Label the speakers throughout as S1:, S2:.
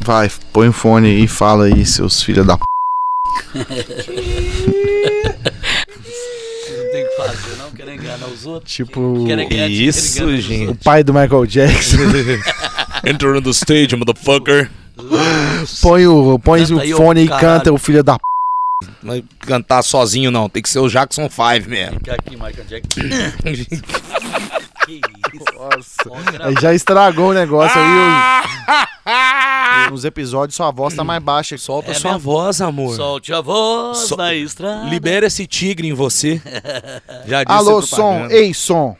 S1: Vai, põe o fone e fala aí, seus filhos da p.
S2: Não tem o que fazer, não. Querem enganar os outros.
S3: Tipo.
S2: Querem ganhar dinheiro,
S4: Isso,
S2: enganam os
S4: gente.
S3: O pai do Michael Jackson.
S4: Enter on the stage, motherfucker.
S2: outros.
S3: põe o, põe
S2: Canta aí,
S3: o
S2: ô
S3: fone e
S2: caralho.
S3: canta, o filho da p.
S4: Não é cantar sozinho, não. Tem que ser o Jackson 5 mesmo.
S2: Fica aqui, Michael Jackson. Que isso.
S3: Nossa.
S2: Ó,
S3: Aí
S2: grava-
S3: já estragou o negócio aí. os- Nos episódios sua voz tá mais baixa.
S4: Solta
S2: É
S4: sua
S2: mesmo?
S4: voz, amor.
S2: Solte a voz
S4: Sol-
S2: na estrada.
S4: Libera esse tigre em você. Já disse
S3: Alô,
S4: a
S3: som,
S4: propaganda.
S3: ei, som.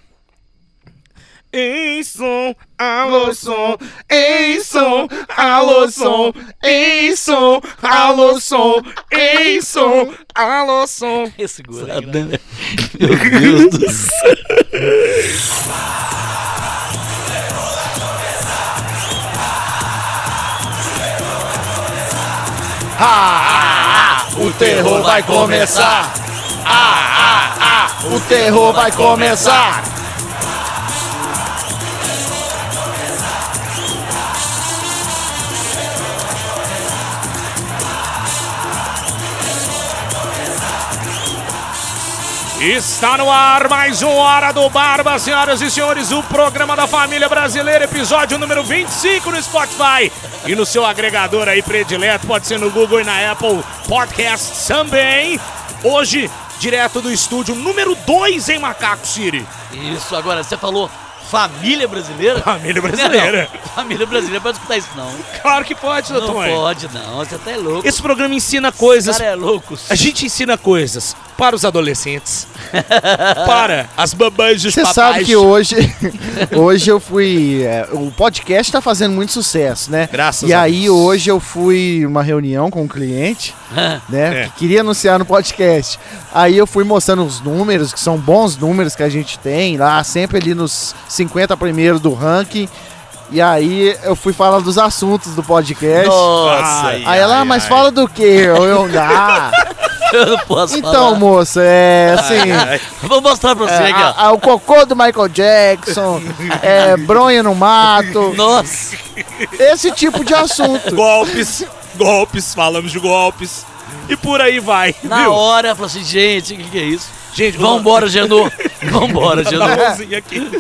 S4: Ei, som, alô, som, ei, som, alô, som, ei, som, alô, som, ei, som, alô, som.
S2: Segurado, né? Meu Deus do céu.
S4: O terror vai começar. Ah, ah, ah, o terror vai começar. Está no ar mais um Hora do Barba, senhoras e senhores, o programa da família brasileira, episódio número 25 no Spotify e no seu agregador aí predileto, pode ser no Google e na Apple Podcasts também. Hoje, direto do estúdio número 2 em Macaco City.
S2: Isso, agora você falou família brasileira?
S4: Família brasileira.
S2: Não, família brasileira pode escutar isso, não. Não
S4: Claro que pode, seu Tonho.
S2: pode, não. Você tá é louco.
S4: Esse programa ensina
S2: Esse
S4: coisas
S2: cara é louco.
S4: A gente ensina coisas para os adolescentes, para as babães dos
S3: Você
S4: papais.
S3: sabe que hoje, hoje eu fui. é, o podcast tá fazendo muito sucesso, né?
S4: Graças
S3: E
S4: a
S3: aí
S4: Deus.
S3: hoje eu fui uma reunião com um cliente,
S2: Ah,
S3: né?
S4: É.
S3: Que queria anunciar no podcast. Aí eu fui mostrando os números, que são bons números que a gente tem lá, sempre ali nos 50 primeiros do ranking. E aí eu fui falar dos assuntos do podcast.
S2: Nossa,
S4: Ai.
S3: Aí ela, ah, mas fala do quê? Eu, eu, ah,
S2: eu não posso
S3: então, moça, é assim.
S2: falar. Vou mostrar pra você
S3: É,
S2: aqui, ó.
S3: a- a- o cocô do Michael Jackson, é, bronha no mato,
S2: Nossa,
S3: esse tipo de assunto.
S4: Golpes, golpes, falamos de golpes. E por aí vai,
S2: na
S4: viu?
S2: hora, eu falei assim, gente, o que, que é isso?
S4: Gente,
S2: Vambora, Genô. Vambora,
S4: vamos dar
S2: Genô.
S4: uma mãozinha aqui.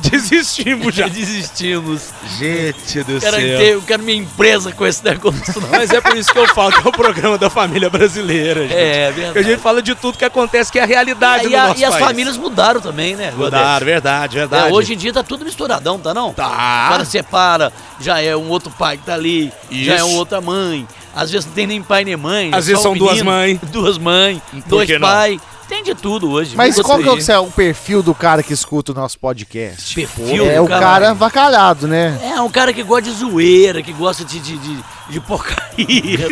S4: Desistimos já.
S2: Desistimos.
S4: Gente do
S2: Quero ter, eu quero minha empresa com esse negócio, não.
S4: Mas é por isso que eu falo que é o programa da família brasileira, gente.
S2: É,
S4: Que a
S2: verdade.
S4: gente fala de tudo que acontece, que é a realidade
S2: E,
S4: do
S2: a-
S4: nosso
S2: e as
S4: país.
S2: famílias mudaram também, né?
S4: Mudaram,
S2: Godetti?
S4: verdade,
S2: É,
S4: verdade.
S2: hoje em dia tá tudo misturadão, tá não? O
S4: tá.
S2: cara separa, já é um outro pai que tá ali, já é
S4: Isso.
S2: uma outra mãe. Às vezes não tem nem pai nem mãe.
S4: Às
S2: é só
S4: vezes
S2: um
S4: são duas
S2: menino,
S4: mães.
S2: Duas mães,
S4: que
S2: dois
S4: não?
S2: pais. Tem de tudo hoje.
S3: Mas
S2: Muito
S3: qual que é o-
S2: bem.
S3: é o perfil do cara que escuta o nosso podcast?
S2: perfil
S3: é
S2: do
S3: o cara avacalhado, né?
S2: É, um cara que gosta de zoeira, que gosta de, de, de, de porcaria.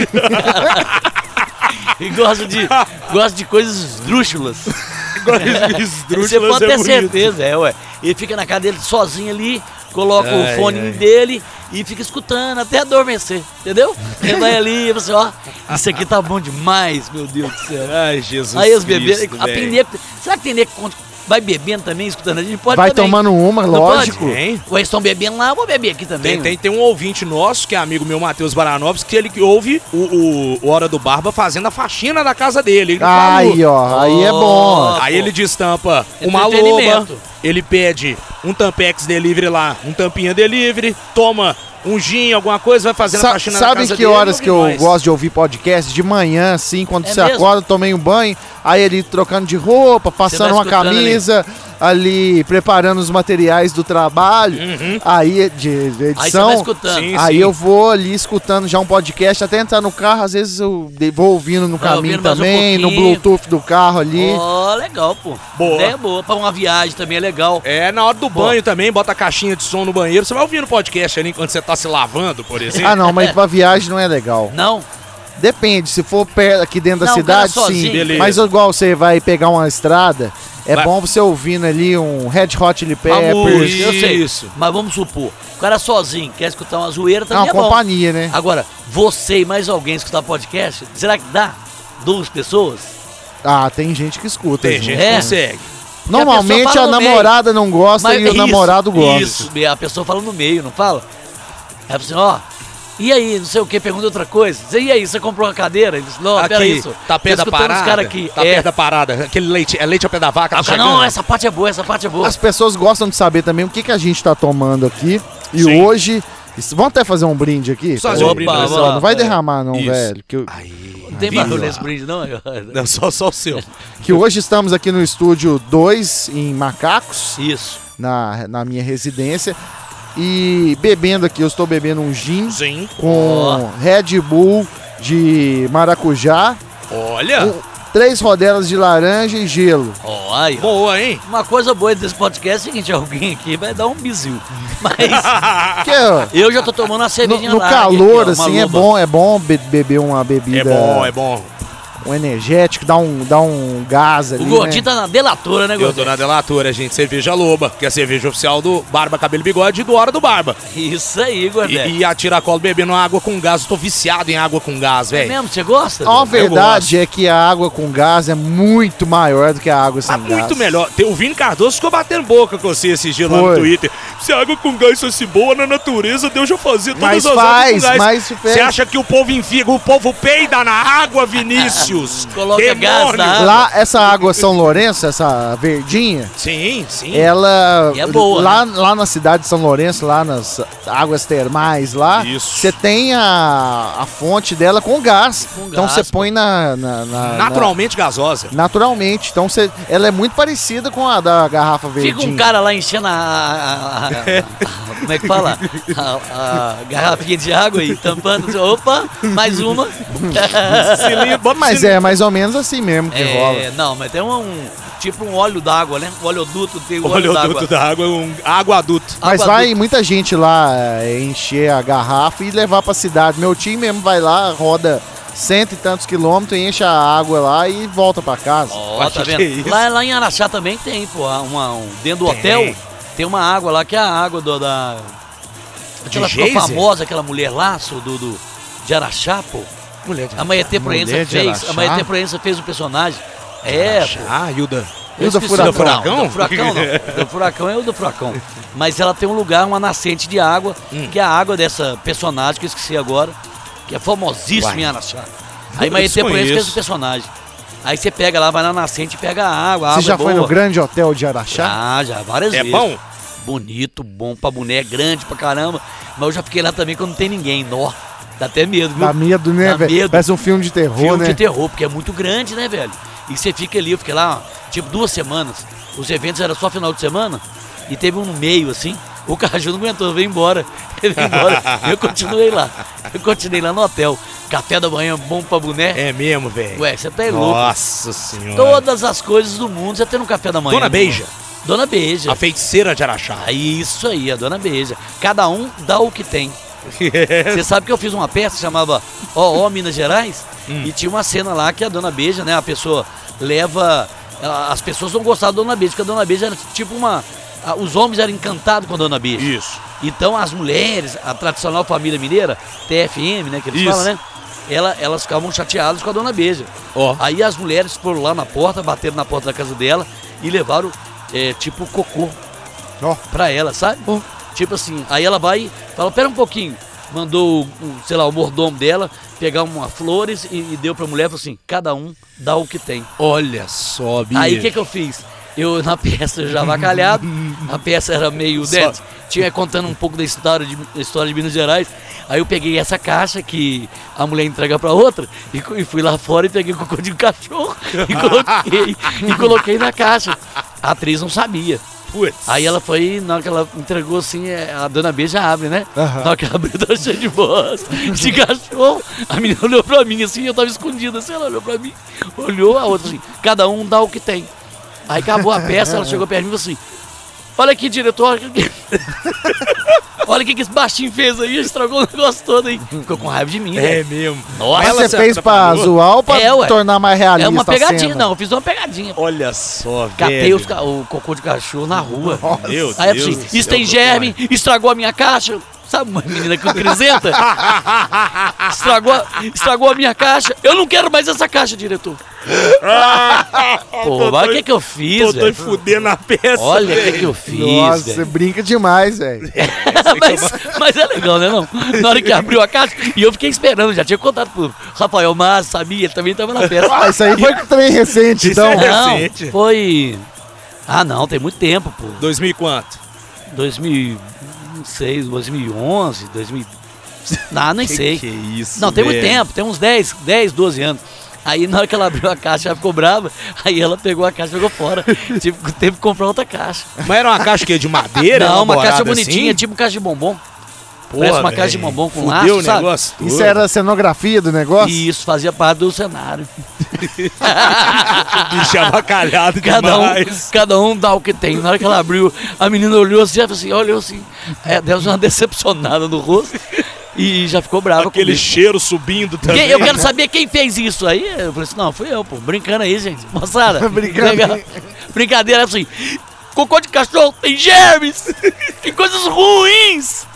S2: e gosta de, gosta de coisas esdrúxulas. Você
S4: Esdrúxulas
S2: pode
S4: é
S2: ter
S4: bonito.
S2: certeza, é, ué. Ele fica na cadeira sozinho ali, coloca
S4: Ai,
S2: o fone
S4: ai.
S2: dele e fica escutando até adormecer, entendeu? Ele vai ali e você, ó, isso aqui tá bom demais, meu Deus do céu.
S4: Ai, Jesus
S2: Aí os
S4: Cristo,
S2: bebês, a
S4: velho.
S2: Pinê, será que tem nego que quando vai bebendo também, escutando a gente? Pode
S3: Vai
S2: também.
S3: tomando uma,
S2: Não pode?
S3: lógico.
S4: Tem?
S2: Ué, estão bebendo lá, eu vou beber aqui também.
S4: Tem, tem, tem um ouvinte nosso, que é amigo meu, Matheus Baranovski, que ele que ouve o, o, o Hora do Barba fazendo a faxina da casa dele. Ele fala,
S3: Aí, ó, aí é bom.
S2: Ó,
S4: Aí
S2: pô. É
S4: ele destampa uma loba,
S2: Entretenimento.
S4: ele pede um Tampex delivery lá, um tampinha delivery, toma um gin, alguma coisa, vai fazendo a
S3: Sa
S4: faxina da
S3: sabe
S4: casa
S3: que
S4: dele,
S3: horas
S4: não
S3: que eu
S4: mais.
S3: gosto de ouvir podcast? De manhã, assim, quando
S2: É
S3: você
S2: mesmo?
S3: acorda, tomei um banho, aí ele trocando de roupa, passando uma
S2: escutando ali.
S3: camisa, ali. preparando os materiais do trabalho, aí de, de
S2: Uhum. Aí você vai
S3: edição.
S2: escutando.
S4: Sim,
S3: aí eu vou ali escutando já um podcast, até entrar no carro, às vezes eu de- vou ouvindo no
S2: Vai
S3: caminho
S2: ouvindo mais um
S3: também, no
S2: pouquinho.
S3: Bluetooth do carro ali.
S2: Ó, legal, pô.
S4: Boa.
S2: É boa. Pra uma viagem também é legal.
S4: É, na hora do
S2: Pô.
S4: banho também, bota a caixinha de som no banheiro, você vai ouvindo podcast ali enquanto você tá se lavando, por exemplo.
S3: Ah não, mas pra viagem não é legal.
S2: Não?
S3: Depende, se for perto aqui dentro da
S2: Não, o cara
S3: cidade,
S2: sozinho.
S3: sim.
S4: Beleza.
S3: Mas igual você vai pegar uma estrada, é
S4: Vai.
S3: bom você ouvindo ali um Red Hot Chili
S2: Amor,
S3: Peppers.
S2: eu sei.
S4: Isso.
S2: Mas vamos supor, o cara é sozinho quer escutar uma zoeira
S3: Não,
S2: também é bom.
S3: companhia, né?
S2: Agora, você e mais alguém escutar podcast, será que dá? Duas pessoas?
S3: Ah, tem gente que escuta.
S4: Tem
S3: junto.
S4: gente
S2: É.
S4: que consegue.
S3: Normalmente
S2: a
S3: a,
S2: pessoa fala no
S3: namorada não gosta e o
S2: Isso, é,
S3: namorado gosta.
S2: Isso, a pessoa fala no meio, não fala? Aí você, ó, E aí, não sei o que, pergunta outra coisa. Diz, E aí, você comprou uma cadeira? Ele disse, não, pera
S4: Aqui,
S2: isso.
S4: tá pé
S2: tô
S4: da
S2: escutando
S4: parada.
S2: Os cara aqui.
S4: Tá
S2: é.
S4: perto da parada. Aquele leite, é leite ao pé da vaca.
S2: Ah,
S4: tá
S2: o cara, não,
S4: chegando.
S2: essa parte é boa, essa parte é boa.
S3: As pessoas gostam de saber também o que, que a gente tá tomando aqui. E
S5: Sim.
S3: hoje. isso- Vamos até fazer um brinde aqui?
S4: Só fazer um
S3: Opa,
S4: brinde,
S3: pessoal,
S2: vamos lá.
S3: Não vai derramar, não,
S4: Isso. Ah,
S3: velho. Que,
S4: Aí,
S2: não tem
S4: viva.
S2: barulho nesse brinde, não?
S4: Não, só, só o seu.
S3: que hoje estamos aqui no estúdio 2 em Macacos,
S2: Isso.
S3: na, na minha residência. E bebendo aqui, eu estou bebendo um gin
S5: Sim.
S3: com Red Bull de maracujá,
S4: Olha,
S3: um- três rodelas de laranja e gelo.
S2: Ó, aí, ó.
S4: boa, hein?
S2: Uma coisa boa desse podcast é o seguinte, alguém aqui vai dar um bizil. Mas
S3: Que é, ó,
S2: eu já tô tomando uma
S3: no,
S2: cervejinha
S3: no
S2: larga aqui,
S3: calor,
S2: ó, uma
S3: assim, é
S2: luba.
S3: bom, é bom be- beber uma bebida,
S5: É bom, é bom.
S3: um energético, dá um, dá um gás ali,
S2: O gordinho
S3: né?
S2: tá na delatora, né,
S4: Eu tô
S2: gordinho?
S4: na delatora, é gente. Cerveja Loba, que é a cerveja oficial do Barba Cabelo e Bigode e do Hora do Barba.
S2: Isso aí,
S4: E,
S2: gordinho.
S4: e a Tiracolo bebendo água com gás. Eu tô viciado em água com gás,
S2: É
S4: velho.
S2: mesmo? Você gosta?
S3: A
S2: Dudu?
S3: verdade é que a água com gás é muito maior do que a água sem
S4: Tá
S3: gás.
S4: muito melhor. Tem- O Vini Cardoso ficou batendo boca com você esse dia lá no
S3: Foi.
S4: Twitter. Se a água com gás fosse boa na natureza, Deus já fazia todas
S3: Mas
S4: as águas com
S3: faz,
S4: gás.
S3: mas se fez.
S4: Você acha que o povo enfia, o povo peida na água, Vinícius?
S2: Coloca gás na água.
S3: Lá, essa água São Lourenço, essa verdinha,
S4: Sim, sim.
S3: ela.
S2: E é boa,
S3: Lá, lá na cidade de São Lourenço, lá nas águas termais, lá,
S4: Isso.
S3: você tem a, a fonte dela com gás.
S2: Com
S3: então
S2: gás,
S3: você põe na. na- na- na-
S4: Naturalmente gasosa.
S3: naturalmente. Então você, ela é muito parecida com a da garrafa verdinha.
S2: Fica um cara lá enchendo a. a- a- a- como é que fala? A, a garrafinha de água e tampando. assim, Opa, mais uma.
S4: Cilindro, bota
S3: Mas
S4: cilindro.
S3: é mais ou menos assim mesmo que rola.
S2: né? É, não, mas tem um, um- Tipo um óleo d'água, né? O oleoduto tem
S3: é.
S2: o
S4: Olha
S2: óleo
S4: o
S2: d'água.
S4: duto da água, um água adulto.
S3: Mas
S2: Água
S3: vai muita gente lá é, encher a garrafa e levar pra cidade. Meu time mesmo vai lá, roda cento e tantos quilômetros, enche a água lá e volta pra casa.
S2: Ó, tá
S4: que
S2: vendo?
S4: é isso?
S2: lá, lá em Araxá também tem, pô. Uma, um- dentro do
S4: Tem.
S2: hotel tem uma água lá que é a água do- da. Aquela ficou
S4: geyser?
S2: famosa, aquela mulher laço do, do, de Araxá, pô.
S4: Mulher de
S2: A Maetê
S3: Mulher
S2: Proença
S3: de
S2: fez.
S3: Araxá?
S2: A Maetê Proença fez o personagem. É, pô.
S4: Ah, Hilda.
S3: E o do
S2: Esqueci,
S3: furacão?
S2: Não, do furacão não. Do furacão é o do furacão. Mas ela tem um lugar, uma nascente de água,
S4: Hum.
S2: que é a água dessa personagem que eu esqueci agora, que é famosíssima
S4: Uai.
S2: em Araxá. Aí
S4: Eu
S2: mas tem por isso que é
S4: desconheço.
S2: esse personagem. Aí você pega lá, vai na nascente e pega a água. A
S3: Você
S2: água
S3: já
S2: é
S3: foi
S2: boa.
S3: no grande hotel de Araxá?
S2: Já, já, várias
S4: É
S2: vezes.
S4: bom?
S2: Bonito, bom pra boné, grande pra caramba. Mas eu já fiquei lá também quando não tem ninguém. Nó, dá até medo, viu?
S3: Dá medo, né,
S2: Dá
S3: velho?
S2: medo.
S3: Parece um filme de terror,
S2: Filme
S3: né?
S2: de terror, porque é muito grande, né, velho? E você fica ali, eu fiquei lá, ó, tipo, duas semanas. Os eventos eram só final de semana e teve um no meio, assim. O Caju não aguentou, veio embora. Ele veio embora. Eu continuei lá. Eu continuei lá no hotel. Café da manhã bom pra boné.
S4: É mesmo, velho.
S2: Ué, você tá é louco.
S4: Nossa senhora.
S2: Todas as coisas do mundo você tem no café da manhã. né,
S4: Dona Beija.
S2: irmão? Dona Beija.
S4: A feiticeira de Araxá.
S2: Ah, Isso aí, a dona Beija. Cada um dá o que tem. Você sabe que eu fiz uma peça que chamava Ó, Ó, Minas Gerais?
S4: Hum.
S2: E tinha uma cena lá que a dona Beija, né? A pessoa leva. ela- As pessoas não gostavam da dona Beija, porque a dona Beija era tipo uma. a- Os homens eram encantados com a dona Beija.
S4: Isso.
S2: Então as mulheres, a tradicional família mineira, TFM, né? Que eles
S4: Isso.
S2: falam, né? Ela, elas ficavam chateadas com a dona Beija.
S4: Ó.
S2: Aí as mulheres foram lá na porta, bateram na porta da casa dela e levaram, é, tipo, cocô
S3: Ó.
S2: pra ela, sabe? Tipo assim, aí ela vai e fala, pera um pouquinho. Mandou, o, o, sei lá, o mordomo dela pegar uma flores e, e deu pra mulher, falou assim, cada um dá o que tem.
S4: Olha só, bicho.
S2: Aí o que que eu fiz? Eu, na peça, eu já avacalhado, a peça era meio
S4: Só-
S2: dentro, tinha contando um pouco da história de, da história de Minas Gerais, aí eu peguei essa caixa que a mulher entrega pra outra e, co- e fui lá fora e peguei o cocô de um cachorro e coloquei, e coloquei na caixa. A atriz não sabia.
S4: Putz.
S2: Aí ela foi, na hora que ela entregou assim, é, a dona B já abre, né?
S3: Aham.
S2: Na hora que ela abriu, tava cheia de voz, de cachorro. A menina olhou pra mim assim, eu tava escondida, assim, ela olhou pra mim, olhou a outra assim, cada um dá o que tem. Aí acabou a peça, ela chegou perto de mim e falou assim: Olha aqui, diretor, olha aqui. olha o que que esse baixinho fez aí, estragou o negócio todo aí. Ficou com raiva de mim, né?
S4: É mesmo.
S2: Nossa, tá
S3: Mas
S4: Ela
S3: você
S4: se
S3: fez pra
S4: atrapalhou?
S3: zoar ou pra
S2: É, ué.
S3: tornar mais realista
S2: é uma
S3: a
S2: pegadinha,
S3: cena?
S2: não, eu fiz uma pegadinha.
S4: Olha só, velho.
S2: Catei os ca- o cocô de cachorro na rua.
S4: Meu Deus.
S2: Aí é assim,
S4: do céu,
S2: isso tem
S4: doutor.
S2: germe, estragou a minha caixa. Sabe uma menina que eu crescenta? Estragou, a- estragou a minha caixa. Eu não quero mais essa caixa, diretor.
S4: Ah,
S2: Pô, olha o que, que eu fiz,
S5: Tô
S2: velho.
S5: fudendo a peça.
S2: Olha o que, que eu fiz,
S3: Nossa,
S2: velho.
S3: você brinca demais, velho.
S2: mas, mas é legal, né, não? Na hora que abriu a caixa, e eu fiquei esperando, já tinha contato pro Rafael Massa, sabia, ele também tava na festa.
S3: Ah, isso aí foi com trem recente, então.
S4: é-
S2: Não,
S4: recente.
S2: foi... Ah, não, tem muito tempo, pô.
S4: 2000 e quanto?
S2: 2006, 2011, 2000... Ah, nem sei.
S4: Que é isso,
S2: Não, tem muito
S4: velho.
S2: tempo, tem uns 10, 10, 12 anos. Aí na hora que ela abriu a caixa, ela ficou brava, aí ela pegou a caixa e jogou fora. Tive- teve que comprar outra caixa.
S4: Mas era uma caixa que de madeira?
S2: não, uma caixa
S4: elaborada
S2: bonitinha,
S4: assim?
S2: tipo caixa de bombom. Parece uma
S4: velho,
S2: caixa de bombom com
S4: fudeu
S2: laço,
S4: o
S2: sabe?
S4: negócio todo.
S3: Isso é era a cenografia do negócio?
S2: E isso fazia parte do cenário.
S4: bicho abacalhado
S2: Cada um,
S4: demais.
S2: cada um dá o que tem. Na hora que ela abriu, a menina olhou assim, ela falou assim, olhou assim. É, deu uma decepcionada no rosto e já ficou brava
S4: Aquele
S2: comigo.
S4: cheiro subindo também.
S2: Quem- eu quero saber quem fez isso. Aí eu falei assim, não, fui eu, pô. Brincando aí, gente. Moçada.
S3: Brincando.
S2: legal. Brincadeira ela falou assim. Cocô de cachorro tem germes. Tem coisas ruins.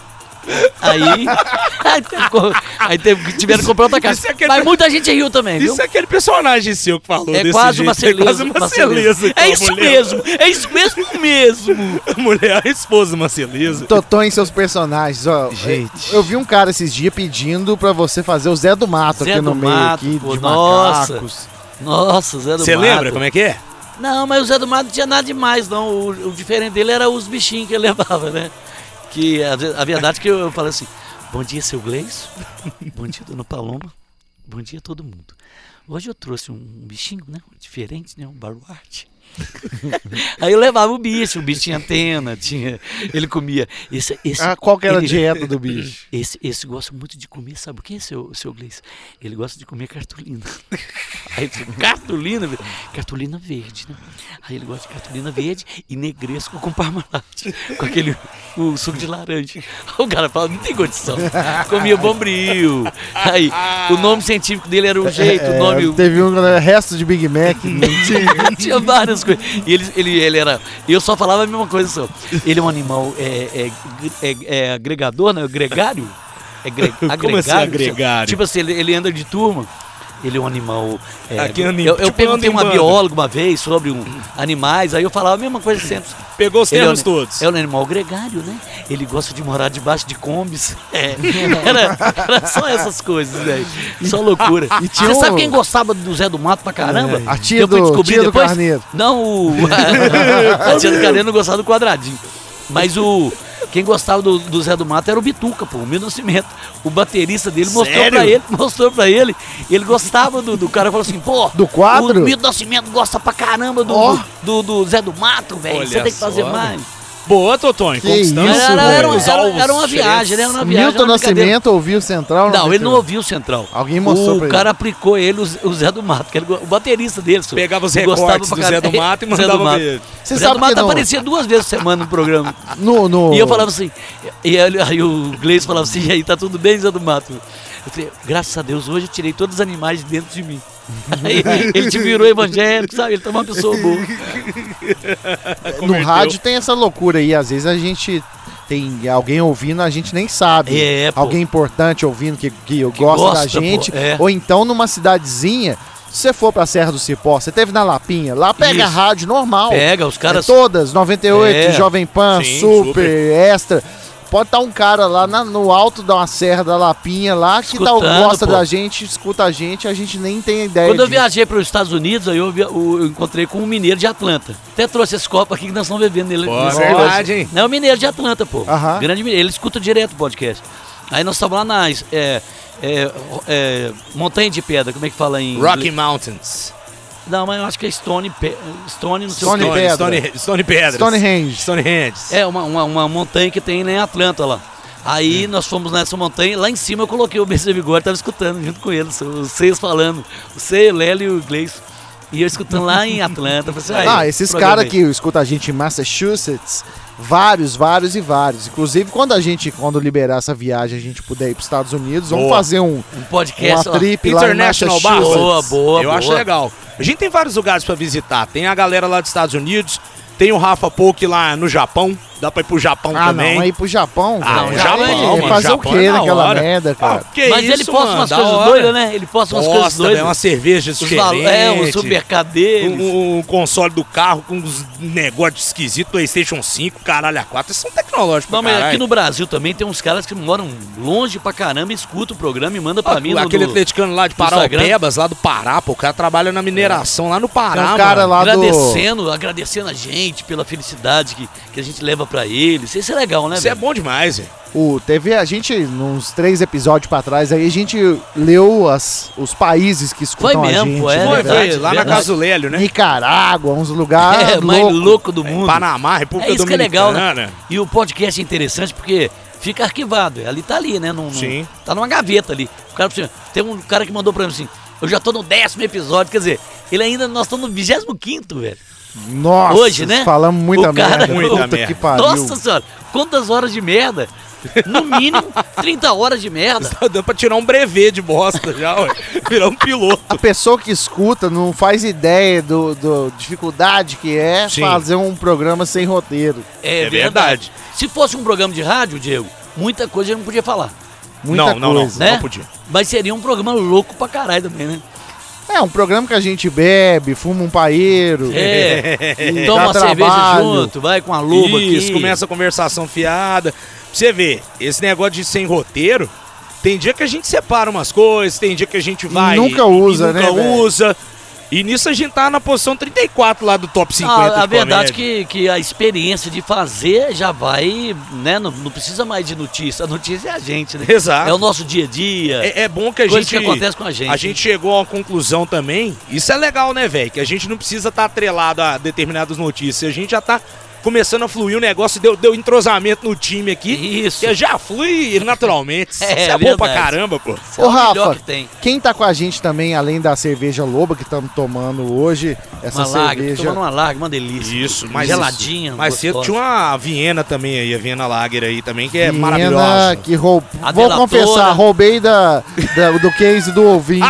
S2: Aí, aí, teve co- aí teve- tiveram que comprar outra
S4: Isso é
S2: caixa.
S4: aquele-
S2: Mas muita gente riu também, viu?
S4: Isso é aquele personagem seu que falou
S2: É
S4: desse
S2: quase, uma
S4: jeito.
S2: celeza,
S4: É quase uma celeza. com
S2: É
S4: a
S2: isso
S4: mulher.
S2: mesmo. É isso mesmo mesmo.
S4: A mulher, a esposa uma celeza.
S3: Totó em seus personagens, ó.
S4: Gente.
S3: Eu vi um cara esses dias pedindo pra você fazer o Zé do Mato
S2: Zé
S3: aqui
S2: do
S3: no meio
S2: Mato,
S3: aqui,
S2: pô,
S3: de
S2: nossa.
S3: macacos.
S2: Nossa, Zé do
S4: Você
S2: Mato.
S4: lembra como é que é?
S2: Não, mas o Zé do Mato não tinha nada demais, não. O, o diferente dele era os bichinhos que ele levava, né? Que a, ve- a verdade é que eu, eu falei assim: Bom dia, seu Gleison. Bom dia, dona Paloma. Bom dia, todo mundo. Hoje eu trouxe um, um bichinho, né? Diferente, né? Um baruarte. Aí eu levava o bicho, o bicho tinha antena, tinha. Ele comia. Esse, esse,
S3: Ah, qual que era a
S2: ele-
S3: dieta do bicho?
S2: esse, esse gosta muito de comer, sabe o que, seu, seu Gleice? Ele gosta de comer cartolina. Aí eu falei, cartolina? velho?" Cartolina verde, né? Aí ele gosta de cartolina verde e negresco com parmalat, com aquele o suco de laranja. Aí o cara fala, não tem condição. Comia bombril. Aí, o nome científico dele era o jeito,
S4: É,
S2: o nome...
S3: Teve um né, resto de Big Mac. não tinha.
S2: Tinha várias coisas. E ele, ele, ele era. Eu só falava a mesma coisa só. Ele é um animal é, é, é, é agregador, né? Gregário? É gre, agregário,
S4: assim, agregário?
S2: Tipo assim, ele, ele anda de turma. Ele é um animal. é,
S4: Aqui anda em-
S2: eu, eu
S4: tipo, anda
S2: perguntei
S4: em
S2: uma
S4: banda.
S2: bióloga uma vez sobre um, animais, aí eu falava a mesma coisa sempre.
S4: Pegou os
S2: Ele é um-
S4: termos todos.
S2: É um animal gregário, né? Ele gosta de morar debaixo de combis. É. Era, era só essas coisas, velho. Só loucura.
S3: E tinha um-
S2: Você
S3: É.
S2: sabe quem gostava do Zé do Mato pra caramba?
S3: A tia
S2: Eu fui
S3: do-
S2: descobrir
S3: tia do
S2: depois.
S3: Carneiro.
S2: Não, o... a tia do Carneiro não gostava do quadradinho. Mas o... Quem gostava do, do Zé do Mato era o Bituca, pô, o Mil Nascimento. O baterista dele mostrou
S4: Sério?
S2: pra ele, mostrou pra ele. Ele gostava do, do cara, falou assim, pô...
S3: Do quadro?
S2: O Mil Nascimento gosta pra caramba do,
S3: Ó.
S2: do, do Zé do Mato, velho.
S4: Olha
S2: Você tem que fazer
S4: só.
S2: mais.
S4: Boa, Totonho.
S3: Que
S4: Conquistando
S3: isso,
S2: Era, era, era, um-
S4: os
S2: era-
S4: alvos
S2: era uma viagem, né? Era
S4: diferentes.
S2: uma viagem.
S3: Milton
S2: era uma brincadeira.
S3: Nascimento ouviu o Central? um.
S2: Não, ele não
S3: ouviu.
S2: ouviu o Central.
S3: Alguém mostrou
S2: O
S3: pra ele.
S2: cara aplicou ele, o Z- o Zé do Mato, que ele go- o baterista dele. senhor.
S4: Pegava os
S2: Ele gostava
S4: recortes
S2: pra
S4: do Zé do
S2: caralho.
S4: Mato
S2: Zé
S4: e
S2: do
S4: mandava
S2: Mato.
S4: pra ele.
S3: Você
S2: Zé
S3: sabe
S2: do Mato
S3: que não-
S2: aparecia duas vezes por semana no programa.
S3: No, no...
S2: E eu falava assim, e ele- aí o Gleison falava assim, e aí tá tudo bem, Zé do Mato? Eu falei, graças a Deus, hoje eu tirei todos os animais de dentro de mim. Aí ele te virou evangélico, sabe? Ele tá uma pessoa boa.
S3: No
S4: Converteu.
S3: rádio tem essa loucura aí, às vezes a gente tem alguém ouvindo, a gente nem sabe.
S2: É, pô.
S3: alguém importante ouvindo que, que, gosta, da
S2: gosta, pô,
S3: gente.
S2: é.
S3: Ou então numa cidadezinha, se você for pra Serra do Cipó, você teve na Lapinha, lá pega
S2: Isso.
S3: rádio normal.
S2: Pega, os
S3: É
S2: caras...
S3: todas, 98,
S2: É.
S3: Jovem Pan,
S4: Sim,
S3: super,
S4: super.
S3: extra. Pode estar um cara lá na- no alto da uma serra da Lapinha lá que tá,
S2: Escutando,
S3: gosta
S2: pô.
S3: da gente, escuta a gente, a gente nem tem ideia.
S2: Quando eu
S3: disso.
S2: viajei para os Estados Unidos, aí eu, vi- o- eu encontrei com um mineiro de Atlanta. Até trouxe esse copo aqui que nós estamos bebendo nele.
S4: Pô,
S2: nesse
S3: verdade,
S2: negócio.
S4: hein?
S2: Não, é o mineiro de Atlanta, pô.
S3: Aham.
S2: Grande mineiro. Ele escuta direto o podcast. Aí nós estamos lá nas. é, é, é, montanha de pedra, como é que fala em.
S4: Rocky
S2: inglês?
S4: Mountains.
S2: Não, mas eu acho que é Stone. Pe- Stone, não sei
S3: Stone
S2: o quê.
S3: Pedra.
S4: Stone, Stone Pedras.
S3: Stonehenge.
S4: Stonehenge.
S2: É uma, uma, uma montanha que tem né, em Atlanta lá. Aí
S4: É.
S2: nós fomos nessa montanha, lá em cima eu coloquei o BC Vigor, tava escutando junto com eles, os seis falando, o Sei, o Lélio e o Gleison. E eu escutando lá em Atlanta. Falei assim,
S3: Ah,
S2: aí,
S3: esses
S2: programa
S3: caras
S2: aí.
S3: que escutam a gente em Massachusetts, vários, vários e vários. Inclusive, quando a gente, quando liberar essa viagem, a gente puder ir para os Estados Unidos, vamos
S4: Boa.
S3: fazer um,
S2: Um podcast.
S3: uma
S2: ó.
S3: trip lá em
S4: International
S3: Massachusetts.
S4: Bar.
S2: Boa, boa,
S4: Eu acho
S2: boa.
S4: legal. A gente tem vários lugares pra visitar. Tem a galera lá dos Estados Unidos, tem o Rafa Polk lá no Japão. Dá pra ir pro Japão
S3: Ah,
S4: também.
S3: não, aí pro Japão.
S4: Ah,
S3: velho.
S4: o
S2: já
S4: Japão,
S2: é,
S4: mano,
S3: Ele fazer o
S4: Japão é
S3: quê
S4: da
S3: naquela
S4: hora.
S3: merda, cara?
S4: Ah, que
S2: Mas ele
S4: isso,
S2: posta
S4: mano,
S2: umas
S4: da
S2: coisas
S4: hora.
S2: doidas, né? Ele posta umas coisas
S4: Posta, velho,
S2: doidas.
S4: uma cerveja
S2: Os val-
S4: diferente.
S2: É, o super
S4: um,
S2: dele.
S4: um- um console do carro com uns negócios esquisitos, Playstation 5, caralho, a 4. Isso é um tecnológico,
S2: Não, mas
S4: caralho.
S2: aqui no Brasil também tem uns caras que moram longe pra caramba, escutam o programa e manda pra
S4: Ah,
S2: mim no,
S4: Aquele
S2: no-
S4: atleticano lá de
S2: no Instagram.
S4: Paraupebas, lá do Pará, pô, o cara trabalha na mineração lá no
S3: Tem
S4: Pará,
S3: um cara
S4: mano.
S3: lá do...
S2: agradecendo, agradecendo a gente pela felicidade que, que a gente leva pra eles. Isso é legal, né,
S4: Isso é
S2: velho?
S4: bom demais, velho.
S3: O, teve a gente, uns três episódios pra trás, aí a gente leu as, os países que
S2: Foi
S3: escutam a
S2: mesmo,
S3: gente.
S2: pô, é
S3: né,
S4: Foi,
S3: velho?
S4: foi,
S2: verdade,
S4: lá na
S2: verdade.
S4: casa do Lélio, né?
S3: Nicarágua, uns lugares
S2: é, mais
S3: loucos.
S2: louco do mundo.
S4: Panamá, República
S2: É isso que é legal,
S4: Dominicana.
S2: né? E o podcast é interessante porque fica arquivado. Ali tá ali, né? Num, num-
S4: Sim.
S2: Tá numa gaveta ali. O cara, assim, tem um cara que mandou pra mim assim, eu já tô no décimo episódio, quer dizer, ele ainda, nós estamos no 25 quinto, velho.
S3: Nossa,
S2: Hoje, né?
S3: falamos muita
S2: O cara-
S3: merda.
S4: Muita
S3: Puta
S4: merda.
S3: que pariu.
S2: Nossa senhora, quantas horas de merda? No mínimo 30 horas de merda.
S4: Tá dando pra tirar um brevet de bosta já, ué. Virar um piloto.
S3: A pessoa que escuta não faz ideia do, do dificuldade que é
S4: Sim.
S3: fazer um programa sem roteiro.
S2: É,
S4: É verdade.
S2: verdade. Se fosse um programa de rádio, Diego, muita coisa eu não podia falar.
S3: Muita
S4: não, não, não,
S3: coisa.
S2: né?
S4: não podia.
S2: Mas seria um programa louco pra caralho também, né?
S3: É um programa que a gente bebe, fuma um paeiro.
S2: É.
S3: E
S2: Toma
S3: dá
S2: uma cerveja
S3: trabalho.
S2: junto, vai com a luva
S4: Isso,
S2: aqui.
S4: começa a conversação fiada. Pra você ver, esse negócio de sem roteiro, tem dia que a gente separa umas coisas, tem dia que a gente vai.
S3: nunca
S4: e-
S3: usa,
S4: e
S3: né,
S4: Nunca
S3: velho?
S4: usa. E nisso a gente tá na posição 34 lá do top 50.
S2: Ah, a
S4: de
S2: verdade que,
S4: comédia.
S2: que a experiência de fazer já vai, né? Não, não precisa mais de notícia. A notícia é a gente, né?
S4: Exato.
S2: É o nosso dia a dia.
S4: É, é bom que a
S2: coisa
S4: gente.
S2: que acontece com a gente.
S4: A gente chegou a uma conclusão também. Isso é legal, né, velho? Que a gente não precisa estar atrelado a determinadas notícias. A gente já tá começando a fluir o negócio, deu, deu entrosamento no time aqui.
S2: Isso.
S4: Que já flui naturalmente.
S2: É,
S4: Isso é bom pra
S2: verdade.
S4: caramba, pô.
S2: Isso é
S3: Ô,
S2: o melhor
S3: Rafa,
S2: que tem.
S3: quem tá com a gente também, além da cerveja loba que estamos tomando hoje, essa
S2: Uma larga, tô
S3: cerveja.
S2: tomando uma larga, uma delícia.
S4: Isso, mas
S2: Geladinha,
S4: Mais cedo
S2: gostosa.
S4: tinha um uma Viena também aí, a Viena Lager aí também, que é
S3: Menina
S4: maravilhosa.
S3: que roub...
S2: A
S3: Vou
S2: delatora.
S3: confessar, roubei da, da- do case do ouvinte.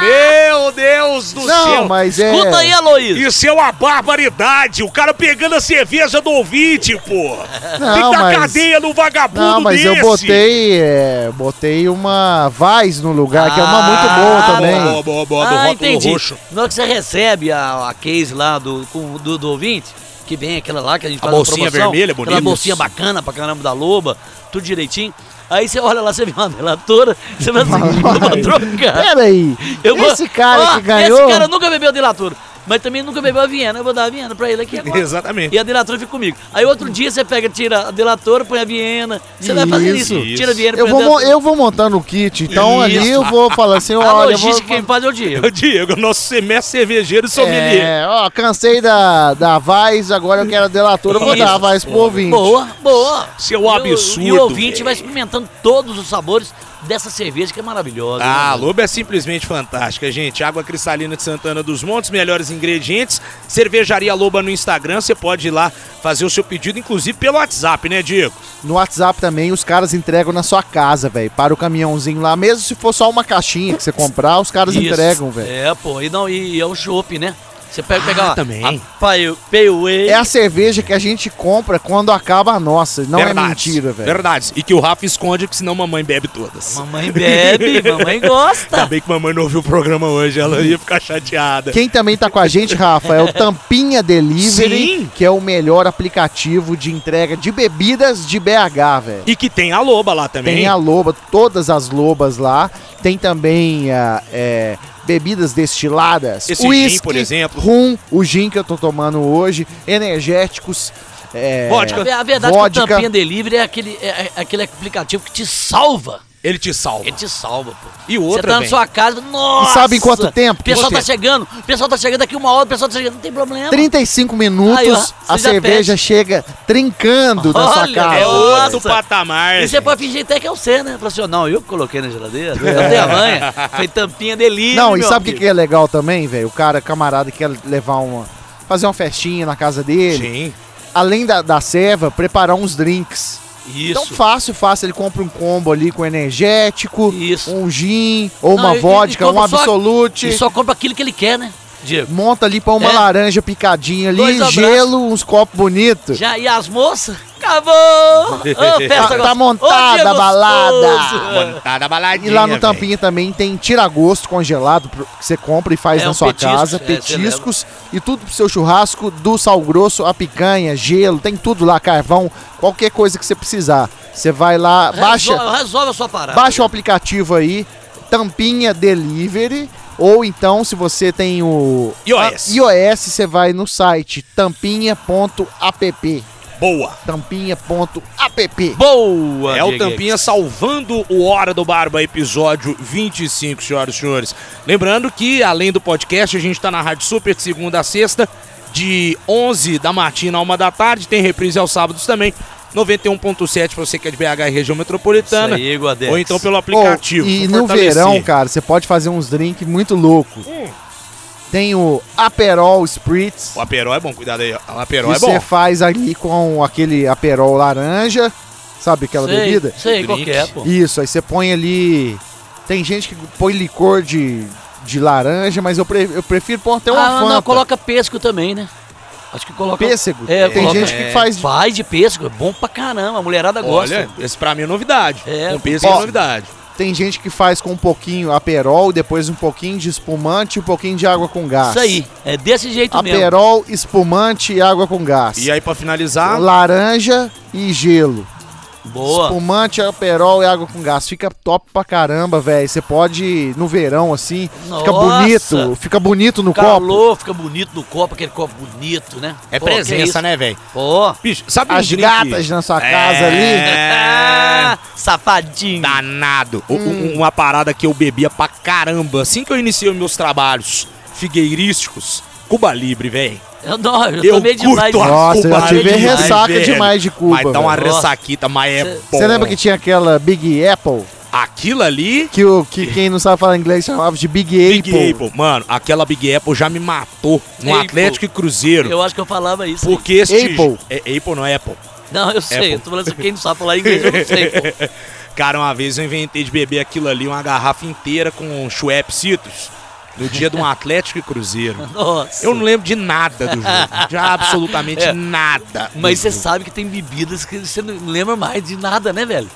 S4: Meu Deus do
S3: não,
S4: céu!
S3: mas é.
S2: Escuta aí, Aloysio.
S4: Isso é uma barbaridade! O cara pegando a cerveja do ouvinte, pô! Tem
S3: Não,
S4: que dar
S3: mas-
S4: cadeia no vagabundo
S3: Não, mas
S4: desse!
S3: eu botei, é, botei uma Vaz no lugar, que é uma muito boa
S2: Ah,
S3: também.
S4: Boa, boa, boa, do
S2: ah,
S4: rótulo
S2: entendi.
S4: roxo.
S2: Na hora que você recebe a, a case lá do, com- do, do ouvinte, que vem aquela lá que a gente faz
S4: bolsinha
S2: a promoção,
S4: vermelha,
S2: Aquela
S4: bonita.
S2: bolsinha bacana pra caramba da loba, tudo direitinho. Aí você olha lá, você vê uma delatora, você vai assim, eu vou trocar.
S3: Pera aí,
S2: Eu vou-
S3: esse cara
S2: Ó,
S3: que ganhou...
S2: Esse cara nunca bebeu delatora, mas também nunca bebeu a Viena. Eu vou dar a Viena pra ele aqui agora.
S4: Exatamente.
S2: E a delatora fica comigo. Aí outro dia você pega, tira a delatora, põe a Viena. Você vai fazendo isso.
S4: Isso.
S2: Tira a Viena,
S3: eu,
S2: põe
S3: vou,
S2: a
S3: mo-
S2: delatora.
S3: eu vou montando o kit, então ali eu vou falar assim,
S2: A
S3: olha... eu vou-
S2: logística quem faz é o Diego.
S4: O Diego, nosso semestre cervejeiro e sommelier.
S3: É, ó, cansei da, da Vaz, agora eu quero a delatora, eu vou
S2: Isso.
S3: dar a Vaz pro ouvinte.
S2: Boa, boa.
S4: Isso é um
S2: E o-
S4: absurdo,
S2: E o ouvinte
S4: velho.
S2: vai experimentando todos os sabores dessa cerveja que é maravilhosa.
S4: Ah, a
S2: né?
S4: Lobo é simplesmente fantástica, gente. Água cristalina de Santana dos Montes, melhores ingredientes. Cervejaria Loba no Instagram, você pode ir lá fazer o seu pedido, inclusive pelo WhatsApp, né, Diego?
S3: No WhatsApp também, os caras entregam na sua casa, velho. Para o caminhãozinho lá, mesmo se for só uma caixinha que você comprar, os caras
S2: Isso.
S3: entregam, velho.
S2: É, pô. E, não, e é o chopp, né? Você pega pegar uma-
S4: Ah, também.
S2: a Pale Pale
S3: É a cerveja que a gente compra quando acaba a nossa. Não é
S4: Verdades,
S3: mentira, velho.
S4: Verdades. E que o Rafa esconde, porque senão mamãe bebe todas.
S2: Mamãe bebe, mamãe gosta.
S3: Tá
S4: Ainda bem que mamãe não ouviu o programa hoje, ela ia ficar chateada.
S3: Quem também tá com a gente, Rafa, é o Tampinha Delivery,
S4: Sim.
S3: que é o melhor aplicativo de entrega de bebidas de BH, velho.
S4: E que tem a Loba lá também.
S3: Tem a loba, todas as lobas lá. Tem também ah, é, bebidas destiladas.
S4: Esse gin,
S3: uísque,
S4: por exemplo.
S3: Rum, o gin que eu tô tomando hoje, energéticos. é,
S4: Vodka.
S2: A, a verdade é que
S3: Vodka.
S2: o Tampinha Delivery é aquele, é- é aquele aplicativo que te salva.
S4: Ele te salva.
S2: Ele te salva, pô.
S4: E
S2: Você
S4: outra,
S2: tá na
S4: velho.
S2: sua casa, nossa!
S3: sabe em quanto tempo?
S2: O pessoal
S3: Quanto
S2: tá chegando, o pessoal tá chegando daqui uma hora, o pessoal tá chegando, não tem problema.
S3: 35
S2: Aí, ó,
S3: minutos,
S2: você
S3: a
S2: já
S3: cerveja chega trincando na sua
S2: Olha,
S3: cara.
S4: É outro
S2: Nossa.
S4: patamar.
S2: E você pode fingir até que é o C, né? Fala assim, ó, não, eu que coloquei na geladeira, eu dei a manha, foi tampinha delírio.
S3: É. Não, e
S2: meu
S3: sabe o que,
S2: amigo.
S3: que é legal também, velho? O cara, camarada, que quer levar uma. fazer uma festinha na casa dele.
S4: Sim.
S3: Além da, da serva, preparar uns drinks. Então
S2: Isso.
S3: fácil, fácil. Ele compra um combo ali com energético,
S2: Isso.
S3: um gin, ou
S2: Não,
S3: uma
S2: e- e
S3: vodka, um
S2: compra só-
S3: absolute.
S2: E só compra aquilo que ele quer, né? Diego.
S3: Monta ali pra uma
S2: É.
S3: laranja picadinha
S2: Dois
S3: ali,
S2: abraços.
S3: gelo, uns copos bonitos.
S2: Já e as moças? Acabou! Ô,
S3: É. Tá-
S2: festa
S3: tá
S2: gostosa.
S3: montada
S2: Ô, dia
S3: a balada.
S2: gostoso. é.
S4: Tá da baladinha,
S3: E lá no
S4: véi.
S3: Tampinha também tem tira-gosto congelado pro- que você compra e faz
S2: É,
S3: na
S2: um
S3: sua
S2: petisco,
S3: casa,
S2: é, você
S3: petiscos e tudo pro seu churrasco, do sal grosso, a picanha, gelo, tem tudo lá, carvão, qualquer coisa que você precisar. Você vai lá, baixa,
S2: Resolve, resolve a sua parada.
S3: baixa o aplicativo aí, Tampinha Delivery, ou então se você tem o
S4: iOS.
S3: a- iOS, você vai no site tampinha.app,
S4: Boa.
S3: tampinha.app.
S2: Boa,
S4: É o
S2: Dieguex.
S4: Tampinha salvando o Hora do Barba, episódio 25, senhoras e senhores. Lembrando que, além do podcast, a gente tá na Rádio Super de segunda a sexta, de 11 da matina a 1 da tarde. Tem reprise aos sábados também. 91.7 pra você que é de BH e região metropolitana.
S2: Isso aí, Guadex.
S4: Ou então pelo aplicativo.
S3: Oh, e
S4: pra
S3: no
S4: fortalecer.
S3: verão, cara, você pode fazer uns drinks muito louco. Tem o Aperol Spritz.
S4: Hum. O Aperol é bom, cuidado aí. ó. O Aperol
S3: que
S4: é
S3: você
S4: bom.
S3: faz ali com aquele Aperol laranja. Sabe aquela
S2: sei,
S3: bebida?
S2: Sei,
S4: Drink.
S2: qualquer, pô.
S3: Isso, aí você põe ali. Tem gente que põe licor de, de laranja, mas eu, pre- eu prefiro pôr até uma
S2: ah,
S3: Fanta.
S2: não, coloca pêssego também, né? Acho que coloca...
S3: Pêssego.
S2: É,
S3: Tem
S2: coloca-
S3: gente que
S4: é.
S3: faz.
S2: Vai de pêssego, é bom pra caramba, a mulherada
S4: Olha,
S2: gosta.
S4: esse pra mim é novidade.
S2: É,
S4: Com peso é
S3: ó,
S4: novidade.
S3: Tem gente que faz com um pouquinho Aperol, depois um pouquinho de espumante e um pouquinho de água com gás.
S2: Isso aí, é desse jeito mesmo.
S3: Aperol, espumante e água com gás.
S4: E aí, pra finalizar,
S3: laranja e gelo.
S2: Ah. Boa.
S3: Espumante, aperol e água com gás. Fica top pra caramba, velho. Você pode, no verão, assim, fica
S2: Nossa!
S3: bonito. Fica bonito no copo.
S2: Calor, fica bonito no copo, aquele copo bonito, né?
S4: é
S2: Pô, que
S4: presença,
S2: isso?
S4: né, velho?
S2: Pô.
S4: Bicho, sabe
S3: As
S4: um drink-
S3: gatas na sua casa ali. Hum.
S4: É.
S2: Ah,
S4: Tá.
S2: Safadinho.
S4: danado. U- u- Uma parada que eu bebia pra caramba. Assim que eu iniciei os meus trabalhos figueirísticos, Cuba Libre, velho.
S2: Eu, não, eu,
S4: Eu
S2: tomei demais.
S4: curto a
S3: Nossa, eu já
S4: Cuba
S3: tive
S4: Libre,
S3: ressaca
S4: velho.
S3: demais de Cuba.
S4: Mas dá uma
S2: velho.
S4: ressaquita, mas é
S2: Cê-
S4: bom.
S3: Você lembra que tinha aquela Big Apple?
S4: Aquilo ali...
S3: Que, o, que quem não sabe falar inglês chamava de Big,
S4: Big
S3: Apple.
S4: Apple. Mano, aquela Big Apple já me matou no
S2: Apple.
S4: Atlético e Cruzeiro.
S2: Eu acho que eu falava isso.
S4: Porque esse...
S3: Apple.
S4: É, Apple não é Apple.
S2: Não, eu sei.
S4: Apple.
S2: Eu tô falando assim, quem não sabe falar inglês, eu não sei. Pô.
S4: Cara, uma vez eu inventei de beber aquilo ali, uma garrafa inteira com Schweppes Citrus, no dia de um Atlético e Cruzeiro.
S2: Nossa.
S4: Eu não lembro de nada do jogo. De absolutamente
S2: É.
S4: nada.
S2: Mas
S4: do
S2: você
S4: jogo.
S2: sabe que tem bebidas que você não lembra mais de nada, né, velho?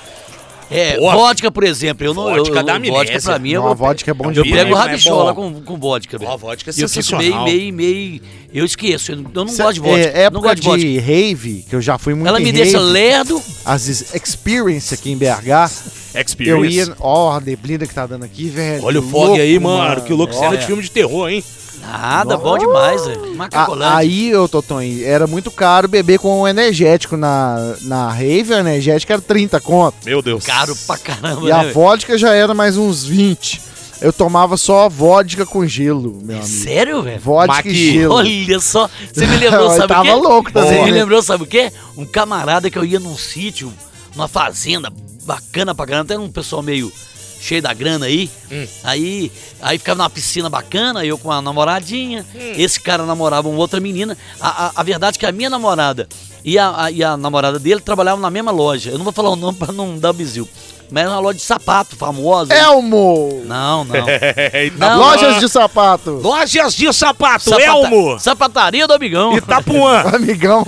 S2: É,
S4: Pô,
S2: vodka, por exemplo. Eu não,
S4: vodka
S2: eu,
S4: dá
S2: eu, vodka pra
S4: amnésia.
S2: mim,
S3: Não, a
S2: eu,
S3: vodka é bom
S4: eu
S2: eu
S4: bebia,
S3: demais.
S2: pego
S4: mas é
S2: rabichola
S4: bom.
S2: com, com vodka, velho.
S4: Ó, vodka é
S2: E eu fico meio,
S4: sensacional.
S2: meio, meio... Eu esqueço. Eu não
S3: Cê-
S2: gosto de vodka.
S3: É,
S2: não
S3: época
S2: gosto de vodka.
S3: de rave, que eu já fui muito
S2: Ela
S3: em
S2: me
S3: rave,
S2: deixa lerdo.
S3: As is- experience aqui em BH, eu
S4: Experience.
S3: ia... Ó, a neblina que tá dando aqui, velho.
S4: Olha o
S3: Que
S4: fog
S3: louco,
S4: aí, mano. Que louco. Cena
S2: É.
S4: de filme de terror, hein?
S2: Nada, bom demais, velho.
S3: A-
S2: Macacolândia.
S3: Ah, aí, ô Totonho, era muito caro beber com o energético. Na, na Rave, o energético era 30 conto.
S4: Meu Deus.
S2: Caro pra caramba,
S3: e a
S2: né? velho?
S3: vodka já era mais uns 20. Eu tomava só vodka com gelo, meu amigo.
S2: Sério, velho?
S3: Vodka
S4: Maqui.
S3: e gelo.
S2: é Olha só, você me lembrou,
S3: Eu
S2: sabe o
S3: tava
S2: quê?
S3: louco também,
S2: Você me
S3: né?
S2: lembrou, sabe o quê? Um camarada que eu ia num sítio, numa fazenda bacana pra caramba, até um pessoal meio cheio da grana aí. Aí, aí ficava numa piscina bacana, eu com a namoradinha, esse cara namorava uma outra menina. A, a- a verdade é que a minha namorada e a, a- e a namorada dele trabalhavam na mesma loja. Eu não vou falar o nome pra não dar bizil. Mas era uma loja de sapato famosa.
S3: É Elmo!
S2: Não, não.
S4: É,
S2: Não,
S3: Lojas de sapato.
S4: tá Lojas de sapato,
S2: Sapata-
S4: é, Elmo.
S2: Sapataria do Amigão.
S4: Itapuã.
S3: Amigão.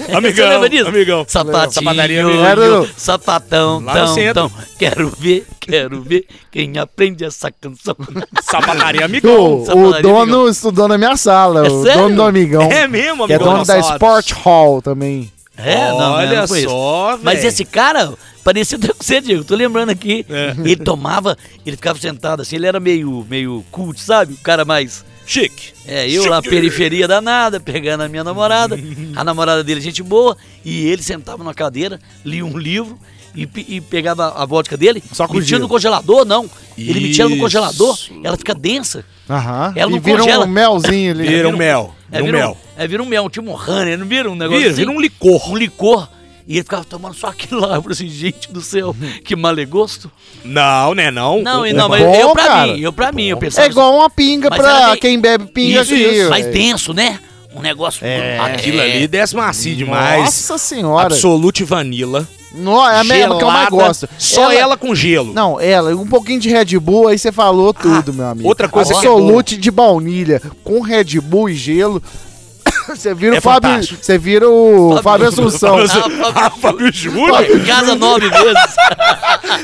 S2: Você
S4: amigão,
S2: lembra disso?
S4: amigão.
S2: Sapatinho,
S4: Sapataria do
S3: Amigão.
S2: sapatão,
S4: Lá no
S2: tão,
S4: centro.
S2: tão. Quero ver, quero ver quem aprende essa canção.
S4: Sapataria amigão.
S3: O,
S2: Sapataria,
S3: o dono
S2: um amigão.
S3: estudou na minha sala,
S2: É
S3: o
S2: sério?
S3: dono do Amigão.
S4: É mesmo, amigão.
S3: que é dono da
S4: Nossa,
S3: Sport Hall também.
S2: É, não,
S4: Olha
S2: não conheço.
S4: só, velho.
S2: Mas esse cara, parecia até com você, Diego, tô lembrando aqui.
S4: É.
S2: Ele tomava, ele ficava sentado assim, ele era meio, meio cult, sabe? O cara mais...
S4: Chique.
S2: É, eu lá, periferia danada, pegando a minha namorada, a namorada dele, gente boa, e ele sentava na cadeira, lia um livro e, pe- e pegava a vodka dele,
S3: Só com
S2: metia
S3: gelo.
S2: no congelador, não. Ele metia no
S4: Isso.
S2: congelador, ela fica densa.
S3: Aham.
S2: Ela
S3: E
S2: não
S3: vira
S2: congela.
S3: um melzinho ali.
S4: Vira um mel.
S2: É,
S4: Vira um mel.
S2: Um, é, vira um mel, tipo um honey, não vira um negócio
S4: Vira,
S2: assim?
S4: vira um licor.
S2: Um licor. E ele ficava tomando só aquilo lá. Eu falei assim, gente do céu, que malegosto.
S4: Não, né, não.
S2: Não,
S4: O-
S2: e
S4: o-
S2: não, mas
S3: bom,
S2: eu pra
S3: cara.
S2: mim, eu pra mim, eu pensava...
S3: É igual uma pinga
S2: Mas era
S3: pra
S2: meio-
S3: quem bebe pinga
S2: Isso,
S3: aqui.
S2: isso.
S3: ué.
S2: Mais denso, né? Um um negócio.
S3: É.
S4: Aquilo ali desce macio demais.
S3: Nossa senhora.
S4: Absolute Vanilla.
S3: No, é a mesma que eu mais
S4: gelada,
S3: gosto.
S4: Só ela, com gelo.
S3: Não, ela, um pouquinho de Red Bull, aí você falou tudo, meu amigo.
S4: Ah, outra coisa que é
S3: Absolute de baunilha, com Red Bull e gelo. Você vira
S4: É
S3: o Fábio.
S4: fantástico.
S3: Você vira o Fábio Assunção.
S4: Ah, Fábio Júnior?
S2: Em casa nove vezes.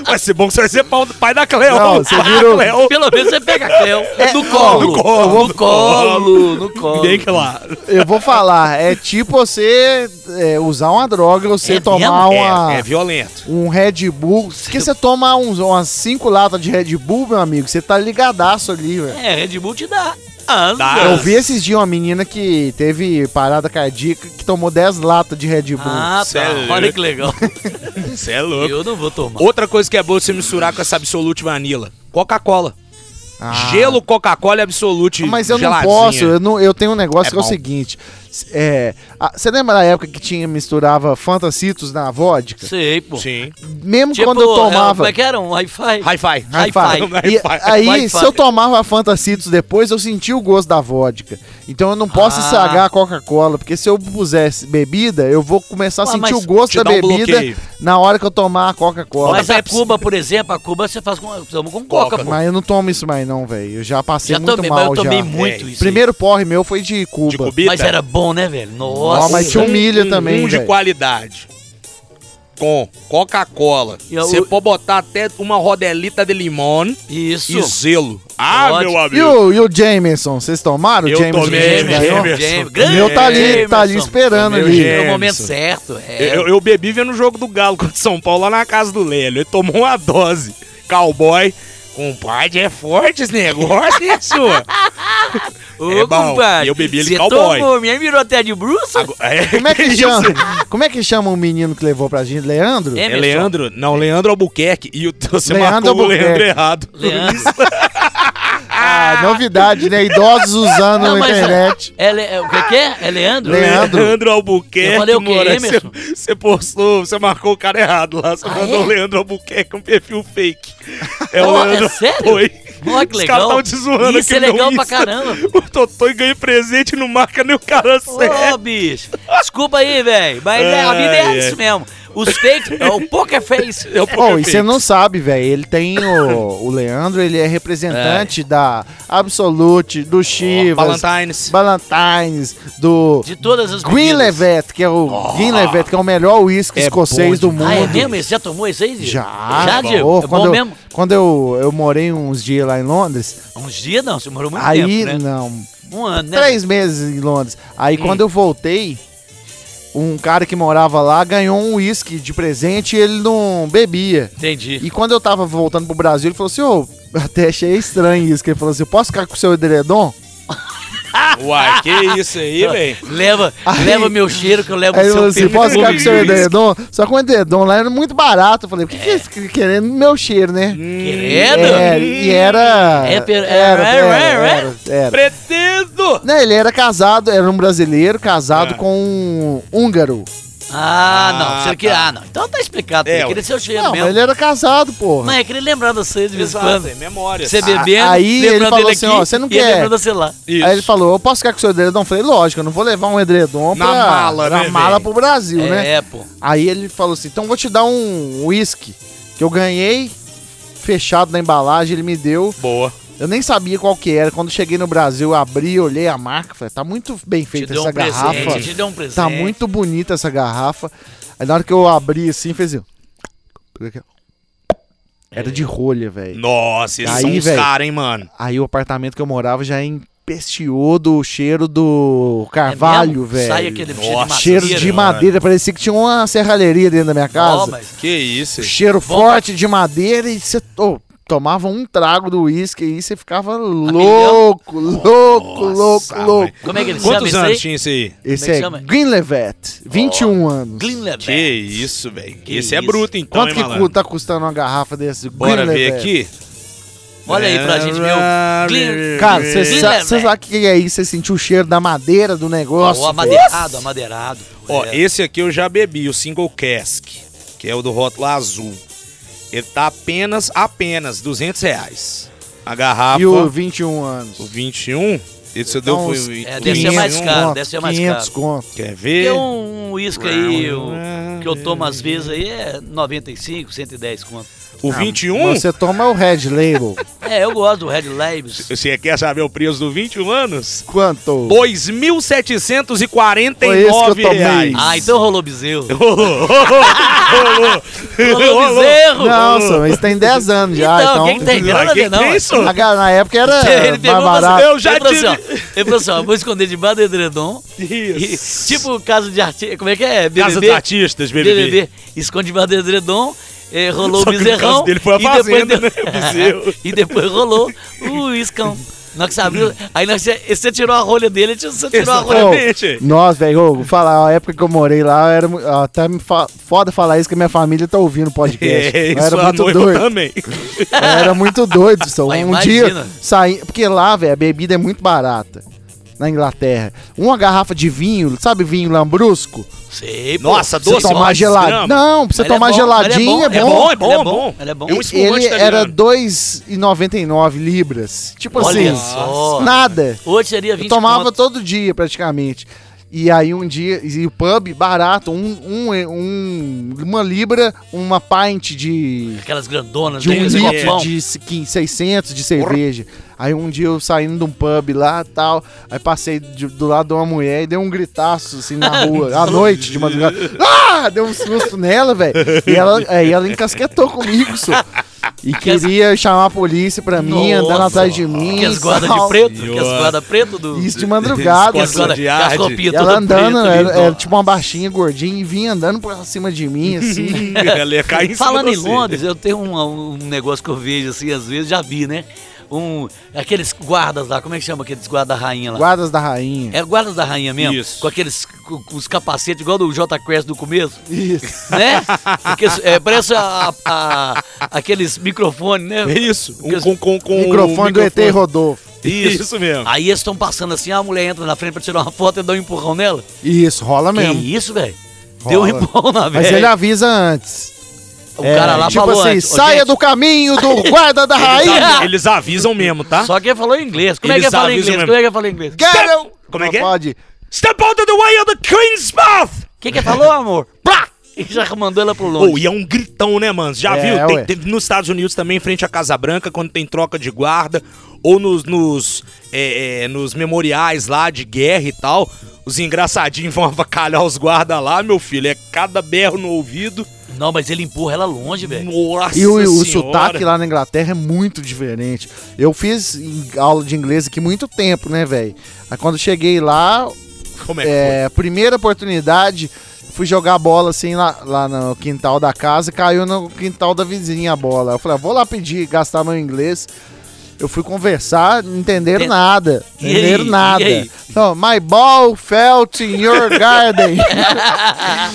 S4: Vai ser bom que você vai ser pau- pai da Cleo.
S3: Não, você
S4: Ah,
S3: virou-
S4: Cleo.
S2: Pelo menos você pega a Cleo.
S3: É,
S2: no
S4: no
S2: colo.
S4: colo.
S2: No colo. No colo.
S4: Bem que lá.
S3: Eu vou falar, é tipo você é, usar uma droga, você
S2: É
S3: tomar
S4: É,
S3: uma,
S4: é violento.
S3: um Red Bull. Porque você tomar uns, umas cinco latas de Red Bull, meu amigo, você tá ligadaço ali, velho.
S2: É, Red Bull te dá. Ah,
S4: Dá.
S3: Eu vi esses dias uma menina que teve parada cardíaca que tomou 10 latas de Red Bull. é
S2: Ah, tá.
S4: Sério?
S2: Olha que legal.
S4: Você é louco.
S2: Eu não vou tomar.
S4: Outra coisa que é boa você misturar com essa Absolute Vanilla. Coca-Cola.
S3: Ah.
S4: Gelo, Coca-Cola e Absolute
S3: Mas eu não
S4: geladinha.
S3: posso, eu, não, eu tenho um negócio
S4: É
S3: que é o
S4: bom.
S3: seguinte. s- é, a- Você lembra da época que tinha misturava Fantacitos na vodka?
S2: Sei, pô.
S4: Sim.
S3: Mesmo
S2: Tipo,
S3: quando eu
S2: é, como
S3: tomava.
S2: é que era? Um hi-fi?
S4: Hi-Fi.
S2: Hi-Fi.
S4: Hi-Fi.
S3: E aí,
S2: Hi-Fi.
S3: se eu tomava Fantacitos depois, eu sentia o gosto da vodka. Então eu não posso
S2: Ah.
S3: estragar a Coca-Cola, porque se eu pusesse bebida, eu vou começar a
S2: Ué,
S3: sentir
S2: mas
S3: o gosto
S4: te
S3: da
S4: dá um
S3: bebida
S4: bloqueio.
S3: na hora que eu tomar a Coca-Cola.
S2: Mas é
S3: Mas,
S2: a Cuba, por exemplo, a Cuba você faz com, toma com coca,
S4: Coca.
S2: pô.
S3: eu não tomo isso mais não, velho. Eu já passei
S2: Já
S3: muito
S2: tomei, mas
S3: mal
S2: eu tomei
S3: já.
S2: muito
S4: É,
S2: isso. aí.
S3: Primeiro porre meu foi de Cuba.
S4: De cubita.
S2: Mas era bom, né, velho? Nossa.
S3: Ó, mas te humilha também,
S4: Um de
S3: velho.
S4: qualidade. Com Coca-Cola.
S2: E eu-
S4: Você pode botar até uma rodelita de limão
S2: Isso.
S4: e zelo. Ah,
S2: Ótimo.
S4: meu
S3: E
S4: amigo.
S3: o, e o Jameson, vocês tomaram?
S4: Eu
S3: o Jameson
S4: tomei,
S3: que
S2: Jameson,
S3: ganhou?
S4: Jameson.
S3: O
S2: Jameson.
S3: é meu tá ali,
S2: né, Grande
S3: tá ali
S2: Jameson.
S3: esperando
S4: Meu
S3: ali.
S4: Jameson.
S2: É o momento certo. É.
S4: Eu, eu bebi vendo o jogo do Galo contra o São Paulo lá na casa do Lélio. Ele tomou uma dose. Cowboy. Compadre, é forte esse negócio, hein, senhor?
S2: Ô,
S4: é bom.
S2: compadre,
S4: Eu bebi ele
S2: você
S4: cowboy.
S2: tomou, minha virou até de bruxa?
S3: Como é que chama? Como é que chama o menino que levou pra gente? Leandro?
S4: É Leandro? Não, Leandro Albuquerque. E o, você
S3: Leandro
S4: marcou o Leandro
S3: Albuquerque.
S4: errado.
S2: Leandro.
S3: Ah, novidade, né? Idosos usando
S2: Não,
S3: a
S2: mas-
S3: internet.
S2: É Le... é O que que é? É Leandro?
S3: Leandro.
S4: Leandro Albuquerque.
S2: Eu falei o quê,
S4: Moraes,
S2: Emerson?
S4: você- Você postou, você marcou o cara errado lá. Você
S2: Ah,
S4: mandou
S2: é?
S4: Leandro Albuquerque um perfil fake.
S2: Oh, é sério?
S4: Foi.
S2: Ó, que
S4: Os caras
S2: legal.
S4: estavam te zoando
S2: Isso
S4: aqui
S2: é
S4: no
S2: legal
S4: meu
S2: pra
S4: Insta.
S2: caramba.
S4: O Totó ganha presente e não marca nem o cara certo.
S2: Ô, bicho. Desculpa aí, velho. Mas é, a vida
S4: é. Ai,
S2: é
S4: ai.
S2: isso mesmo. Os fakes, é o poker face.
S4: É o
S3: Oh,
S4: poker
S3: e
S4: face.
S3: você não sabe, velho. Ele tem o, o Leandro, ele é representante da Absolute, do Chivas,
S4: Valentine's.
S3: Valentines, do
S2: De todas as bebidas.
S3: Greenlevet, que é o Greenlevet, que é o melhor uísque
S4: É
S3: escocês
S4: bom
S3: do mundo.
S2: Ah, é mesmo? Você já tomou isso aí, Diego?
S3: Já,
S2: Já,
S3: pô,
S2: Diego? é bom
S3: quando eu,
S2: mesmo?
S3: Quando eu, eu morei uns dias lá em Londres,
S2: Uns dias não, você morou muito
S3: aí,
S2: tempo, né? Hum.
S3: não,
S2: Um ano, né?
S3: três meses em Londres. Aí quando eu voltei, um cara que morava lá ganhou um uísque de presente e ele não bebia.
S2: Entendi.
S3: E quando eu tava voltando pro Brasil, ele falou assim, ô, até achei estranho isso, que ele falou assim, posso ficar com o seu edredom?
S4: Uai, que isso aí, velho?
S2: Leva,
S3: Aí-
S2: leva meu cheiro que eu levo
S3: Aí
S2: o
S3: ele
S2: É seu
S3: falou assim,
S2: perfume.
S3: posso ficar com o seu
S4: uísque."
S3: edredom? Só que o edredom lá era muito barato. Eu falei, o que, que é. que querendo meu cheiro, né?
S2: Querendo?
S3: É, e
S4: Hum,
S3: era.
S2: É, per-
S3: era,
S2: é,
S3: era,
S2: é, é.
S3: era, era.
S4: Pretendo!
S3: Não, Né, ele era casado, era um brasileiro casado
S4: É.
S3: com um húngaro.
S2: Ah, não, você
S4: Ah,
S2: quer... Ah, não. Então tá explicado,
S4: É,
S2: é,
S4: ué.
S2: queria seu cheiro
S3: Não, mas
S2: mesmo.
S3: ele era casado, porra.
S2: Mas é queria lembrar de você de vez em
S4: Exato,
S2: quando.
S4: é memória.
S2: Você
S4: Ah,
S2: bebendo,
S3: aí ele
S2: lembrando
S3: falou
S2: dele
S3: assim,
S2: aqui,
S3: ó, você não
S2: e ele
S3: quer-
S2: lembrando de você lá.
S4: isso.
S3: Aí ele falou, eu posso ficar com o seu edredom? Eu falei, lógico, eu não vou levar um edredom
S4: Na
S3: pra,
S4: mala,
S3: na
S4: né,
S3: mala
S4: velho?
S3: pro Brasil, né?
S2: É, pô.
S3: Aí ele falou assim, então vou te dar um uísque que eu ganhei fechado na embalagem, ele me deu.
S4: Boa.
S3: Eu nem sabia qual que era. Quando cheguei no Brasil, eu abri, olhei a marca, falei, tá muito bem
S2: Te
S3: feita
S2: deu
S3: essa
S2: um
S3: garrafa.
S2: presente, te deu um presente.
S3: Tá muito bonita essa garrafa. Aí na hora que eu abri assim, fez assim.
S2: É.
S3: Era de rolha, velho.
S4: Nossa, esses
S3: Aí,
S4: são uns
S3: velho.
S4: caras, hein, mano?
S3: Aí o apartamento que eu morava já empesteou do cheiro do carvalho,
S2: É mesmo?
S3: velho.
S2: Sai aquele
S4: Nossa,
S3: cheiro de
S4: mano.
S3: madeira, parecia que tinha uma serralheria dentro da minha
S2: Ó,
S3: casa. Um
S2: mas
S4: Que isso.
S3: cheiro
S2: Bom
S3: forte de madeira e você to- tomava um trago do uísque e você ficava
S2: milhão?
S3: louco, louco, louco,
S4: Nossa,
S3: louco.
S2: como é que ele chama
S4: Quantos
S2: isso
S4: anos
S2: aí?
S4: tinha isso aí?
S3: Esse
S2: que
S3: é
S2: chama?
S3: Greenlevet, 21 anos.
S2: Clean Lab.
S4: Que isso, velho.
S2: Que
S4: Esse é
S2: isso.
S4: bruto, então,
S3: Quanto
S4: hein,
S3: que
S4: malandro?
S3: cu- tá custando uma garrafa desse
S4: Bora
S3: Greenlevet?
S4: ver aqui.
S2: Olha aí
S4: né?
S2: pra gente ver o Clean...
S3: Cara, você
S2: Green
S3: sa
S2: Levet.
S3: cê sabe o que é isso? Você sentiu o cheiro da madeira do negócio?
S2: o amadeirado, amadeirado.
S4: Ó,
S2: É.
S4: esse aqui eu já bebi, o Single Cask, que é o do rótulo azul. Ele tá apenas, apenas, 200 reais. A garrafa,
S3: E o
S4: o...
S3: 21 anos.
S4: 21, Esse deu
S3: Então,
S4: foi
S3: os-
S4: o
S2: é, deve ser mais caro,
S3: conto,
S2: deve ser mais
S3: 500
S2: caro.
S3: conto.
S4: Quer
S2: Porque
S4: ver?
S2: um uísque aí eu-
S4: né?
S2: que eu tomo às vezes aí é 95, 110 conto.
S4: O 21?
S3: Você toma o Red Label.
S2: É, eu gosto do Red Labs.
S4: Você quer saber o preço do 21 anos?
S3: Quanto?
S4: R$ 2.749
S3: Foi esse que eu tomei.
S4: reais.
S2: Ah, então rolou bezerro.
S4: Rolou.
S2: Rolou bezerro!
S3: Não, senhor, mas tem 10 anos já,
S2: um. então,
S3: então...
S2: quem tem grana,
S4: que
S2: né, não?
S4: que é
S2: ué?
S4: isso?
S3: Na, na época era
S2: Ele pegou
S3: é, mais
S2: e falou assim,
S3: barato.
S4: Eu já
S2: ele falou assim,
S4: tive-
S2: ó, Ele falou assim, ó, vou esconder debaixo do edredom. E, tipo casa de artista, como é que é? BBB,
S4: Casa dos Artistas, BBB.
S2: BBB, esconde debaixo do edredom, eh, rolou
S4: Só
S2: o
S4: que no
S2: bezerrão.
S4: caso dele foi a
S2: e depois
S4: Fazenda,
S2: deu-
S4: né, o bezerro.
S2: e depois rolou o iscão. Nós que sabia, aí nós, você tirou a rolha dele, você tirou a
S3: é
S2: rolha dele.
S4: Exatamente.
S3: Nossa, velho, ô, vou falar, a época que eu morei lá, eu era mu- ó, até me fa- foda falar isso que minha família tá ouvindo o podcast.
S4: É,
S3: Eu
S4: isso
S3: era
S4: a
S3: muito
S4: noiva
S3: doido.
S4: também.
S3: Eu era muito doido, só.
S2: Mas
S3: Um
S2: imagina.
S3: dia saí, porque lá, velho, a bebida é muito barata na Inglaterra. Uma garrafa de vinho, sabe vinho lambrusco?
S2: Sei, pô.
S4: Nossa,
S2: Sei,
S3: Pra
S4: doce,
S2: só-
S3: tomar
S4: nós,
S3: gelado.
S4: grama.
S3: Não, pra você
S2: Mas ele
S3: tomar
S2: bom,
S3: geladinho é
S2: ele
S3: bom.
S4: é bom, é bom.
S2: Ele é bom.
S4: É um
S3: E
S4: espumante
S3: Ele
S4: italiano.
S3: era 2,99 libras. Tipo
S2: Olha
S3: assim,
S2: só.
S3: nada.
S2: Hoje seria 20
S3: Eu tomava
S2: conto.
S3: todo dia, praticamente. E aí um dia, e o pub barato, um, um- um- uma libra, uma pint de,
S2: Aquelas grandonas,
S3: de um
S2: né? Esse
S3: litro
S2: copão.
S3: de se- quin- 600 de cerveja. Aí um dia eu saindo de um pub lá e tal, aí passei de- do lado de uma mulher e dei um gritaço assim na rua, à noite, de madrugada. Ah! Deu um susto nela, velho. E ela, aí ela encasquetou comigo, senhor. E queria chamar a polícia pra mim, andando
S2: Nossa.
S3: atrás de mim.
S2: Que as
S3: e
S2: guardas
S3: tal.
S2: de preto, que as
S4: Senhora.
S2: guardas preto do...
S3: Isso de madrugada,
S2: Que as
S4: Escola
S2: guardas,
S4: de
S2: que as
S4: Arde.
S2: roupinhas
S3: E ela
S2: toda preta
S3: andando,
S2: ali,
S3: era,
S2: ó.
S3: era tipo uma baixinha gordinha e vinha andando pra cima de mim, assim.
S4: Ela ia cair em cima
S2: Falando
S4: de
S2: em
S4: você.
S2: Londres, eu tenho um, um negócio que eu vejo assim, às vezes, já vi, né? Um, aqueles guardas lá, como é que chama aqueles guarda-rainha lá?
S3: Guardas da rainha.
S2: É guardas da rainha mesmo?
S4: Isso.
S2: Com aqueles com, com os capacetes igual do J Quest do começo,
S3: Isso.
S2: né? Porque, é, parece a- a- aqueles microfones, né?
S4: É isso. Um,
S2: Porque-
S4: com, com, com
S3: microfone do ET Rodolfo.
S4: Isso. isso mesmo.
S2: Aí eles estão passando assim, a mulher entra na frente pra tirar uma foto e dá um empurrão nela.
S3: Isso, rola Tá mesmo.
S2: Que isso, velho? Deu um
S3: Rola.
S2: empurrão na
S3: Mas ele
S2: velha.
S3: avisa antes.
S2: O cara lá
S3: tipo
S2: falou
S3: assim,
S2: antes, "Ô,
S3: saia
S2: gente,
S3: do caminho do guarda da rainha.
S4: Eles avi- Eles avisam mesmo, tá?
S2: ah! Só que ele falou em inglês. Como é que
S4: Eles
S2: ele fala em
S4: avisam
S2: inglês?
S4: mesmo.
S2: Como é que ele fala em inglês? O
S3: Get him!
S4: Como é que é?
S3: Não Pode.
S4: Step out of the way of the Queen's mouth!
S2: que que ele falou, amor? Plá! E já mandou ela pro longe.
S4: Pô, e é um gritão, né, mano? Já
S3: É,
S4: viu? Tem-
S3: ué.
S4: teve nos Estados Unidos também, em frente à Casa Branca, quando tem troca de guarda, ou nos, nos, é, é, nos memoriais lá de guerra e tal, os engraçadinhos vão avacalhar os guardas lá, meu filho. É cada berro no ouvido.
S2: Não, mas ele empurra ela longe, velho.
S4: Nossa
S3: E o, o
S4: Senhora.
S3: sotaque lá na Inglaterra é muito diferente. Eu fiz em- aula de inglês aqui muito tempo, né, velho? Aí quando eu cheguei lá,
S4: Como é que foi?
S3: É, primeira oportunidade, fui jogar bola assim lá, lá no quintal da casa e caiu no quintal da vizinha a bola. Eu falei, ah, vou lá pedir, gastar meu inglês. Eu fui conversar, não entenderam
S2: E-
S3: nada.
S2: É. e
S3: Não entenderam
S2: aí?
S3: nada.
S2: E aí?
S3: Não, my ball felt in your garden.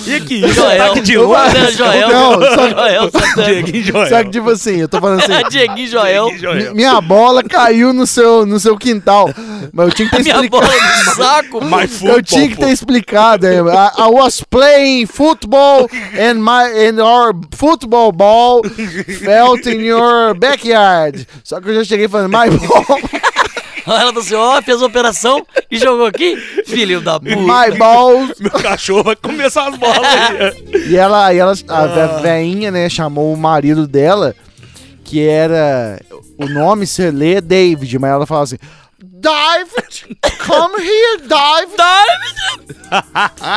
S4: E que isso?
S2: Joel.
S4: Sotaque de Londres?
S2: Não, Joel.
S3: Não, só-
S2: Joel Santana. É
S4: Dieguinho Joel.
S3: Só que tipo assim, eu tô falando assim.
S2: Dieguinho Joel.
S4: Dieguinho Joel.
S3: "Mi- Minha bola caiu no seu, no seu quintal. Mas eu tinha que ter
S2: Minha
S3: explicado.
S2: bola no saco.
S4: My
S3: eu tinha que
S4: football,
S3: ter explicado. é, I, I was playing football and my and our football ball felt in your backyard. Só que eu já cheguei falando my ball,
S2: Ela falou assim, ó, fez a operação e jogou aqui. Filho da puta.
S3: my ball.
S4: Meu cachorro vai começar as bolas aí.
S3: E ela, e ela a ve- veinha, né, chamou o marido dela que era o nome se lê David, mas ela fala assim. David, come here, David.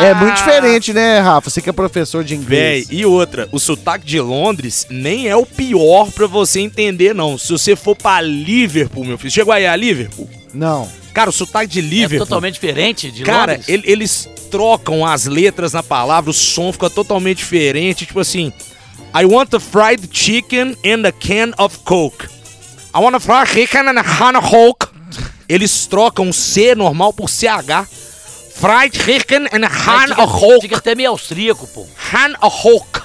S3: É muito diferente, né, Rafa? Você que é professor de
S4: Véi,
S3: inglês.
S4: e outra, o sotaque de Londres nem é o pior pra você entender, não. Se você for pra Liverpool, meu filho. Chegou aí a Liverpool?
S3: Não.
S4: Cara, o sotaque de
S2: É
S4: Liverpool.
S2: totalmente diferente de
S4: Cara,
S2: Londres.
S4: ele- eles trocam as letras na palavra, o som fica totalmente diferente. Tipo assim, I want a fried chicken and a can of coke. I want a fried chicken and a can of coke. Eles trocam C normal por CH. Fried chicken and a
S2: Mas
S4: can
S2: É fica-
S4: of coke.
S2: Fica até meio austríaco, pô.
S4: Han Hulk.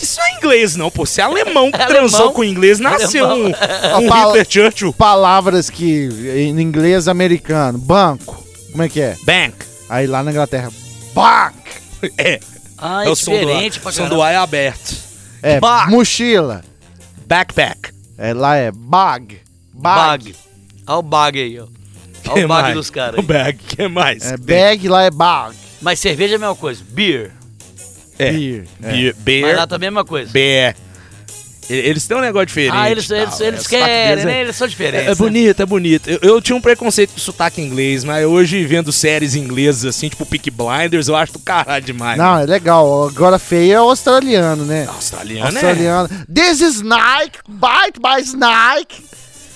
S4: Isso não é inglês, não, pô. Você é alemão que
S2: É
S4: transou
S2: alemão.
S4: com inglês, nasceu
S2: Alemão.
S4: um, um
S3: Fala-
S4: Hitler Churchill.
S3: palavras que em inglês americano, banco, como é que é?
S4: Bank.
S3: Aí lá na Inglaterra, bank.
S4: É,
S2: Ah,
S4: é
S2: é
S4: o som do ar.
S2: diferente pra
S4: som
S2: caramba.
S4: do ar é aberto.
S3: É,
S4: Bag.
S3: mochila.
S4: Backpack.
S3: É, lá é bag. Bag.
S2: Bag. Olha o bag aí, ó. Olha
S4: Que
S2: o bag
S4: mais?
S2: dos caras
S4: O
S2: aí.
S4: bag, que mais?
S3: É bag, lá é bag.
S2: Mas cerveja é a mesma coisa. Beer.
S4: É.
S3: Beer.
S4: Beer.
S2: Mas
S4: Beer.
S2: lá também é a mesma coisa.
S4: Beer. E- Eles têm um negócio diferente.
S2: Ah, eles,
S4: e
S2: eles,
S4: tal,
S2: eles
S4: é,
S2: querem,
S4: sotaque
S2: né? Eles são diferentes.
S4: É, é bonito, é bonito. Eu, eu tinha um preconceito com sotaque inglês, mas hoje vendo séries inglesas assim, tipo Peak Blinders, eu acho do caralho demais.
S3: Não, é legal. Agora feio é o australiano, né?
S4: Australiano, né?
S3: Australiano. This is Nike, bite by Snake.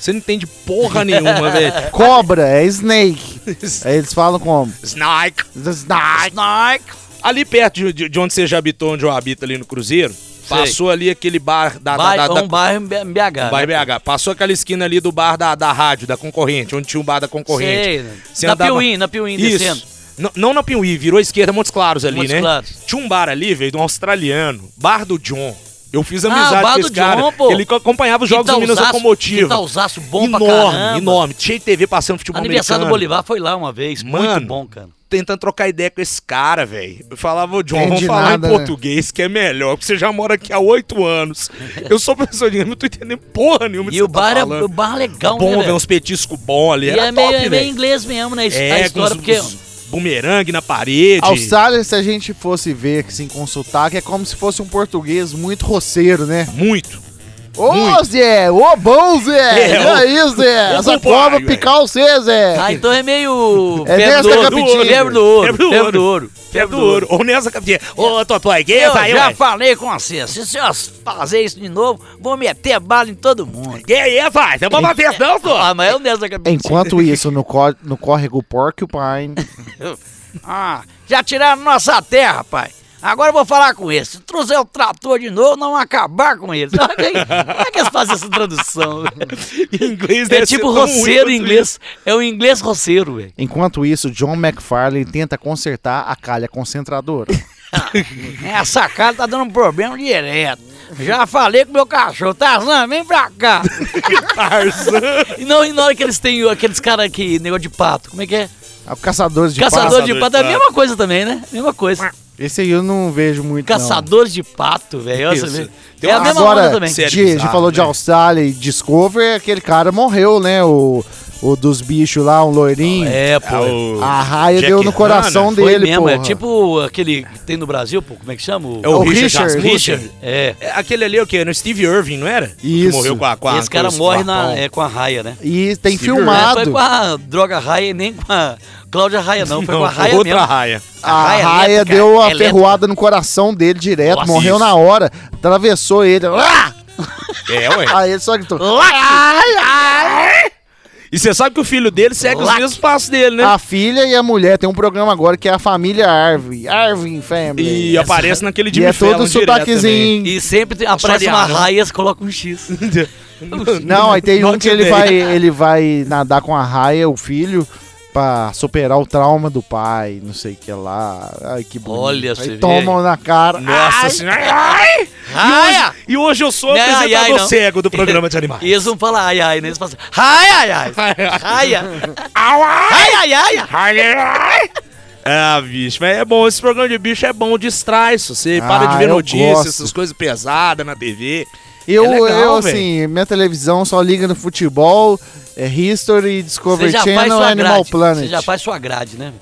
S4: Você não entende porra nenhuma, velho.
S3: Cobra, é snake. Aí eles falam como?
S4: Snake.
S3: The Snake.
S2: Snark.
S4: Ali perto de, de onde você já habitou, onde eu habito ali no Cruzeiro, passou ali aquele bar da...
S2: Bairro-
S4: da, da,
S2: é um bairro em B- em BH. né?
S4: Vai BH. Passou aquela esquina ali do bar da, da rádio, da concorrente, onde tinha um bar da concorrente.
S2: Sei, né?
S4: Você
S2: Na
S4: andava-
S2: Piuí, na Piuí, descendo.
S4: N- não na Piuí, virou à esquerda Montes Claros ali,
S2: Montes
S4: né?
S2: Claros.
S4: Tinha um bar ali, velho, de um australiano. Bar do John. Eu fiz
S2: Ah,
S4: amizade
S2: Bar
S4: com
S2: do
S4: esse cara.
S2: John, pô.
S4: Ele co- acompanhava os jogos do Minas
S2: Quintalzaço-
S4: Locomotiva.
S2: Quintalzaço bom pra caramba.
S4: enorme, enorme. Cheio de TV passando futebol
S2: Aniversário do
S4: americano.
S2: Bolivar foi lá uma vez.
S4: Mano.
S2: Muito bom, cara.
S4: Tentando trocar ideia com esse cara, velho. Eu falava, ô John, vamos
S3: Entendi
S4: falar
S3: nada,
S4: em
S3: né?
S4: português, que é melhor, porque você já mora aqui há oito anos. Eu sou professor de inglês, não tô entendendo porra nenhuma do
S2: E
S4: que
S2: o
S4: você
S2: bar,
S4: tá
S2: é,
S4: falando.
S2: o bar é legal, né,
S4: bom,
S2: velho?
S4: velho, uns petiscos bons ali.
S2: E
S4: Era
S2: é meio,
S4: top,
S2: é meio
S4: velho.
S2: inglês mesmo, né?
S4: É,
S2: a
S4: com os,
S2: história, porque...
S4: os bumerangue na parede.
S3: Austrália, se a gente fosse ver, assim, com sotaque, é como se fosse um português muito roceiro, né?
S4: Muito.
S3: Ô,
S4: Muito.
S3: Zé! Ô, bom, Zé!
S4: É,
S3: É, isso, Zé!
S4: ô,
S3: Essa
S4: bom pai,
S3: cobra
S4: velho.
S3: picar você, Zé!
S2: Ah, então é meio...
S3: É né,
S2: febre
S3: nesta
S2: do ouro,
S3: capitinha.
S2: febre do ouro,
S4: Febre do
S2: febre do
S4: ouro.
S2: ouro,
S4: Febre do ouro. Ou nessa capinha. Ô, Totói, que
S2: Eu
S4: isso aí,
S2: já
S4: ué?
S2: falei com você, se os senhores fazerem isso de novo, vou meter bala em todo mundo.
S4: Que isso, vai? Você é uma vez não, pô?
S2: Ah, mas é o Nessa Capitinha.
S3: Enquanto isso, no, có no córrego Porcupine.
S2: Ah, já tiraram nossa terra, pai. Agora eu vou falar com eles. Se trouxer o trator de novo, não vão acabar com eles. Olha que- Como é que eles fazem essa tradução?
S4: Em inglês
S2: É
S4: deve ser
S2: tipo
S4: tão ruim
S2: roceiro
S4: quanto
S2: em inglês. É o inglês roceiro, velho.
S3: Enquanto isso, John McFarlane tenta consertar a calha concentradora.
S2: Essa cara tá dando um problema direto. Já falei com meu cachorro, Tarzan, vem pra cá.
S4: isso. Tarzan.
S2: E, não, e na hora que eles têm aqueles caras que negócio de pato, como é que é?
S3: Ah, Caçadores de
S2: Caçador
S4: pato.
S2: de pato é a mesma coisa também, né? Mesma coisa.
S3: pato. Esse aí eu não vejo muito, não.
S2: Caçadores de pato, velho. olha
S4: Isso.
S2: você vê.
S4: Tem
S2: É a
S4: uma-
S2: mesma
S3: Agora,
S2: onda também.
S4: Sério,
S3: de- a gente
S4: bizarro,
S3: falou de
S4: né?
S3: Austrália e Discovery, aquele cara morreu, né? O, o dos bichos lá, um loirinho.
S2: É, pô.
S4: Ah, o-
S3: A raia
S4: Jack
S3: deu no
S4: Hanna,
S3: coração
S4: foi
S2: Foi
S3: dele,
S2: mesmo, é
S3: porra.
S2: tipo aquele que tem no Brasil, pô, como é que chama?
S4: É o
S3: o
S4: Richard
S3: Richard.
S4: Rasmussen.
S2: Richard. É.
S4: É, Aquele ali é o quê? Era o Steve Irving, não era? Que
S3: Isso.
S4: morreu com a... Com a
S2: Esse cara
S4: com
S2: morre
S4: o
S2: na,
S4: arpão.
S2: é, com a raia, né?
S3: E tem
S4: Steve
S2: Não é, foi
S3: filmado.
S2: com a droga raia e nem com a Cláudia Raia, não. Foi com
S4: Não,
S2: a raia
S4: outra
S2: mesmo.
S4: raia.
S3: A raia,
S2: elétrica,
S3: deu uma
S2: elétrica.
S3: ferroada no coração dele direto,
S4: Nossa,
S3: morreu
S4: isso.
S3: na hora, atravessou ele. Ah!
S4: É, ué.
S3: Aí ele só gritou.
S4: E você sabe que o filho dele segue os
S2: Lac. Ah,
S4: mesmos passos dele, né?
S3: A filha e a mulher tem um programa agora que é a família Arvin. Arvin Family.
S4: E aparece naquele
S3: E
S4: Jimmy
S3: é todo
S4: Fallon direto também.
S3: sotaquezinho.
S2: E sempre tem- aparece uma
S4: Assoreado.
S2: raia e coloca um X.
S3: Não, aí tem um
S4: Not
S3: que ele
S4: today.
S3: vai, ele vai nadar com a raia, o filho, pra superar o trauma do pai, não sei o que lá. Ai, que bonito.
S2: Olha, você
S3: aí
S2: vê
S3: tomam na cara.
S4: Nossa
S3: Ai,
S4: senhora. Ai!
S2: Raia!
S4: E hoje eu sou
S2: Não, ai,
S4: apresentador
S2: ai, não.
S4: cego do programa de animais.
S2: E eles não falam ai ai, né? Eles falam assim, ai ai ai. Raia. Ai ai ai. ai.
S4: Ah, bicho, mas é bom. Esse programa de bicho é bom, distrai isso. Você
S3: Ah,
S4: para de ver
S3: eu
S4: notícias,
S3: gosto.
S4: essas coisas pesadas na TV.
S3: Eu,
S4: É legal,
S3: eu
S4: velho.
S3: assim, minha televisão só liga no futebol, é History,
S2: Você
S3: Discovery
S2: já faz
S3: Channel,
S2: sua
S3: é Animal
S2: grade. Você
S3: Planet.
S2: já faz sua grade, né?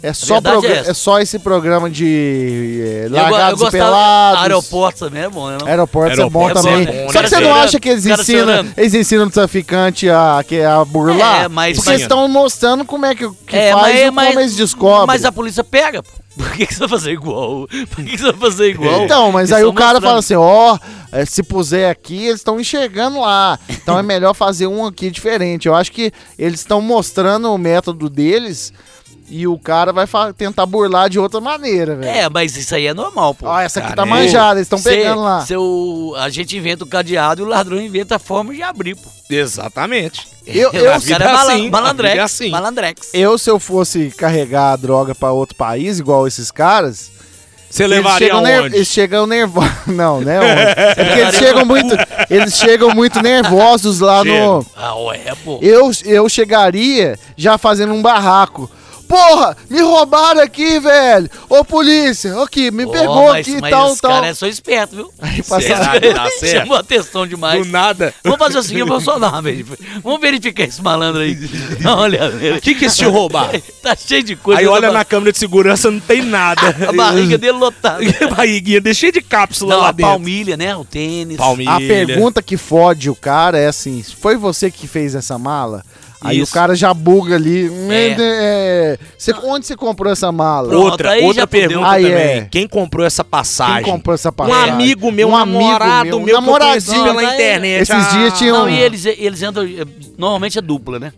S3: É só,
S2: verdade
S3: progra-
S2: é essa.
S3: é só esse programa de é,
S2: Eu go-
S3: largados
S2: eu
S3: e
S2: gostava-
S3: pelados.
S2: Aeroporto também é bom, né? não?
S3: Aeroportos é bom
S4: Aeroportos
S3: também.
S2: é bom, né?
S3: Só que você não
S2: Cara
S3: acha que eles
S2: chorando.
S3: ensinam, eles ensinam o traficante a, que- a burlar?
S2: É, mas-
S3: Porque eles
S4: mas-
S3: estão mostrando como é que, que faz e como eles descobrem.
S2: Mas a polícia pega, pô. Por que, que você vai fazer igual? Por que, que você vai fazer igual?
S3: Então, mas aí
S2: Eles
S3: o
S2: tão
S3: cara
S2: mostrando.
S3: fala assim, ó, eh, se puser aqui, eles estão enxergando lá. Então é melhor fazer um aqui diferente. Eu acho que eles estão mostrando o método deles e o cara vai fa- tentar burlar de outra maneira, velho.
S2: É, mas isso aí é normal, pô. é.
S3: Ó, essa aqui
S4: cara,
S3: tá
S4: eu-
S3: manjada, eles estão
S2: Cê-
S3: pegando lá.
S2: cê o- a gente inventa o cadeado e o ladrão inventa a forma de abrir, pô.
S4: Exatamente.
S3: Eu, eu,
S2: Os caras
S4: é
S2: é malan-
S4: assim,
S2: malandrex.
S4: é assim.
S2: Malandrex.
S3: eu, se eu fosse carregar a droga pra outro país, igual esses caras,
S4: Você
S3: eles
S4: levaria
S3: chegam, ner-
S4: aonde?
S3: eles chegam nervosos. Não, né? onde? É porque eles
S2: levaria
S3: chegam muito, eles chegam muito nervosos lá no...
S4: Chegam.
S2: Ah, ué, pô.
S3: Eu, eu chegaria já fazendo um barraco. Porra, me roubaram aqui, velho. Ô, polícia, aqui, me
S2: Ó,
S3: pegou
S2: mas-
S3: aqui,
S2: mas
S3: tal,
S2: Os
S3: tal.
S4: é
S2: caras são espertos, viu?
S3: Aí passaram-
S4: Será que dá certo?
S2: Chamou a atenção demais.
S4: Do nada.
S2: Vamos fazer o seguinte, vamos só dar uma vez. Vamos verificar esse malandro aí. Olha,
S4: O que, que é esse roubar?
S2: tá cheio de coisa.
S4: Aí olha
S2: Tá-
S4: na câmera de segurança, não tem nada.
S2: A barriga dele lotada.
S4: Barriguinha, deixei de cápsula
S2: Não,
S4: lá
S2: a
S4: dentro.
S2: palmilha, né? O tênis.
S4: Palmilha.
S3: A pergunta que fode o cara é assim: foi você que fez essa mala? Aí
S4: Isso.
S3: o cara já buga ali. "É, é, você- onde você comprou essa mala?
S2: Pronto,
S4: outra
S2: aí
S4: outra
S2: já fudeu.
S4: pergunta
S3: Aí
S4: também.
S3: é.
S4: Quem comprou essa passagem?
S3: Quem comprou essa
S4: Um
S3: passagem?
S4: amigo meu, um
S3: amigo
S4: namorado meu,
S3: um
S4: que eu conheci
S3: namoradinho.
S4: pela
S2: Aí-
S4: internet.
S3: Esses dias tinha
S2: Não,
S3: um-
S2: e eles, eles entram. eh, Normalmente é dupla, né?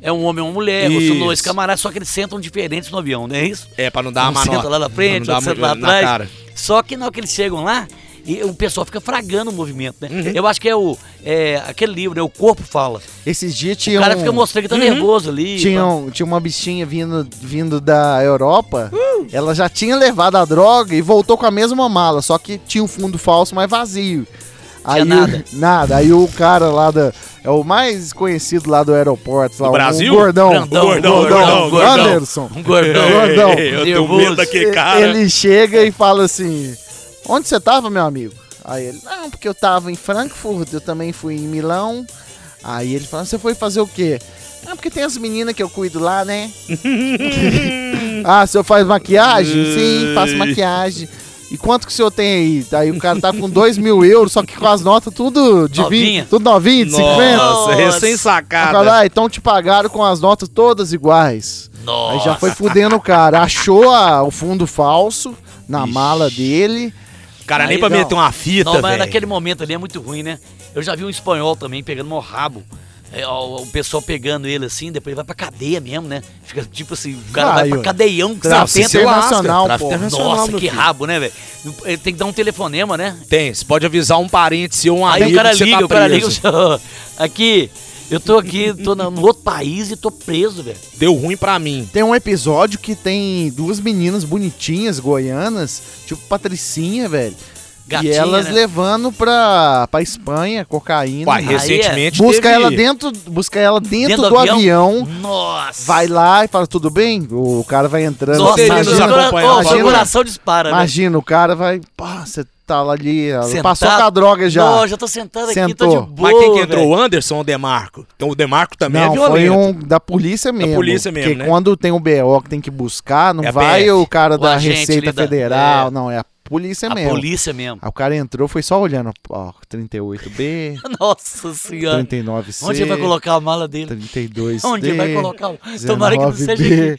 S2: É um homem e uma mulher, ou são dois
S4: Isso.
S2: camaradas, só que eles sentam diferentes no avião, não é isso?
S4: É, pra não dar a
S2: um
S4: manobra.
S2: senta lá na frente,
S4: Pra não
S2: outro
S4: dar
S2: senta lá
S4: na
S2: atrás.
S4: cara.
S2: Só que na hora que eles chegam lá, e o pessoal fica fragando o movimento, né?
S4: Uhum.
S2: Eu acho que é o é, aquele livro, né? O corpo fala.
S3: Esses dias
S2: O
S3: tinha
S2: cara
S3: um-
S2: fica mostrando
S4: Uhum.
S2: que tá nervoso ali.
S3: Tinha,
S2: tá-
S3: um- tinha uma bichinha vindo, vindo da Europa,
S4: Uh!
S3: ela já tinha levado a droga e voltou com a mesma mala, só que tinha um fundo falso, mas vazio. Aí, o-
S2: nada.
S3: Nada. Aí o cara lá da. É o mais conhecido lá do aeroporto, lá,
S4: Do
S3: o
S4: Brasil?
S3: gordão.
S2: Grandão,
S4: gordão,
S3: gordão,
S4: gordão, gordão.
S3: Anderson.
S2: Um gordão.
S3: Gordão.
S4: Eu tenho
S2: Nervoso.
S4: medo daquele cara.
S3: Ele chega e fala assim: Onde você tava, meu amigo? Aí ele, não, porque eu tava em Frankfurt, eu também fui em Milão. Aí ele fala, você foi fazer o quê? Ah, porque tem as meninas que eu cuido lá, né? ah, o senhor faz maquiagem? Sim, faço maquiagem. E quanto que o senhor tem aí? Aí o cara tá com 2 mil euros, só que com as notas tudo de 20,
S2: Novinha.
S3: tudo novinha, de 50.
S4: Nossa, é recém-sacada.
S3: Fala, ah, então te pagaram com as notas todas iguais. Aí já
S2: Nossa.
S3: foi fudendo o cara. Achou a- o fundo falso na mala dele.
S4: Cara, nem
S2: Aí
S4: pra
S3: não.
S4: meter uma fita,
S2: Não, mas
S4: velho.
S2: naquele momento ali é muito ruim, né? Eu já vi um espanhol também pegando meu rabo. É, ó, o pessoal pegando ele assim, depois ele vai pra cadeia mesmo, né? Fica tipo assim, o cara
S3: Ah,
S2: vai
S3: aí,
S2: pra
S3: ó.
S2: cadeião que
S3: Não, se
S2: você
S3: você
S2: atenta.
S3: é nacional,
S4: tráfico
S3: pô.
S4: internacional,
S2: Nossa,
S4: meu
S2: que
S4: filho.
S2: rabo, né, velho? Ele tem que dar um telefonema, né?
S4: Tem, você pode avisar um parente seu,
S3: Ah,
S4: um
S2: Aí o
S4: amigo
S2: cara
S4: que você
S2: liga,
S4: tá
S2: o cara liga,
S4: preso.
S2: o senhor, aqui, eu tô aqui, tô na- no outro país e tô preso, velho.
S4: Deu ruim pra mim.
S3: Tem um episódio que tem duas meninas bonitinhas, goianas, tipo Patricinha, velho.
S2: Gatinha,
S3: e elas
S2: né?
S3: levando pra, pra Espanha cocaína.
S4: Uai,
S2: Aí é-
S4: recentemente
S3: busca
S4: teve-
S3: ela dentro, busca ela dentro,
S2: Dentro
S3: do,
S2: do
S3: avião.
S2: Nossa!
S3: vai lá né? e fala tudo bem. O cara vai entrando.
S2: Nossa,
S4: Vocês
S2: imagina, né?
S4: nos
S2: agora-
S4: acompanharam,
S2: ó,
S4: valeu.
S2: o coração dispara, né?
S3: Imagina, o cara vai, pá, você tá lá ali, ela
S2: Sentado.
S3: passou com a droga já.
S2: Não, já tô sentado aqui, tô
S3: Sentou.
S2: de boa,
S4: Mas quem que entrou?
S2: velho.
S4: O Anderson ou o Demarco? Então o Demarco também é
S3: Não,
S4: violento.
S3: foi um da polícia mesmo.
S4: polícia mesmo,
S3: Porque
S4: né?
S3: quando tem o BO que tem que buscar, não
S4: É a
S3: vai
S4: PF.
S3: o cara
S2: O
S3: da
S2: agente
S3: Receita
S2: ali da-
S3: Federal,
S2: é.
S3: não, é a polícia
S2: A
S3: mesmo.
S2: polícia mesmo.
S3: Aí o cara entrou, foi só olhando, ó, 38B,
S2: Nossa senhora.
S3: 39C,
S2: Onde ele vai colocar a mala dele?
S3: 32
S2: Onde ele vai colocar? o- Tomara que não seja aqui.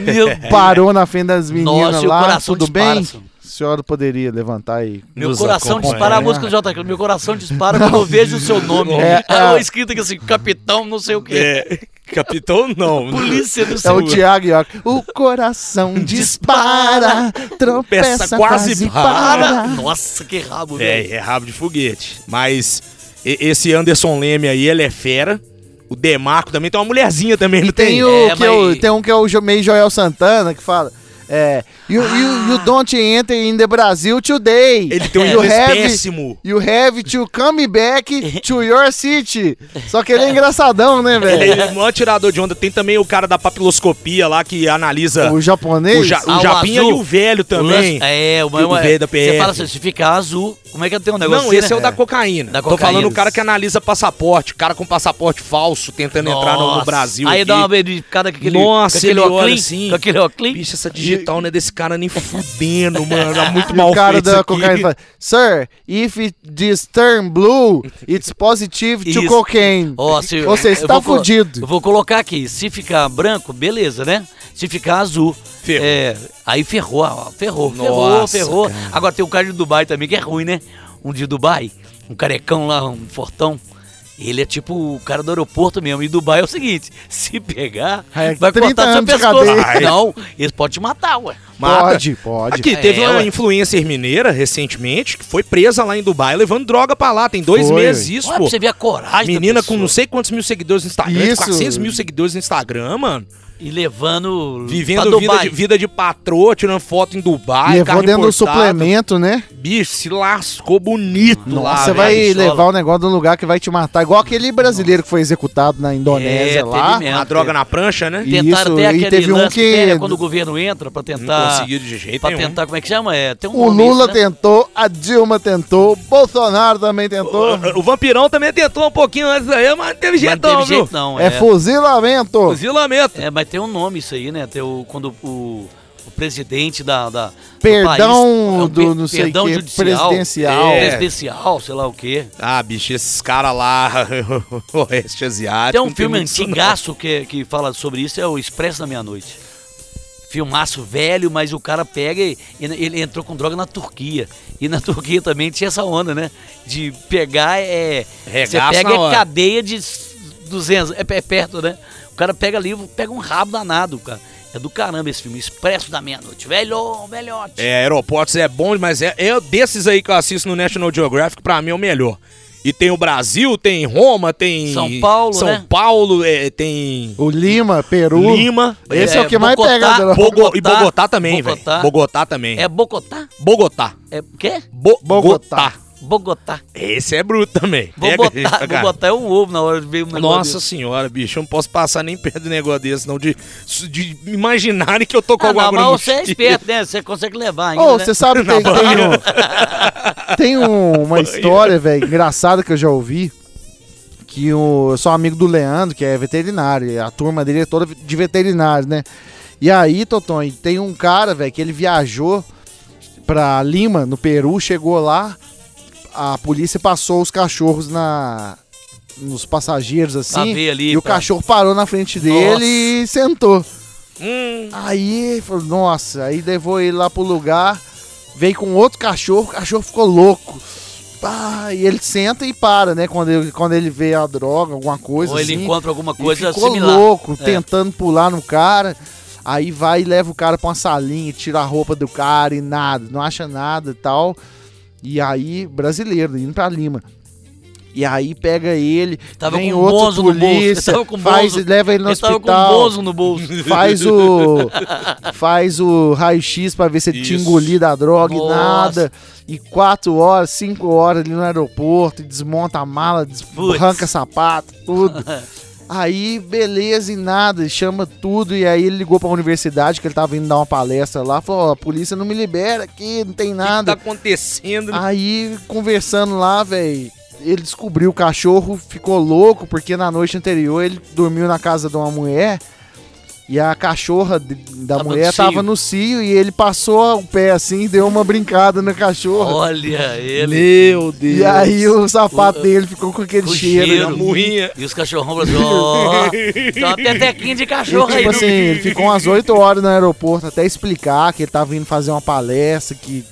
S2: Meu Deus.
S3: Parou na frente das meninas
S2: Nossa, e o
S3: lá,
S2: coração
S3: tudo
S2: dispara,
S3: bem?
S2: senhor.
S3: A senhora poderia levantar e
S2: Meu
S4: Nos
S2: coração
S4: acompanha.
S2: dispara a música do Jota Quest, Meu coração dispara quando eu vejo o seu nome.
S3: É,
S2: É,
S3: é.
S2: escrito aqui assim, capitão não sei o quê.
S4: É, capitão não.
S2: Polícia do
S3: É
S2: seu...
S3: o Thiago York. O coração dispara, tropeça,
S4: Peça
S3: quase,
S4: quase
S2: Para!
S3: para.
S2: Nossa, que rabo, velho.
S4: É, é rabo de foguete. Mas e- esse Anderson Leme aí, ele é fera. O Demarco também tem uma mulherzinha também, não
S3: E tem,
S4: tem?
S3: o
S2: É,
S3: que eu-
S2: mas-
S3: tem um que é o jo- meio Joel Santana que fala. É, you, you, you don't enter in the Brazil today.
S4: Ele tem um
S3: you
S4: inglês
S3: have,
S4: péssimo.
S3: you have to come back to your city. Só que ele é engraçadão, né,
S4: Ele
S3: velho?
S4: é o maior tirador de onda. Tem também o cara da papiloscopia lá que analisa
S3: O
S4: o,
S3: japonês.
S4: ja- o
S2: Ah, o
S4: Japinha
S2: azul.
S4: e o velho também.
S2: O lance- É, o
S4: Que o
S2: maior...
S4: veio da PF.
S2: Você fala assim, se ficar azul, como é que eu tenho um negócio
S4: Não,
S2: assim,
S4: esse é
S2: né?
S4: o da cocaína.
S2: Da
S4: Tô
S2: cocaína.
S4: falando o cara que analisa passaporte. O cara com passaporte falso tentando entrar né? no, no
S2: Nossa.
S4: Brasil.
S2: Aí
S4: aqui.
S2: dá uma verificada com aquele,
S4: Nossa,
S2: com aquele
S4: ele olha
S2: óculos,
S4: assim.
S2: com aquele óculos.
S4: Bicho, essa digital não é desse cara nem fudendo, mano. É muito
S3: E
S4: mal
S3: o cara
S4: feito
S3: da
S4: isso aqui.
S3: cocaína fala, Sir, if it- this turn blue, it's positive to
S2: Isso.
S3: cocaine.
S4: Hum.
S2: Ó, se-
S3: Ou seja,
S2: eu
S3: você tá
S2: vou colo-
S3: fudido.
S2: Eu vou colocar aqui, se ficar branco, beleza, né? Se ficar azul,
S4: Ferrou.
S2: é, aí ferrou, ó, ferrou,
S4: Nossa,
S2: ferrou, ferrou. Agora tem o cara de Dubai também que é ruim, né? Um de Dubai, um carecão lá, um fortão. Ele é tipo o cara do aeroporto mesmo. E Dubai é o seguinte: se pegar,
S3: É,
S2: vai
S3: 30
S2: cortar seu
S3: anos de
S2: pescoço.
S3: cadeia.
S2: Não, eles podem te matar, ué.
S4: mata.
S3: Pode, pode.
S4: Aqui,
S2: É,
S4: teve uma
S2: ué.
S4: influencer mineira recentemente que foi presa lá em Dubai levando droga pra lá. Tem dois
S3: Foi,
S4: meses
S3: ué.
S4: isso,
S2: Olha pra
S4: pô.
S2: você ver a coragem da
S4: Menina com
S2: pessoa.
S4: não sei quantos mil seguidores no Instagram,
S3: Isso.
S4: 400 mil seguidores no Instagram, mano.
S2: E levando pra
S4: Vivendo vida
S2: Dubai.
S4: de, vida de patroa, tirando foto em Dubai,
S3: Levou
S4: carro
S3: dentro do
S4: importado.
S3: suplemento, né?
S4: Bicho, se lascou bonito lá,
S3: Você
S4: velho.
S3: vai
S2: bichola.
S3: levar o negócio de um lugar que vai te matar. Igual aquele brasileiro que foi executado na Indonésia
S2: É,
S3: lá.
S2: teve mesmo.
S4: A droga na prancha, né?
S3: E
S2: Tentaram
S3: isso,
S2: até
S3: e
S2: aquele
S3: teve um
S2: lance
S3: que-
S2: pega quando o governo entra pra
S4: Não
S2: tentar...
S4: conseguiu de jeito
S2: tá. Pra
S4: nenhum.
S2: tentar, como é que chama? É, tem um
S3: O
S2: nome
S3: Lula
S2: isso, né?
S3: tentou, a Dilma tentou, o Bolsonaro também tentou.
S4: O, o vampirão também tentou um pouquinho antes aí, mas não teve
S2: Mas não
S4: jeitão,
S2: teve
S4: viu?
S2: jeito não.
S3: é, fuzilamento.
S4: Fuzilamento.
S2: É, mas tem um nome isso aí, né? Tem o, quando o, o presidente da, da-
S3: Perdão
S2: do, país- é um
S3: do não sei
S2: perdão
S3: que,
S2: judicial,
S3: presidencial.
S4: É.
S2: presidencial, sei lá o quê.
S4: Ah, bicho, esses caras lá, oeste asiático.
S2: Tem um
S4: não
S2: filme
S4: muito isso, não.
S2: antigaço que, que fala sobre isso, é o Expresso da Meia-Noite. Filmaço velho, mas o cara pega e e ele entrou com droga na Turquia. E na Turquia também tinha essa onda, né? De pegar é. Você
S4: Regaça
S2: pega
S4: na
S2: é
S4: hora.
S2: cadeia de 200, é, é perto, né? O cara pega ali, pega um rabo danado, cara. É do caramba esse filme, Expresso da Meia-Noite. Velho, velhote.
S4: É, aeroportos é bom, mas é, é desses aí que eu assisto no National Geographic, pra mim é o melhor. E tem o Brasil, tem Roma, tem.
S2: São Paulo,
S4: São
S2: né?
S4: Paulo, é, tem.
S3: O Lima, Peru.
S4: Lima.
S3: Esse é,
S2: É,
S3: o que mais
S2: Bogotá,
S3: pega. Adela.
S4: Bogo- e
S2: Bogotá.
S4: Bogotá também, velho.
S2: Bogotá.
S4: Bogotá também.
S2: É Bogotá?
S4: Bogotá.
S2: É o quê?
S4: Bo-
S3: Bogotá.
S4: Bogotá.
S2: Bogotá.
S4: Esse é bruto também.
S2: Vou
S4: Pega
S2: botar,
S4: aí pra
S2: vou
S4: cá.
S2: botar é um ovo na hora de ver um negócio
S4: Nossa
S2: desse.
S4: senhora, bicho, eu não posso passar nem perto de um negócio desse, não. De, de imaginarem que eu tô com
S2: Ah, não,
S4: alguma
S2: mas
S4: coisa no
S2: você é
S4: cheiro.
S2: esperto, né? Você consegue levar ainda,
S3: Ô, é
S2: né?
S3: você sabe que tem, tem, um- tem um- uma história, velho, engraçada que eu já ouvi. Que o, eu sou amigo do Leandro, que é veterinário. e A turma dele é toda de veterinário, né? E aí, Toton, tem um cara, velho, que ele viajou pra Lima, no Peru, chegou lá, a polícia passou os cachorros na nos passageiros, assim.
S2: ver ali,
S3: e o
S2: pra-
S3: cachorro parou na frente dele
S2: Nossa.
S3: e sentou.
S4: Hum,
S3: Aí, ele falou, nossa, aí levou ele lá pro lugar, veio com outro cachorro, o cachorro ficou louco. Pá, e ele senta e para, né? Quando ele, quando ele vê a droga, alguma coisa
S2: Ou ele
S3: assim.
S2: encontra alguma
S3: E
S2: coisa
S3: ficou
S2: similar.
S3: louco,
S2: É.
S3: tentando pular no cara. Aí vai e leva o cara pra uma salinha, tira a roupa do cara e nada, não acha nada e tal. E aí, brasileiro, indo pra Lima. E aí pega ele,
S2: Tava
S3: vem
S2: com um
S3: outro
S2: bonzo no bolso,
S3: polícia,
S2: tava com um
S3: faz,
S2: bonzo.
S3: leva ele no
S2: Ele tava
S3: hospital
S2: com um bolso no bolso.
S3: faz o faz o raio-x pra ver se ele tinha
S4: Isso.
S3: engolido a droga e
S2: Nossa.
S3: nada. E quatro horas, cinco horas ali no aeroporto, e desmonta a mala, des-
S2: Putz.
S3: arranca sapato, tudo. Aí, beleza, e nada, e chama tudo. E aí ele ligou pra universidade, que ele tava indo dar uma palestra lá, falou: ó, a polícia não me libera aqui, não tem
S4: o que tá
S3: nada.
S4: acontecendo?
S3: Aí, conversando lá, velho, ele descobriu o cachorro, ficou louco, porque na noite anterior ele dormiu na casa de uma mulher e a cachorra de- da
S2: Tava no
S3: mulher
S2: cio.
S3: tava no cio e ele passou o pé assim e deu uma brincada no cachorro.
S2: Olha ele.
S4: Meu Deus.
S3: e aí o sapato
S2: O-
S3: dele ficou com aquele
S2: o
S3: cheiro. né?
S2: cheiro.
S4: A murrinha.
S2: E os cachorrão falaram assim, ó, dá uma petequinha de
S3: E,
S2: cachorro aí.
S3: tipo assim, ele ficou umas 8 horas no aeroporto até explicar que ele tava indo fazer uma palestra, que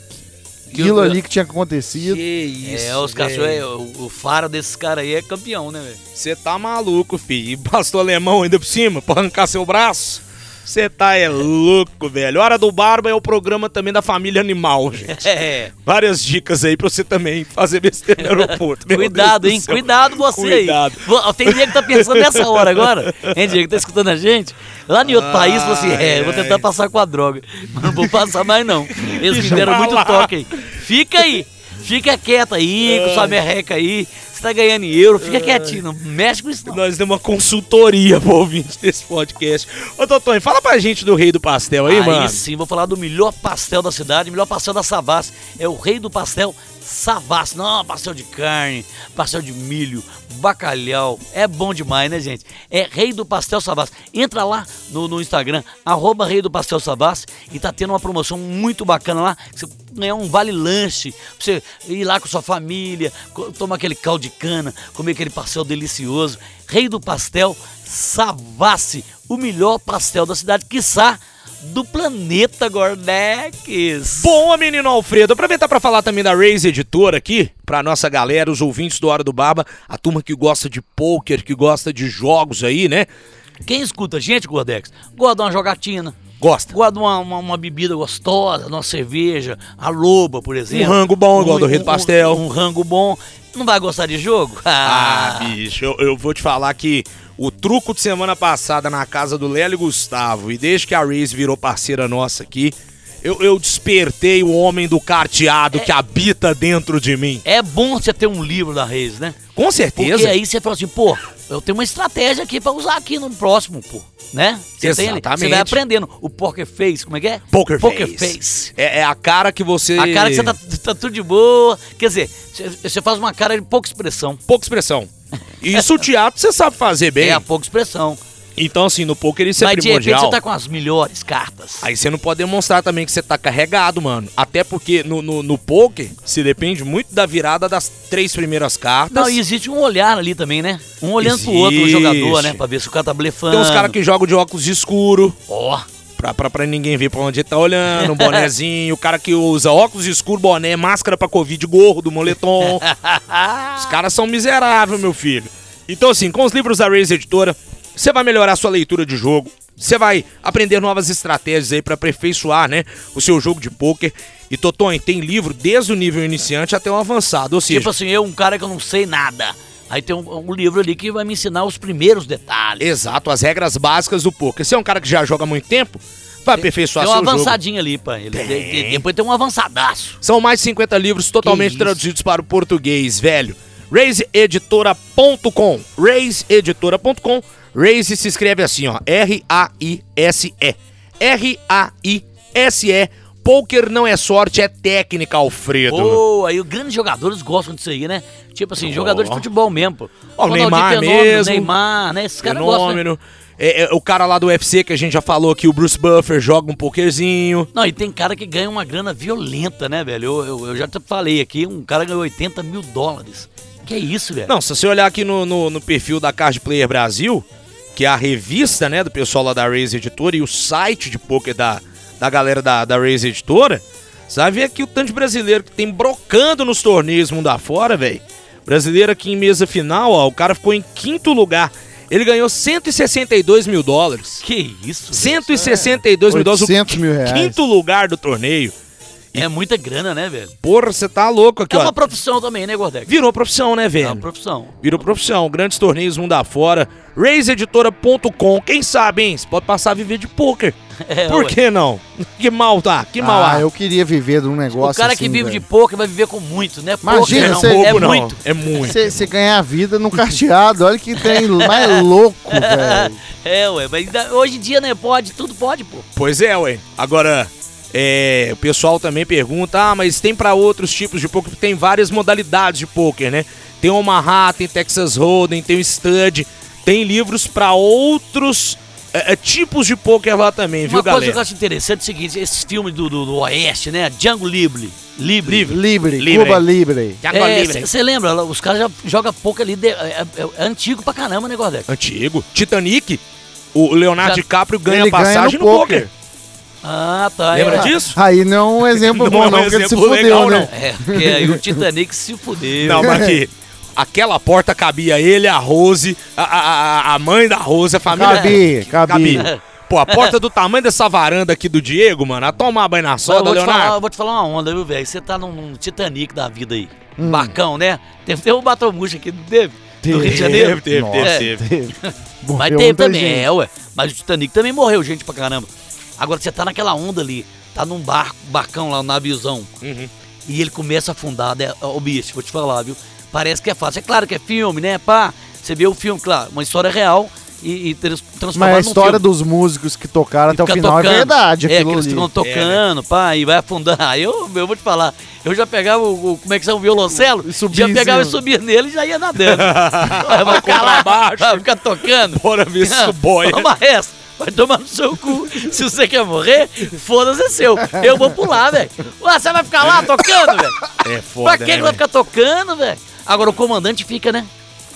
S3: que
S2: E o-
S3: aquilo ali que tinha acontecido.
S4: isso.
S2: é, os cachorros, é, o, o faro desses caras aí é campeão, né, velho?
S4: Você tá maluco, filho. E Pastor alemão ainda por cima pra arrancar seu braço. Você tá é louco, velho. Hora do Barba é o programa também da família animal, gente.
S2: É,
S4: Várias dicas aí pra você também fazer besteira no aeroporto. Meu
S2: cuidado,
S4: Deus do
S2: hein?
S4: céu.
S2: Cuidado você
S4: Cuidado.
S2: aí. Vo- Tem Diego que tá pensando nessa hora agora. Hein, Diego, tá escutando a gente? Lá em outro país, falou assim, é,
S4: Ai,
S2: vou
S4: Ah, ai.
S2: tentar passar com a droga. Mas não vou passar mais, não. Eles me
S4: Deixa
S2: deram
S4: pra
S2: muito
S4: lá.
S2: toque aí. Fica aí. Fica quieto aí, com
S4: Ah.
S2: sua merreca aí. Você tá ganhando em euro, fica quietinho. Não mexe com isso, não.
S4: Nós demos uma consultoria pro ouvinte desse podcast. Ô, Totonho, fala pra gente do Rei do Pastel aí, mano.
S2: sim, vou falar do melhor pastel da cidade, melhor pastel da Savassi. É o rei do pastel Savassi. Não, pastel de carne, pastel de milho, bacalhau. É bom demais, né, gente? É rei do pastel Savassi. Entra lá no, no Instagram, arroba rei do pastel Savassi, e tá tendo uma promoção muito bacana lá. que Você ganhar um vale-lanche, pra você ir lá com sua família, co- tomar aquele caldo de cana, comer aquele pastel delicioso. Rei do pastel Savassi, o melhor pastel da cidade, quiçá do planeta Gordex.
S4: Boa, menino Alfredo. Aproveitar pra falar também da Raise Editora aqui, pra nossa galera, os ouvintes do Hora do Barba, a turma que gosta de poker, que gosta de jogos aí, né?
S2: Quem escuta a gente, Gordex, gosta de uma jogatina,
S4: Gosta.
S2: Gosto de uma, uma, uma bebida gostosa, de uma cerveja, a loba, por exemplo.
S4: Um rango bom, igual do Rei do Pastel.
S2: Um, rango bom. Não vai gostar de jogo?
S4: Ah, bicho, eu, eu vou te falar que o truco de semana passada na casa do Lélio e Gustavo, e desde que a Reis virou parceira nossa aqui, eu, eu despertei o homem do carteado que habita dentro de mim.
S2: É bom você ter um livro da Reis, né?
S4: Com
S2: Porque
S4: certeza.
S2: aí você fala assim, pô, eu tenho uma estratégia aqui pra usar aqui no próximo, pô. Né? Você tem ali, Você
S4: Exatamente.
S2: vai aprendendo. O Poker Face, como é que é?
S4: Poker,
S2: Poker
S4: face.
S2: Face.
S4: É, é a cara que você.
S2: A cara que você tá, tá tudo de boa. Quer dizer, você- você faz uma cara de pouca expressão.
S4: Pouca expressão. Isso o teatro você sabe fazer bem.
S2: É a pouca expressão.
S4: Então, assim, no poker isso é
S2: Mas de repente
S4: primordial.
S2: você tá com as melhores cartas.
S4: Aí você não pode demonstrar também que você tá carregado, mano. Até porque no, no, no poker se depende muito da virada das três primeiras cartas.
S2: Não, e existe um olhar ali também, né? Um olhando pro outro, o
S4: Existe.
S2: jogador, né? Pra ver se o cara tá blefando.
S4: Tem uns caras que jogam de óculos escuro,
S2: Ó,
S4: pra, pra, pra ninguém ver pra onde ele tá olhando, um bonézinho. o cara que usa óculos escuro, boné, máscara pra Covid, gorro do moletom. os caras são miseráveis, meu filho. Então, assim, com os livros da Razer Editora, você vai melhorar a sua leitura de jogo, você vai aprender novas estratégias aí pra aperfeiçoar, né, o seu jogo de pôquer. E, Totonho, tem livro desde o nível iniciante até o avançado, ou seja...
S2: tipo assim, eu, um cara que eu não sei nada. Aí tem um, um livro ali que vai me ensinar os primeiros detalhes.
S4: Exato, as regras básicas do poker. Se é um cara que já joga há muito tempo, vai aperfeiçoar
S2: Tem um
S4: seu jogo.
S2: avançadinho ali, pá. Ele, de- de- depois tem um avançadaço.
S4: São mais de 50 livros totalmente
S2: isso.
S4: traduzidos para o português, velho. RaiseEditora.com RaiseEditora.com Raise se escreve assim, ó. R-A-I-S-E. R-A-I-S-E. Poker não é sorte, é técnica, Alfredo.
S2: Pô, aí os grandes jogadores gostam disso aí, né? Tipo assim, jogador de futebol mesmo. pô.
S4: Ó, o
S2: Ronaldinho
S4: Neymar
S2: Fenômeno,
S4: mesmo.
S2: Neymar, né? Esses caras gostam. né?
S4: Fenômeno. É, é, o cara lá do UFC que a gente já falou que o Bruce Buffer joga um pokerzinho.
S2: Não, e tem cara que ganha uma grana violenta, né, velho? Eu, eu, eu já te falei aqui, um cara ganhou 80 mil dólares. Que isso, velho?
S4: Não, se você olhar aqui no, no, no perfil da Card Player Brasil, que é a revista, né, do pessoal lá da Raise Editora e o site de poker da, da galera da, da Raise Editora, você vai ver aqui o tanto de brasileiro que tem brocando nos torneios mundo afora, velho. Brasileiro aqui em mesa final, ó, o cara ficou em quinto lugar. Ele ganhou 162 mil dólares.
S2: Que isso? velho?
S4: 162 mil dólares,
S3: 800 mil
S4: o
S3: reais.
S4: quinto lugar do torneio.
S2: É muita grana, né, velho?
S4: Porra, você tá louco aqui,
S2: É uma
S4: ó.
S2: profissão também, né, Gordec?
S4: Virou profissão, né,
S2: É uma
S4: velho?
S2: profissão.
S4: Virou profissão, grandes torneios mundo afora. RaiseEditora.com, quem sabe, hein? Você pode passar a viver de pôquer.
S2: É,
S4: Por
S2: ué.
S4: que não? Que mal tá, que mal
S3: Ah,
S4: há.
S3: eu queria viver de um negócio
S2: O cara que
S3: assim,
S2: vive
S3: velho.
S2: de pouco vai viver com muito, né? Pouco
S3: Imagina,
S2: não,
S3: cê-
S2: é
S4: Pouco não,
S2: muito.
S4: É muito.
S3: Você você ganhar vida no carteado, olha que tem mais louco, velho.
S2: É, ué, mas ainda- hoje em dia, né, pode, tudo pode, pô.
S4: Pois é, ué. Agora, é, o pessoal também pergunta, ah, mas tem pra outros tipos de poker? Tem várias modalidades de poker, né? Tem o Omaha, tem Texas Hold'em, tem o Stud, tem livros pra outros é, é, tipos de poker lá também,
S2: Uma
S4: viu,
S2: coisa
S4: galera?
S2: que eu acho interessante é o seguinte, esses filmes do, do, do Oeste, né? Django Libre. Libre.
S3: Libre,
S4: Livre.
S3: Cuba Libre.
S2: é
S4: Já com a Libre.
S2: Você lembra? lá, Os caras já jogam pouco ali. de- é, é- é antigo pra caramba, né, Gordec?
S4: Antigo. Titanic, o Leonardo
S2: Já-
S4: DiCaprio ganha
S3: Ele ganha
S4: passagem
S3: no
S4: no poker.
S2: Ah, tá.
S4: Lembra
S2: é.
S4: disso?
S3: Aí não é um exemplo
S4: Não
S3: bom,
S4: é um
S3: não, porque ele se
S4: exemplo
S3: fudeu,
S4: legal,
S3: né?
S2: É, porque aí o Titanic se fudeu.
S4: Não, mas aqui. Aquela porta cabia ele, a Rose, a, a, a- a mãe da Rose, a é assim. família.
S3: Cabia, cabia.
S4: Pô, a porta do tamanho dessa varanda aqui do Diego, mano, a tomar banho na
S2: Mas eu
S4: soda,
S2: vou, te
S4: Leonardo.
S2: falar, eu vou te falar uma onda, viu, velho? Você tá num, num Titanic da vida aí.
S4: Hum.
S2: Barcão, né? Teve, teve um batomurcho aqui, não teve? Do Rio de Janeiro. É.
S4: Teve, teve,
S2: Nossa.
S4: teve.
S2: Mas
S3: Morreu
S2: teve
S3: muita
S2: também,
S3: gente.
S2: é, ué. Mas o Titanic também morreu gente pra caramba. Agora você tá naquela onda ali, tá num barco, barcão lá, um naviozão.
S3: Uhum.
S2: E ele começa a afundar, né? Ó, O bicho, vou te falar, viu? Parece que é fácil. É claro que é filme, né? Pá, você vê o filme, claro, uma história real e, e trans- transformada
S3: Mas a
S2: num
S3: história
S2: filme.
S3: dos músicos que tocaram até o
S2: Fica
S3: final
S2: tocando.
S3: é verdade.
S2: É, que
S3: aquilo
S2: eles
S3: ali. né?
S2: ficam tocando, pá, e vai afundar. Eu, eu vou te falar, eu já pegava o, o- como é que chama, o violoncelo,
S3: E subia
S2: já
S3: em
S2: pegava e
S3: cima.
S2: subia nele e já ia nadando. vai ficar lá,
S4: baixo.
S2: vai ficar tocando.
S4: Bora ver se isso boia.
S2: Toma essa, é, vai tomar no seu cu. Se você quer morrer, foda-se é seu. Eu vou pular, velho. Ué, você vai ficar lá tocando, velho?
S4: É
S2: Pra
S4: foda,
S2: que
S4: né,
S2: que vai
S4: velho?
S2: ficar tocando, velho? Agora o comandante fica, né?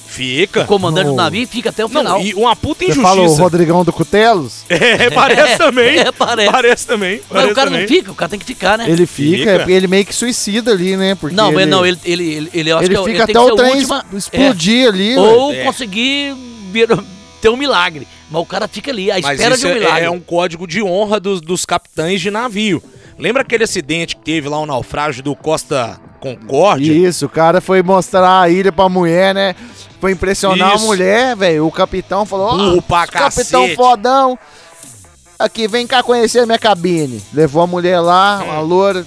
S4: Fica.
S2: O comandante
S3: Não.
S2: do navio fica até o final.
S4: Não, e uma puta
S3: Você
S4: injustiça.
S3: fala o Rodrigão do Cutelos?
S4: É, parece
S2: É,
S4: também.
S2: é, parece.
S4: também.
S2: Mas
S4: parece
S2: o cara
S4: também.
S2: não fica, o cara tem que ficar, né?
S3: Ele fica,
S4: Fica.
S3: ele meio que suicida ali, né? Porque
S2: Não, ele, não, ele, ele, ele, ele, eu acho
S3: ele
S2: que é-
S3: fica até
S2: ele tem que ser
S3: o trem
S2: última,
S3: es- explodir
S2: é,
S3: ali. ué.
S2: ou
S4: É.
S2: conseguir vir- ter um milagre. Mas o cara fica ali, à
S4: Mas
S2: espera de
S4: isso
S2: um
S4: é-
S2: milagre.
S4: é, um código de honra dos, dos capitães de navio. Lembra aquele acidente que teve lá o naufrágio do Costa Concórdia?
S3: Isso, o cara foi mostrar a ilha pra mulher, né? Foi impressionar
S4: Isso.
S3: a mulher, velho. O capitão falou: Ó,
S4: Burro pra
S3: os capitão
S4: cacete."
S3: fodão. Aqui, vem cá conhecer a minha cabine. Levou a mulher lá,
S4: É.
S3: uma loura.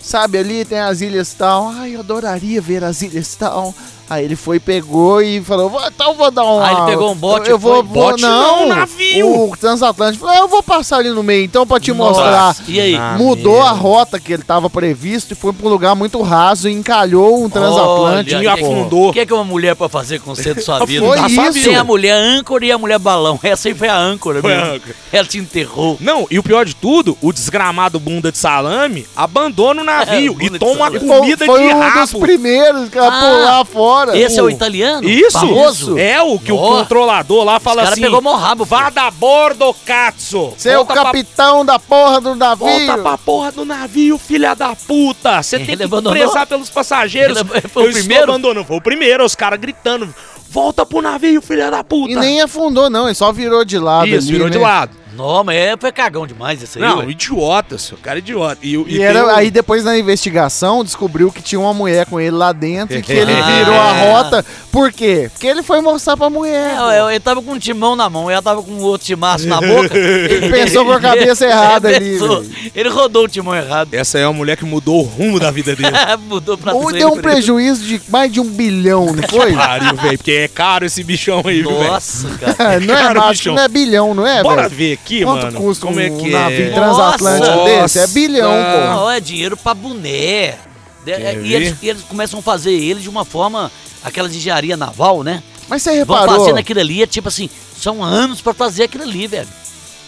S3: Sabe, ali tem as ilhas tal. Ai, eu adoraria ver as ilhas tal. Aí ele foi, pegou e falou: "Vou- então vou dar um.
S2: Ah, ele pegou um bote,
S3: Eu vou,
S2: foi-
S3: vou
S4: bote
S3: não.
S4: não, um navio.
S3: O transatlântico falou: "Ah, eu vou passar ali no meio então pra te
S2: Nossa,
S3: mostrar.
S2: E aí?
S4: Ah,
S3: Mudou
S4: meu.
S3: a rota que ele estava previsto e foi para um lugar muito raso e encalhou um transatlântico.
S4: Olha, afundou.
S2: O que é que uma mulher pode fazer com você de sua vida?
S3: Foi
S4: Tá
S3: isso.
S4: sabido.
S2: Tem a mulher âncora e a mulher balão. Essa aí foi a âncora
S4: Foi
S2: mesmo.
S4: a âncora.
S2: Ela te enterrou.
S4: Não, e o pior de tudo, o desgramado bunda de salame abandona o navio
S2: É, bunda
S4: e
S2: de
S4: toma
S2: salame.
S3: Foi,
S4: comida
S3: foi
S4: de
S3: um dos
S4: rabo.
S3: primeiros que
S2: Ah,
S3: a pular fora.
S2: Esse é o italiano?
S4: Isso,
S2: Famoso?
S4: é o que
S2: Ó.
S4: o controlador lá fala
S2: o cara
S4: assim.
S2: pegou morrabo.
S4: Vá da bordo, Katsu!
S3: Você é o
S4: Volta pra-
S3: capitão da porra do
S4: Volta
S3: navio.
S4: pra porra do navio, filha da puta! Você
S2: Ele
S4: tem que
S2: abandonou?
S4: prezar pelos passageiros.
S2: Ele ab- foi o
S4: Eu estou
S2: primeiro?
S4: abandonando. Foi o primeiro, os caras gritando. Volta pro navio, filha da puta!
S3: E nem afundou, não. Ele só virou de lado.
S4: Isso,
S3: ali,
S4: virou de
S3: né?
S4: lado.
S2: Não, mas é, foi cagão demais esse aí,
S4: Não,
S2: ué.
S4: idiota, seu cara é idiota. E, e
S3: E,
S4: tem
S3: era,
S4: o-
S3: aí depois na investigação descobriu que tinha uma mulher com ele lá dentro e que ele
S2: Ah.
S3: virou a
S4: É.
S3: rota. Por quê? Porque ele foi mostrar pra mulher.
S2: É, eu- Ele tava com um timão na mão, ela tava com um outro timaço na boca. Ele
S3: pensou com a cabeça errada ali,
S2: pensou. Ele rodou o timão errado.
S4: Essa é uma mulher que mudou o rumo da vida dele.
S2: Mudou pra
S3: Ou
S2: frente.
S3: deu um prejuízo de mais de um bilhão, não foi?
S4: Pariu, velho, porque é caro esse bichão aí, viu, velho?
S2: Nossa, cara.
S3: É, não é
S4: Cara,
S3: baixo,
S4: bichão.
S3: não é bilhão, não é,
S4: Bora
S3: velho?
S4: ver aqui,
S3: Quanto
S4: mano.
S3: custa
S4: como é
S3: um
S4: que
S3: navio
S4: é?
S3: transatlântico
S2: Nossa!
S3: desse? É bilhão, pô.
S2: Não, é dinheiro pra boné. De- é,
S4: Quer
S2: e eles,
S4: ver?
S2: e eles começam a fazer ele de uma forma, aquela de engenharia naval, né?
S3: Mas você
S2: Vão
S3: reparou,
S2: fazendo aquilo ali, é tipo assim, são anos pra fazer aquilo ali, velho.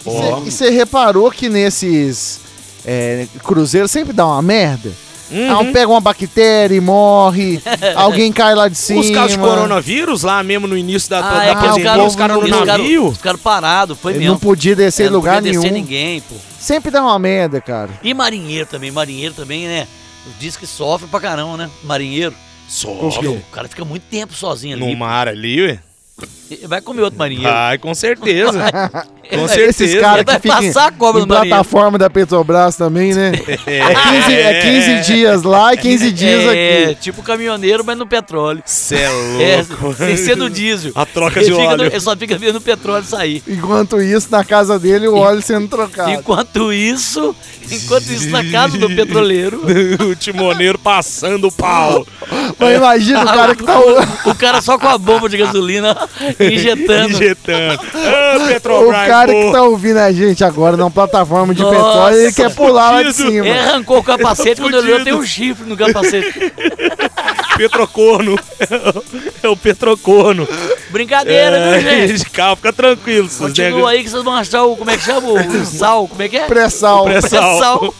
S4: Ó.
S3: você- e você reparou que nesses é, cruzeiros sempre dá uma merda? Ah,
S4: Uhum.
S3: um pega uma bactéria e morre, alguém cai lá de cima.
S4: Os casos de coronavírus lá mesmo no início da,
S2: Ah,
S4: da
S2: é porque os
S4: pandemia,
S2: caras-
S4: os caras um no
S2: os caras-
S4: navio.
S2: Os caras parados, foi
S3: Ele
S2: mesmo.
S3: não podia descer
S2: É,
S3: em lugar
S2: podia
S3: nenhum.
S2: descer ninguém, pô.
S3: Sempre dá uma merda, cara.
S2: E marinheiro também, marinheiro também, né? Diz que sofre pra caramba, né? Marinheiro.
S4: Sofre
S2: O cara fica muito tempo sozinho
S4: no
S2: ali.
S4: mar ali, ué.
S2: Ele Vai comer outro marinheiro.
S4: Vai, com certeza. Ah, com
S2: Esses
S4: certeza.
S3: Esses caras
S2: Ele
S3: que
S2: vai
S3: ficam em,
S2: passar a cobra
S3: em
S2: no marinheiro.
S3: plataforma da Petrobras também, né? É 15, é 15 dias lá e 15 dias
S2: é,
S3: aqui.
S2: tipo caminhoneiro, mas no petróleo.
S4: Cê é
S2: É,
S4: louco.
S2: sem ser no diesel.
S4: A troca
S2: Ele
S4: de
S2: fica no-
S4: óleo.
S2: ele só fica vendo o petróleo sair.
S3: Enquanto isso, na casa dele, o óleo sendo trocado.
S2: Enquanto isso, enquanto isso na casa do petroleiro,
S4: o timoneiro passando o pau. É.
S3: Mas imagina o cara que tá olhando.
S2: o cara só com a bomba de gasolina injetando.
S4: Injetando. Ah,
S3: O
S4: Petrobras.
S3: cara que
S4: boa.
S3: tá ouvindo a gente agora numa plataforma de
S2: Nossa,
S3: petróleo, ele quer pular lá de
S4: fudido.
S3: cima.
S2: É, arrancou o capacete, quando
S4: Fudido.
S2: olhou tem um chifre no capacete. tá-
S4: Petrocorno. é o Petrocorno.
S2: Brincadeira,
S4: É,
S2: viu, gente?
S4: Calma, fica tranquilo. seus
S2: né, Continua
S4: negros.
S2: aí que vocês vão achar o, como é que chama? O sal, como é que é?
S3: Pressal.
S4: O press-
S2: Pressão.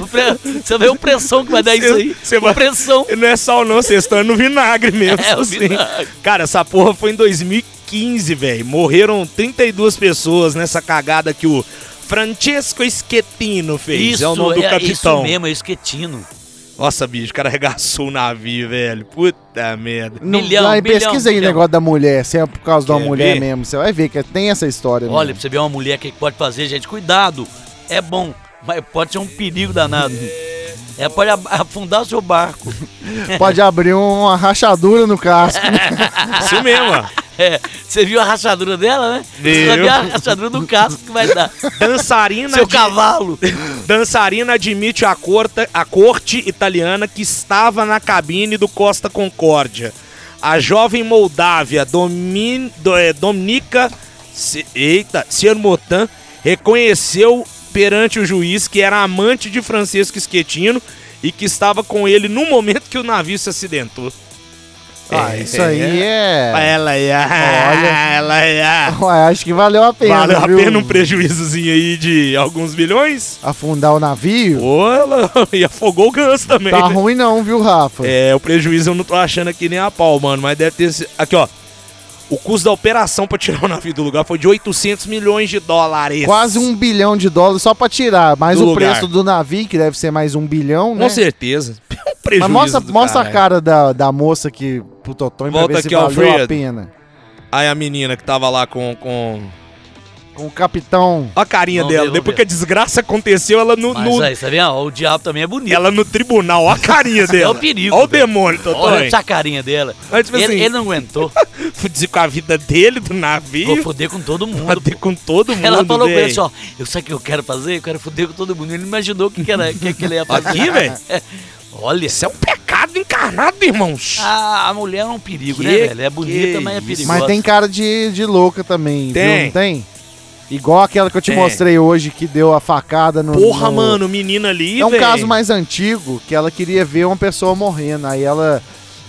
S2: O pre- Você vê o pressão que vai dar é isso aí.
S4: Cê- cê
S2: O
S4: vai-
S2: pressão.
S4: Não é sal, não, vocês estão no vinagre mesmo.
S2: É, o
S4: assim.
S2: vinagre.
S4: Cara, essa porra foi em 2015, velho. Morreram 32 pessoas nessa cagada que o Francesco Schettino fez. é o nome do
S2: é-
S4: capitão.
S2: Isso mesmo, é esquetino.
S4: Nossa, bicho, o cara arregaçou o navio, velho. Puta merda.
S3: Não,
S2: milhão,
S3: não, e
S2: milhão,
S3: pesquisa aí o
S2: milhão.
S3: negócio da mulher, se é por causa de uma
S4: Quer
S3: mulher
S4: ver?
S3: mesmo. Você vai ver que é- tem essa história. né?
S2: Olha, pra você ver uma mulher o que que pode fazer, gente, cuidado. É bom, mas pode ser um perigo danado. É, pode ab- afundar o seu barco.
S3: Pode abrir uma rachadura no casco.
S4: Isso mesmo, ó.
S2: É, você viu a rachadura dela, né? Você
S4: Viu.
S2: vai ver a rachadura do casco que vai dar.
S4: Dançarina,
S2: Seu
S4: de-
S2: cavalo.
S4: dançarina admite a, corta- a corte italiana que estava na cabine do Costa Concórdia. A jovem moldávia Domin, do, eh, Dominica Se- eita, Sermotan reconheceu perante o juiz que era amante de Francisco Schettino e que estava com ele no momento que o navio se acidentou.
S3: Ah, isso aí é.
S4: Ela é.
S3: Olha.
S4: Ela é.
S3: Ué, acho que valeu a pena.
S4: Valeu a
S3: viu?
S4: pena um prejuízozinho aí de alguns milhões?
S3: Afundar o navio?
S4: Pô, ela... e afogou o ganso também.
S3: Tá
S4: né?
S3: ruim não, viu, Rafa?
S4: É, o prejuízo eu não tô achando aqui nem a pau, mano, mas deve ter sido... Aqui, ó. O custo da operação pra tirar o navio do lugar foi de 800 milhões de dólares.
S3: Quase um bilhão de dólares só pra tirar. Mais
S4: Do
S3: o
S4: lugar.
S3: preço do navio, que deve ser mais um bilhão,
S4: Com
S3: né?
S4: certeza. É um prejuízo
S3: Mas mostra,
S4: do
S3: mostra a
S4: caralho.
S3: cara da, da moça que pro Totonho pra
S4: Volta
S3: ver se
S4: aqui,
S3: valeu a
S4: Alfredo.
S3: pena.
S4: Aí a menina que tava lá com. com...
S3: Com o capitão.
S4: Olha a carinha
S2: Vamos
S4: dela.
S2: ver, vamos
S4: Depois
S2: ver.
S4: que a desgraça aconteceu, ela no.
S2: Mas
S4: no-
S2: aí, você vê, ó, o diabo também é bonito.
S4: Ela no tribunal, olha a carinha dela.
S2: o perigo,
S4: Olha o
S2: velho.
S4: demônio, Totonho.
S2: Olha essa carinha dela.
S4: Mas, tipo
S2: ele,
S4: assim-
S2: ele não aguentou.
S4: Fudir com a vida dele, do
S2: Vou
S4: navio.
S2: foder com todo mundo.
S4: Bater com todo mundo.
S2: Ela falou pra
S4: velho.
S2: ele assim, ó, eu sei o que eu quero fazer, eu quero foder com todo mundo. Ele não imaginou o que, que, era, o que, que ele ia fazer. É.
S4: Aqui, velho?
S2: Olha,
S4: Isso é um pecado encarnado, irmãos.
S2: a, a mulher é um perigo, né,
S4: Que-
S2: velho? É bonita,
S4: que
S2: mas é
S4: isso.
S2: perigosa.
S3: Mas tem cara de, de louca também, viu?
S4: Tem.
S3: Não tem? Igual aquela que eu te
S4: Tem.
S3: mostrei hoje que deu a facada no.
S4: Porra,
S3: no-
S4: mano, menina ali,
S3: É um
S4: velho.
S3: caso mais antigo que ela queria ver uma pessoa morrendo. Aí ela,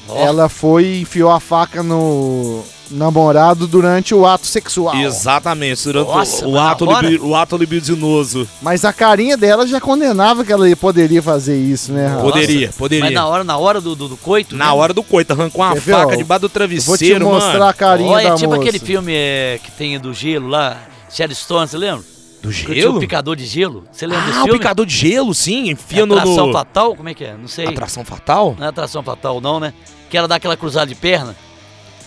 S2: Ó.
S3: ela foi e enfiou a faca no namorado durante o ato sexual.
S4: Exatamente, durante
S2: Nossa, mas
S4: o, o,
S2: na
S4: ato
S2: hora?
S4: libi- o ato libidinoso.
S3: Mas a carinha dela já condenava que ela poderia fazer isso, né? Rafa?
S2: Nossa,
S4: Poderia,
S2: Mas
S4: poderia.
S2: na hora, na hora do, do, do coito, né?
S4: Na hora do coito, arrancou uma
S3: Quer ver,
S4: faca
S3: ó?
S4: debaixo do
S3: Eu Vou te
S4: travesseiro,
S3: mostrar
S4: mano.
S3: a carinha
S2: Olha,
S3: da
S2: tipo
S3: moça.
S2: aquele filme é, que tem do gelo lá, Sherry Stone, você lembra?
S4: Do
S2: Que tinha o
S4: gelo?
S2: picador de gelo. Você lembra desse
S4: Ah, o
S2: filme?
S4: picador de gelo, sim. Enfia no...
S2: Atração
S4: no-
S2: fatal, como é que é? Não sei.
S4: Atração fatal?
S2: Não é atração fatal não, né? Que ela dá aquela cruzada de perna,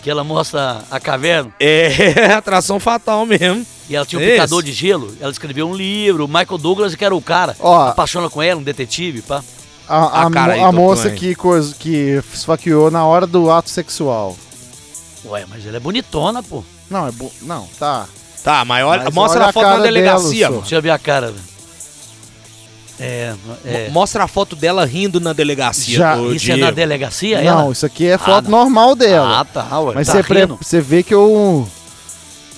S2: que ela mostra a caverna.
S4: É, atração fatal mesmo.
S2: E ela tinha um
S4: É Esse?
S2: picador de gelo. Ela escreveu um livro. o Michael Douglas, que era o cara.
S3: Ó.
S2: Apaixona com ela, um detetive, pá.
S3: A, a
S4: Ah, cara,
S3: mo-
S4: aí,
S3: a
S4: Totó,
S3: moça
S4: hein?
S3: que, cois- que esfaqueou na hora do ato sexual.
S2: Ué, mas ela é bonitona, pô.
S3: Não, é bo... Não, tá.
S4: Tá, mas olha,
S3: Mas
S4: mostra
S3: olha
S4: a
S3: a
S4: foto na
S3: cara dela,
S4: delegacia.
S3: senhor.
S4: mano.
S2: Deixa eu ver a cara, velho. É, é.
S4: Mo- Mostra a foto dela rindo na delegacia.
S3: Já,
S4: ô,
S2: Isso é
S4: Diego.
S2: na delegacia,
S3: não,
S2: ela?
S3: isso aqui é
S2: Ah,
S3: foto
S2: não.
S3: normal dela.
S2: Ah, tá, ué.
S3: Mas
S2: tá
S3: você, pre-
S2: rindo.
S3: você vê que eu.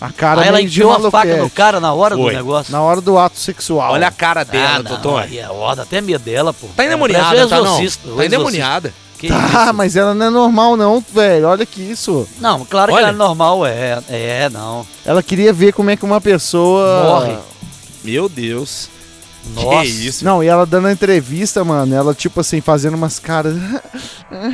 S3: A cara
S2: Aí ela
S3: meio de
S2: enfiou a faca no
S3: maluquete.
S2: cara na hora
S4: Foi.
S2: do negócio.
S3: Na hora do ato sexual.
S4: Olha a cara
S2: ah,
S4: dela,
S2: não,
S4: Totonho.
S2: aí é ó, dá até medo dela, pô.
S4: Tá
S2: Parece
S4: endemoniada,
S2: o
S4: tá não?
S2: exorcista, o
S4: Tá
S2: exorcista.
S4: endemoniada.
S2: Que
S3: Tá,
S2: isso?
S3: mas ela não é normal, não, velho. Olha que isso.
S2: Não, claro que
S4: Olha.
S2: ela é normal, é. É, não.
S3: Ela queria ver como é que uma pessoa.
S2: Morre.
S3: Ah.
S4: Meu Deus.
S2: Nossa.
S4: Que isso.
S3: Não, e ela dando a entrevista, mano, ela tipo assim, fazendo umas caras.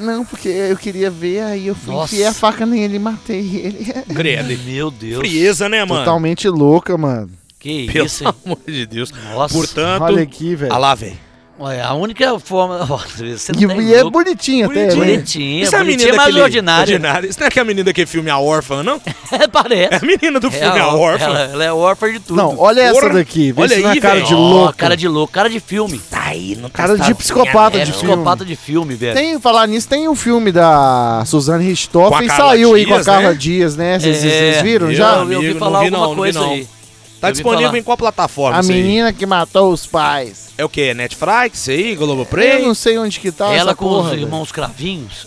S3: Não, porque eu queria ver, aí eu fui
S2: Nossa.
S3: enfiei a faca nele e matei ele.
S4: Credo.
S2: Meu Deus.
S4: Frieza, né, mano?
S3: Totalmente louca, mano.
S2: Que
S4: Pelo
S2: isso, hein?
S4: amor de Deus.
S2: Nossa.
S4: Portanto,
S3: Olha aqui, velho.
S4: Ah lá, velho.
S2: Ué, a única forma. Você tá
S3: E,
S2: tem
S3: e é
S2: louco.
S3: bonitinha até, né?
S2: bonitinha.
S4: Isso é a menina
S2: Bonitinha, mas
S4: daquele-
S2: ordinária.
S4: ordinário. Isso não é que a menina daquele filme A Órfã, não? É a
S2: Parece.
S4: menina do filme A,
S2: ó-
S4: Órfã.
S2: Ela, ela é órfã de tudo.
S3: Não, olha essa
S4: Porra.
S3: daqui. Vê
S4: Olha
S3: se não
S4: aí,
S3: é cara
S4: velho.
S3: de
S2: Ó,
S3: louco.
S2: Cara de louco, cara de filme.
S4: Tá aí, não
S3: Cara de psicopata
S2: É
S3: de filme.
S2: psicopata de filme, velho.
S3: Tem, falar nisso, tem o filme da Suzane Richthofen,
S4: Com a Carla
S3: saiu aí com a
S4: Dias,
S3: Carla
S4: né?
S3: Dias, né? Vocês
S2: É,
S3: vocês viram
S4: eu-
S3: já?
S2: Eu, eu
S4: Amigo,
S2: ouvi
S4: não
S2: falar
S4: vi
S2: alguma
S4: não, não vi
S2: coisa
S4: não.
S2: aí.
S4: Tá
S2: Eu ouvi
S4: disponível
S2: falar.
S4: em qual plataforma
S3: A
S4: isso aí?
S3: menina que matou os pais.
S4: É o quê? Netflix, isso aí?
S3: Eu
S4: Globoplay?
S3: não sei onde que tá
S2: Ela
S3: essa
S2: com
S3: porra,
S2: os
S3: velho.
S2: irmãos cravinhos.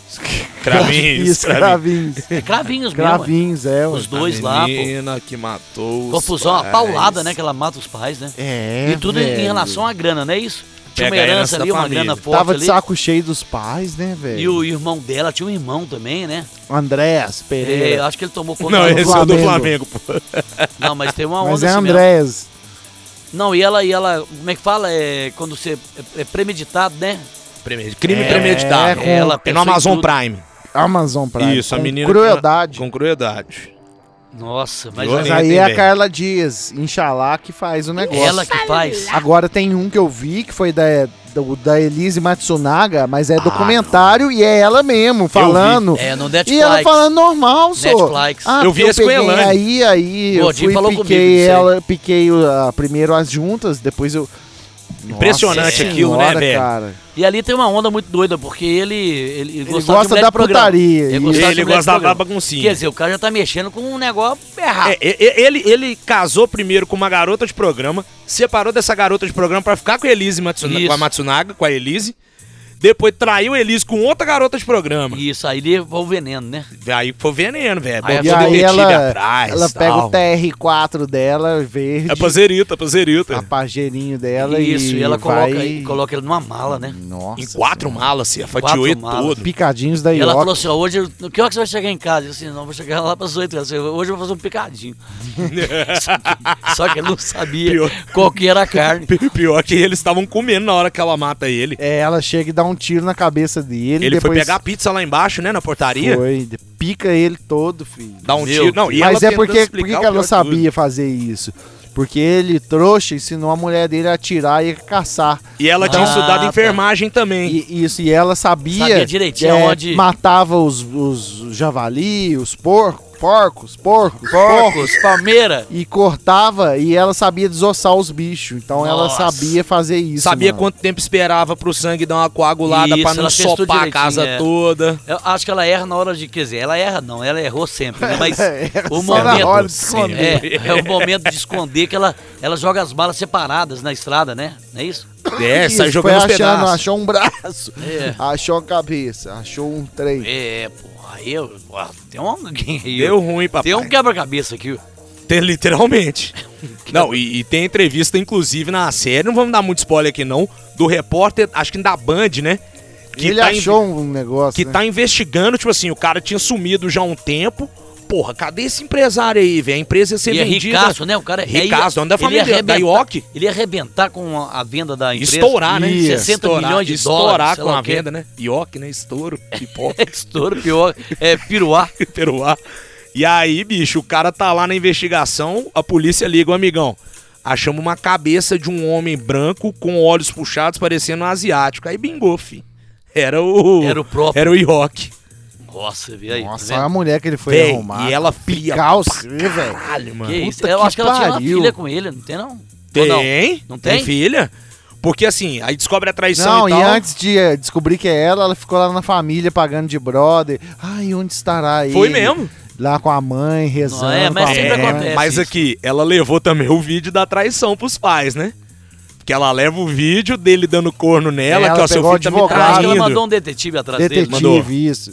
S4: Cravinhos,
S3: Isso, cravinhos.
S2: É cravinhos mesmo.
S3: Cravins, é.
S2: Os
S3: ué.
S2: dois lá,
S4: A
S2: pô.
S4: menina que matou os
S2: Confusão, a
S4: pais.
S2: paulada, né? Que ela mata os pais, né?
S3: É,
S2: E tudo em
S3: velho.
S2: relação à grana, não é isso? Tinha uma
S4: Pega a herança
S2: herança ali,
S4: da
S2: uma
S4: família.
S2: grana forte
S3: Tava de
S2: ali.
S3: saco cheio dos pais, né, velho?
S2: E o irmão dela tinha um irmão também, né?
S3: Andréas
S2: É, eu
S3: Pereira.
S2: acho que ele tomou conta.
S4: Não,
S2: do-
S4: esse é o do
S3: Flamengo.
S4: Flamengo, pô.
S2: Não, mas tem uma onda
S3: Mas é
S2: assim mesmo.
S3: Andréas.
S2: Não, e ela, e ela, como é que fala? É quando você é, é premeditado, né?
S4: Premed- Crime
S3: É,
S4: premeditado.
S3: com-
S2: Ela
S4: É no
S2: pensou em
S4: Amazon
S2: tudo.
S4: Prime.
S3: Amazon Prime.
S4: Isso, a
S3: com
S4: menina. que-
S3: Crueldade.
S4: Com crueldade.
S2: Nossa, mas
S4: Viu?
S3: Mas
S4: Sim,
S3: aí
S4: tem
S3: é
S4: bem.
S3: a Carla Dias, Inxalá, que faz o negócio.
S2: é ela que faz.
S3: Agora tem um que eu vi que foi da, do- da Elise Matsunaga, mas é documentário e é ela mesmo falando.
S2: Ah, É, no Netflix.
S3: E ela falando normal, só.
S2: Netflix.
S3: Ah,
S4: Eu vi
S3: porque
S4: esse com a
S3: peguei
S4: Elane.
S3: Aí, aí, eu
S2: Godinho
S3: fui,
S2: falou
S3: piquei
S2: comigo disso aí.
S3: ela, piquei ah, primeiro as juntas, depois eu... Nossa
S4: Impressionante aquilo, né,
S3: senhora,
S4: velho?
S3: cara.
S2: E ali tem uma onda muito doida, porque ele. Ele, ele
S3: Ele
S2: gostava de
S3: gosta
S2: mulher
S3: da
S2: de programa.
S3: putaria,
S2: Ele
S3: e-
S2: gostava de
S4: Ele
S2: mulher de
S4: gosta da
S2: programa. Quer
S4: baguncinha.
S2: dizer, o cara já tá mexendo com um negócio errado.
S4: É, e- e- ele, ele casou primeiro com uma garota de programa, separou dessa garota de programa pra ficar com a Elise Matsuna,
S2: Isso.
S4: com a Matsunaga, com a Elise. Depois traiu a Elise com outra garota de programa.
S2: Isso, aí ele vai o veneno, né?
S4: Aí foi veneno, velho.
S2: Aí
S4: Botou
S3: E aí
S4: detetive
S3: ela,
S4: É atrás,
S3: ela pega
S4: tal.
S3: o TR4 dela, verde,
S4: É pazerita, pazerita.
S3: a pajeirinho dela
S2: Isso,
S3: e,
S2: e ela coloca,
S3: vai-
S2: e coloca ele numa mala, né?
S3: Nossa
S4: Em quatro malas, assim, se
S2: Quatro
S4: fatiou ele
S2: malas.
S4: todo.
S3: Picadinhos da
S2: E ela falou
S3: Ioca.
S2: assim, ó, hoje, eu- no que hora que você vai chegar em casa? Eu disse, assim, não, eu vou chegar lá para as 8 horas. Eu- Hoje eu vou fazer um picadinho. só, que, só que ele não sabia
S4: Pior.
S2: qual que era a carne.
S4: Pi- Pior que eles estavam comendo na hora que ela mata ele.
S3: É, ela chega e dá um tiro na cabeça dele.
S4: assim, Ele, foi
S3: depois
S4: pegar a pizza lá embaixo, né, na portaria.
S3: Foi, de- pica ele todo, filho.
S4: Dá um
S2: Meu
S4: tiro. Não, e
S3: Mas
S4: ela
S3: é porque,
S4: tentando
S3: por que
S4: explicar
S3: que ela
S4: o
S3: não
S4: pior de tudo.
S3: sabia fazer isso? Porque ele, trouxa, ensinou a mulher dele a atirar e a caçar.
S4: E ela tinha
S2: Ah,
S4: estudado
S2: tá.
S4: enfermagem também.
S3: E, isso, e ela sabia,
S2: Sabia direitinho
S3: é,
S2: onde-
S3: matava os, os javali, os porcos, porcos, porcos,
S2: Porcos, palmeira.
S3: E cortava e ela sabia desossar os bichos. Então ela
S2: Nossa.
S3: sabia fazer isso.
S4: Sabia
S3: mano.
S4: quanto tempo esperava pro sangue dar uma coagulada
S2: Isso,
S4: pra não
S2: ela fez tudo
S4: sopar a
S2: direitinho,
S4: casa
S2: é.
S4: toda.
S2: Eu acho que ela erra na hora de. Quer dizer, ela erra não, ela errou sempre, né? Mas o
S3: É, só na hora de
S2: momento.
S3: esconder.
S2: É, é o momento de esconder que ela, ela joga as balas separadas na estrada, né? Não é isso?
S4: É,
S3: Isso,
S4: sai
S3: foi
S4: jogando os
S3: achando,
S4: pedaços.
S3: achou um braço,
S2: É.
S3: achou a cabeça, achou um trem.
S2: É, porra, eu. porra, Tem um.
S4: Deu ruim, papai.
S2: Tem um quebra-cabeça aqui.
S4: Tem, literalmente. não, e, e tem entrevista, inclusive, na série, não vamos dar muito spoiler aqui não, do repórter, acho que da Band, né? Que
S3: Ele
S4: tá em-
S3: achou um negócio.
S4: que
S3: né?
S4: tá investigando, tipo assim, o cara tinha sumido já há um tempo. Porra, cadê esse empresário aí, velho? A empresa ia ser
S2: E é
S4: vendida.
S2: ricaço, né? O cara é
S4: Ricaço, dono da
S2: ele
S4: família,
S2: ia arrebentar-
S4: da Ioki.
S2: Ele ia arrebentar com a a venda da empresa.
S4: Estourar, né?
S2: Ia. 60
S4: estourar,
S2: milhões de
S4: estourar
S2: dólares, sei
S4: com
S2: lá
S4: a
S2: o quê.
S4: venda, né? Ioc, né? Estouro, pipoca,
S2: Estouro, pior. É, piruá.
S4: peruá. E aí, bicho, o cara tá lá na investigação, a polícia liga, o amigão. Achamos uma cabeça de um homem branco com olhos puxados, parecendo um asiático. Aí bingou, fi. Era o.
S2: Era o próprio.
S4: Era o Ioc.
S2: É. Nossa, vê aí.
S3: Nossa,
S2: tá
S3: olha a
S2: vendo?
S3: mulher que ele foi
S4: Véi,
S3: arrumar.
S4: E ela pia.
S3: Calça,
S4: pra
S3: velho.
S4: Caralho, mano.
S2: Que isso?
S3: Puta
S2: Eu
S3: que
S2: acho que ela tinha uma
S3: pariu.
S2: filha com ele, não tem não? Ou
S4: Tem.
S2: não?
S4: Não
S2: Não
S4: tem?
S2: tem?
S4: filha? Porque assim, aí descobre a traição
S3: Não,
S4: e
S3: e,
S4: tal.
S3: antes de eh, descobrir que é ela, ela ficou lá na família pagando de brother. Ai, onde estará ele?
S4: Foi mesmo.
S3: Lá com a mãe, rezando.
S2: Não, é, mas
S3: com a
S2: sempre
S3: mãe.
S2: acontece.
S4: mas
S2: isso.
S4: aqui, ela levou também o vídeo da traição pros pais, né? Porque ela leva o vídeo dele dando corno nela,
S3: É, Ela
S4: que ó, seu
S3: pegou
S4: filho tá me
S3: o advogado.
S2: Ah, acho que ela
S4: traindo.
S2: mandou um detetive atrás dele.
S3: Detetive,
S2: Mandou.
S4: mandou.
S3: isso.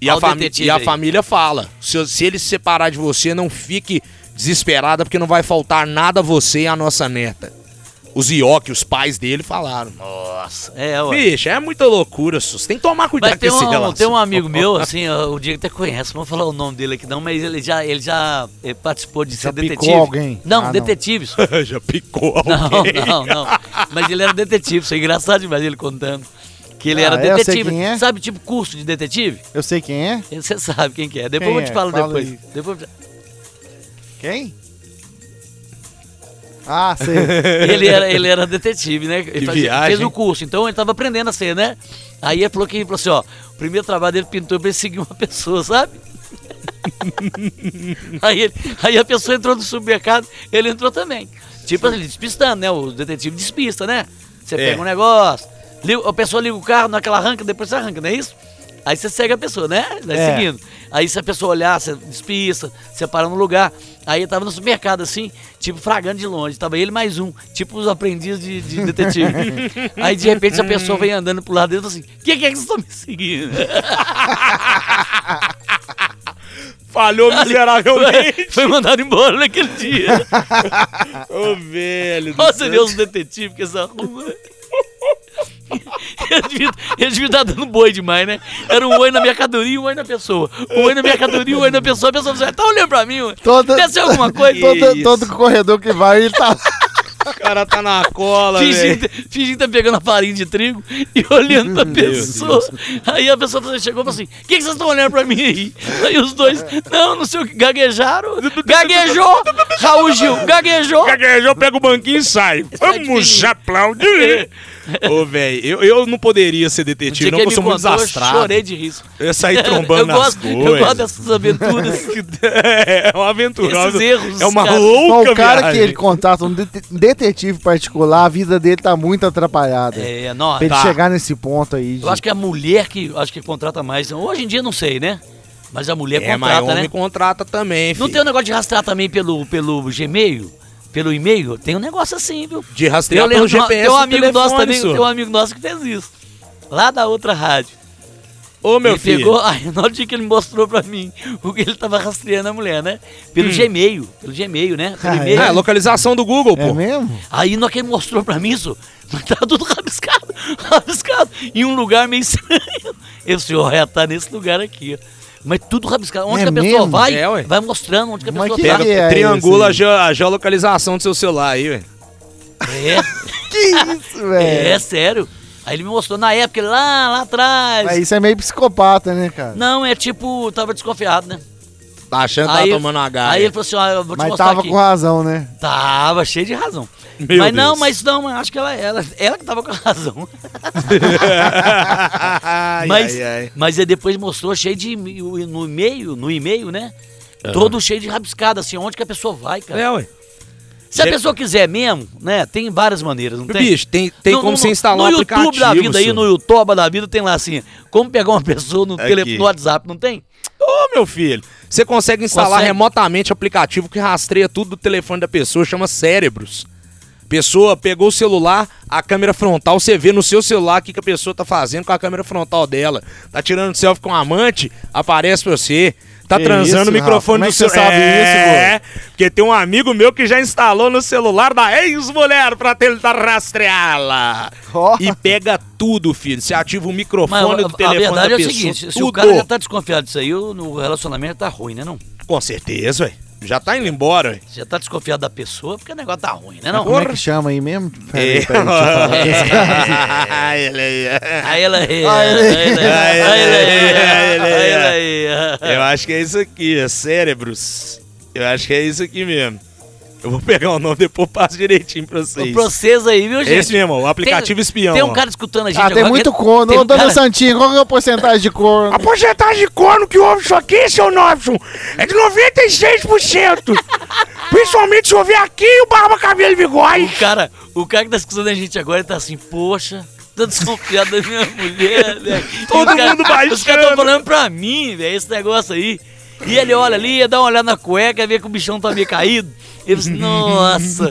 S4: E, a
S2: Olha o
S4: fami-
S2: detetive
S4: e a
S2: aí.
S4: família fala: se, se ele se separar de você, não fique desesperada, porque não vai faltar nada a você e a nossa neta. Os Ioki, os pais dele, falaram.
S2: Nossa, é, ué.
S4: Bicho, é muita loucura, sus. Tem que tomar cuidado
S2: Mas tem
S4: com esse
S2: um,
S4: relação.
S2: tem um amigo meu, assim, ó, o Diego até conhece, não vou falar o nome dele aqui não, mas ele já, ele já eh, participou de ser
S3: picou
S2: detetive.
S3: alguém?
S2: Não,
S3: Ah, não.
S2: detetives.
S4: Já picou
S2: Não,
S4: alguém.
S2: não, não. Mas ele era detetive, isso é engraçado demais ele contando. Que ele
S3: Ah,
S2: era
S3: é? Eu sei
S2: detetive.
S3: quem é.
S2: Sabe, tipo curso de detetive?
S3: Eu sei quem é.
S2: Você sabe quem que é. Depois
S3: Quem
S2: eu te
S3: é?
S2: falo
S3: Fala
S2: depois.
S3: aí.
S2: depois. eu te-
S3: Quem? Ah, sei.
S2: Ele era, ele era detetive, né? Ele
S4: Que
S2: fazia-
S4: viagem.
S2: fez o curso, então ele tava aprendendo a ser, né? Aí ele falou que ele falou assim, ó, o primeiro trabalho dele pintou pra ele seguir uma pessoa, sabe? aí, ele- aí a pessoa entrou no supermercado, ele entrou também. Tipo assim, despistando, né? O detetive despista, né? Você
S4: É.
S2: pega um negócio, liga- a pessoa liga o carro, naquela arranca, depois você arranca, não é isso? Aí você segue a pessoa, né? Vai
S3: É.
S2: seguindo. Aí se a pessoa olhar, você despista, você para no lugar. Aí eu tava no supermercado, assim, tipo, fragando de longe. Tava ele mais um, tipo os aprendizes de, de detetive. Aí de repente a pessoa vem andando pro lado dele e fala assim, quem é que vocês estão me seguindo?
S4: Falhou miseravelmente.
S2: Foi, foi mandado embora naquele dia.
S4: Ô, velho. do
S2: Nossa,
S4: céu.
S2: vê os detetives que essa rua. Eles deviam, eles deviam estar tá dando boi demais, né? Era um oi na mercadoria e um oi na pessoa. Um oi na mercadoria e um oi na pessoa. A pessoa já tá olhando pra mim, ué.
S3: Todo,
S2: Aconteceu alguma coisa?
S3: todo,
S4: isso.
S3: todo corredor que vai, ele tá
S4: O cara tá na cola, velho.
S2: Fingindo, fingindo que tá pegando a farinha de trigo e olhando pra pessoa. Aí a pessoa chegou e falou assim: O que, que vocês estão olhando pra mim aí? Aí os dois, não, não sei o que, gaguejaram. Gaguejou! Raul Gil, gaguejou!
S4: Gaguejou, pega o banquinho e sai. Vamos
S2: fininho.
S4: aplaudir. Ô, velho, eu, eu não poderia ser
S2: O dia
S4: detetive,
S2: que
S4: não,
S2: ele
S4: porque eu sou
S2: me
S4: muito
S2: contou, eu
S4: desastrado.
S2: chorei de risco.
S4: Eu ia sair trombando
S2: eu
S4: nas
S2: gosto,
S4: coisas.
S2: Eu gosto dessas aventuras.
S4: É uma aventura.
S2: Esses erros,
S4: é uma
S2: cara.
S4: louca
S3: o cara
S4: viagem.
S3: que ele contrata, um det- detetive particular, a vida dele tá muito atrapalhada.
S2: É,
S3: pra
S2: nossa.
S3: ele
S4: tá.
S3: chegar nesse ponto aí. de-
S2: Eu acho que é a mulher que, acho que contrata mais. Hoje em dia não sei, né? Mas a mulher
S4: É, mas
S2: contrata,
S4: homem
S2: né?
S4: contrata também,
S2: Não
S4: filho.
S2: tem um negócio de rastrar também pelo, pelo Gmail? Pelo e-mail? Tem um negócio assim, viu?
S4: De rastrear
S2: Eu
S4: pelo
S2: lembro de uma-
S4: GPS
S2: tem um
S4: do
S2: amigo
S4: telefone,
S2: nosso também,
S4: senhor.
S2: tem um amigo nosso que fez isso. Lá da outra rádio.
S4: Ô, meu
S2: um ele
S4: filho.
S2: pegou, aí na hora de que ele mostrou pra mim o que ele tava rastreando a mulher, né? Pelo Gmail, pelo Gmail, né? Pelo
S3: Ah,
S2: e-mail.
S4: Hum. É, localização do Google,
S3: É
S4: pô.
S3: mesmo?
S2: Aí na hora que ele mostrou pra mim isso, mas tava tudo rabiscado, rabiscado, em um lugar meio estranho. Eu senhor ia tá nesse lugar aqui, ó. Mas tudo rabiscado. Onde
S3: É
S2: que a pessoa
S3: mesmo?
S2: vai,
S4: É, ué.
S2: vai mostrando onde que a
S3: Mas
S2: pessoa
S3: que
S2: tá.
S4: Pega,
S3: que é
S4: triangula a
S3: esse
S4: geo- a geolocalização do seu celular aí, velho.
S2: É,
S3: Que isso,
S2: é,
S3: velho?
S2: sério. Aí ele me mostrou na época, ele lá, lá atrás.
S3: Mas Isso é meio psicopata, né, cara?
S2: Não, é tipo, tava desconfiado, né?
S4: Tá achando que tá tomando uma gaia.
S2: aí ele falou assim, ó, eu vou te
S3: Mas
S2: mostrar
S3: tava
S2: aqui.
S3: com razão, né?
S2: Tava cheio de razão.
S4: Meu
S2: mas não,
S4: Deus.
S2: mas não, mas acho que ela, ela, ela que tava com a razão.
S4: Ai,
S2: mas,
S4: ai, ai.
S2: mas aí depois mostrou cheio de e-mail- no e-mail, no e-mail, né? Todo cheio de rabiscada, assim, onde que a pessoa vai, cara?
S4: É, ué.
S2: Se a
S4: é-
S2: pessoa quiser mesmo, né, tem várias maneiras, não tem?
S4: Bicho, tem, tem
S2: No-
S4: como
S2: no-
S4: você instalar
S2: No
S4: um aplicativo.
S2: YouTube da vida aí,
S4: senhor.
S2: no YouTube da vida, tem lá assim, como pegar uma pessoa no,
S1: Aqui.
S2: telefone, no WhatsApp, não tem?
S4: Ô, meu filho, você consegue instalar
S2: Consegue.
S4: remotamente aplicativo que rastreia tudo do telefone da pessoa, chama Cérebros. Pessoa pegou o celular, a câmera frontal, você vê no seu celular o que, que a pessoa tá fazendo com a câmera frontal dela. Tá tirando selfie com um amante, aparece pra você. Tá
S3: Que
S4: transando
S3: isso,
S4: o microfone
S3: Rafa, como é
S4: do
S3: que você
S4: celular.
S3: sabe
S4: É, porque tem um amigo meu que já instalou no celular da ex-mulher pra tentar rastreá-la.
S3: Ó.
S4: E pega tudo, filho. Você ativa o
S2: Mas
S4: microfone
S2: a,
S4: do
S2: a
S4: telefone da
S2: verdade é o
S4: pessoa.
S2: seguinte, se
S4: tudo.
S2: o cara já tá desconfiado disso aí, o, o relacionamento tá ruim, né não?
S4: Com certeza, ué. Já tá indo embora, ué.
S2: Se já tá desconfiado da pessoa, porque o negócio tá ruim, né
S3: Como
S2: não? É,
S3: é que chama aí mesmo?
S4: É.
S3: Peraí, peraí, deixa eu falar.
S2: Aí ela aí, aí ela aí, aí ela aí, aí ela aí.
S4: Eu acho que é isso aqui, é cérebros. Eu acho que é isso aqui mesmo. Eu vou pegar o nome depois eu passo direitinho pra vocês.
S2: Pra vocês aí, viu, gente?
S4: Esse mesmo, o aplicativo
S2: Tem-
S4: espião.
S2: Tem
S4: ó.
S2: um cara escutando a gente
S3: Ah,
S2: agora.
S3: tem muito corno.
S2: tem
S3: Ô,
S2: um
S3: dona
S2: cara-
S3: Santinha, qual que é a porcentagem de corno?
S4: A porcentagem de corno que houve isso aqui, seu Nobson, é de 96%. Principalmente se houver aqui o barba, cabelo e bigode.
S2: O cara, o cara que tá escutando a gente agora, ele tá assim, poxa, tô desconfiado da minha mulher, né?
S4: Todo
S2: Os cara-
S4: mundo baixando.
S2: Os caras tão falando pra mim, velho, esse negócio aí. E ele olha ali, dá uma olhada na cueca, vê que o bichão tá meio caído. Ele diz, nossa,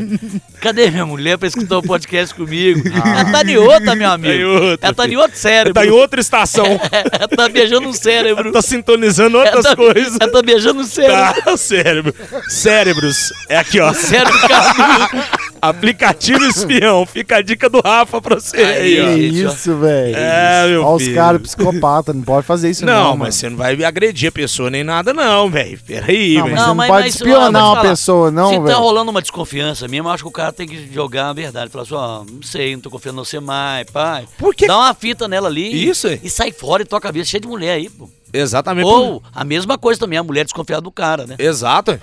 S2: cadê minha mulher pra escutar o podcast comigo? Ela tá de outra, meu amigo.
S4: Ah. Tá em outra,
S2: Ela tá de outro cérebro.
S4: Tá em outra estação.
S2: Ela tá beijando um cérebro.
S4: tá sintonizando
S2: Ela
S4: outras
S2: tá,
S4: coisas.
S2: ela tá beijando um cérebro.
S4: Tá, cérebro. Cérebros. É aqui, ó.
S2: Cérebro cabeludo.
S4: Aplicativo espião. Fica a dica do Rafa pra você aí,
S3: Que
S4: ó.
S2: Aí, gente, ó.
S3: isso, velho.
S4: É, meu
S3: Olha os
S4: filho.
S3: caras psicopatas, não pode fazer isso não,
S4: Não, mas você não vai agredir a pessoa nem nada, não, velho. Peraí,
S3: Não,
S4: velho.
S3: mas você não pode espionar
S2: olha, vou te
S3: uma
S2: falar.
S3: pessoa, não,
S2: Se tá
S3: velho.
S2: rolando uma desconfiança mesmo, eu acho que o cara tem que jogar a verdade. Falar assim, ó, não sei, não tô confiando em você mais, pai.
S4: Por quê?
S2: Dá uma fita nela ali.
S4: Isso, é.
S2: E sai fora e toca a cabeça cheia de mulher aí, pô.
S4: Exatamente.
S2: Ou a mesma coisa também, a mulher desconfiada do cara, né?
S4: Exato.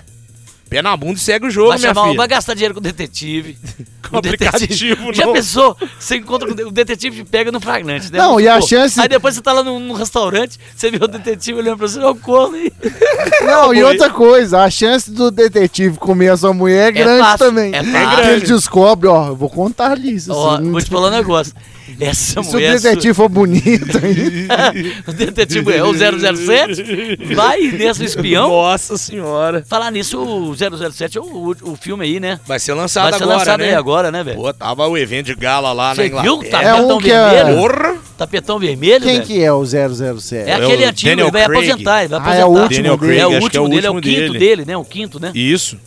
S4: Pé na bunda e segue o jogo,
S2: vai,
S4: minha
S2: chamar, um,
S4: filha.
S2: vai gastar dinheiro com o detetive.
S4: Com aplicativo,
S2: Já
S4: não.
S2: pensou? Você encontra com o de- o detetive te pega no flagrante, né?
S3: Não,
S2: Vamos
S3: e a
S2: supor.
S3: chance-
S2: Aí depois você tá lá num, num restaurante, você vê o detetive olhando pra você, ó, o corno aí.
S3: Não, e outra coisa, a chance do detetive comer a sua mulher é grande
S2: fácil,
S3: também.
S2: é
S3: Porque
S2: fácil.
S3: Ele descobre, ó, eu vou contar-lhe isso.
S2: Ó,
S3: assim.
S2: vou te falar um negócio. Essa
S3: se o
S2: mulher. sua-
S3: detetive for bonito, hein?
S2: o detetive é o 007? Vai nessa espião.
S4: Nossa senhora.
S2: Falar nisso, o 007 é o, o, o filme aí, né?
S4: Vai ser lançado
S2: Vai ser
S4: agora,
S2: lançado
S4: né?
S2: aí agora, né, velho?
S4: Pô, tava o evento de gala lá
S2: Você
S4: na
S2: viu tá o
S4: Inglaterra.
S3: É
S2: tapetão
S3: um que é-
S2: vermelho?
S4: Porra.
S2: Tapetão vermelho,
S3: Quem
S2: velho?
S3: que é o 007?
S2: É aquele
S4: É o
S2: antigo,
S4: Daniel
S2: ele vai
S4: Craig.
S2: aposentar, ele vai
S3: Ah,
S2: aposentar.
S3: é o último
S4: Daniel
S3: dele.
S4: Craig,
S2: É o
S4: acho que
S2: último dele, é o quinto
S4: dele.
S2: dele, né? O quinto, né?
S4: Isso.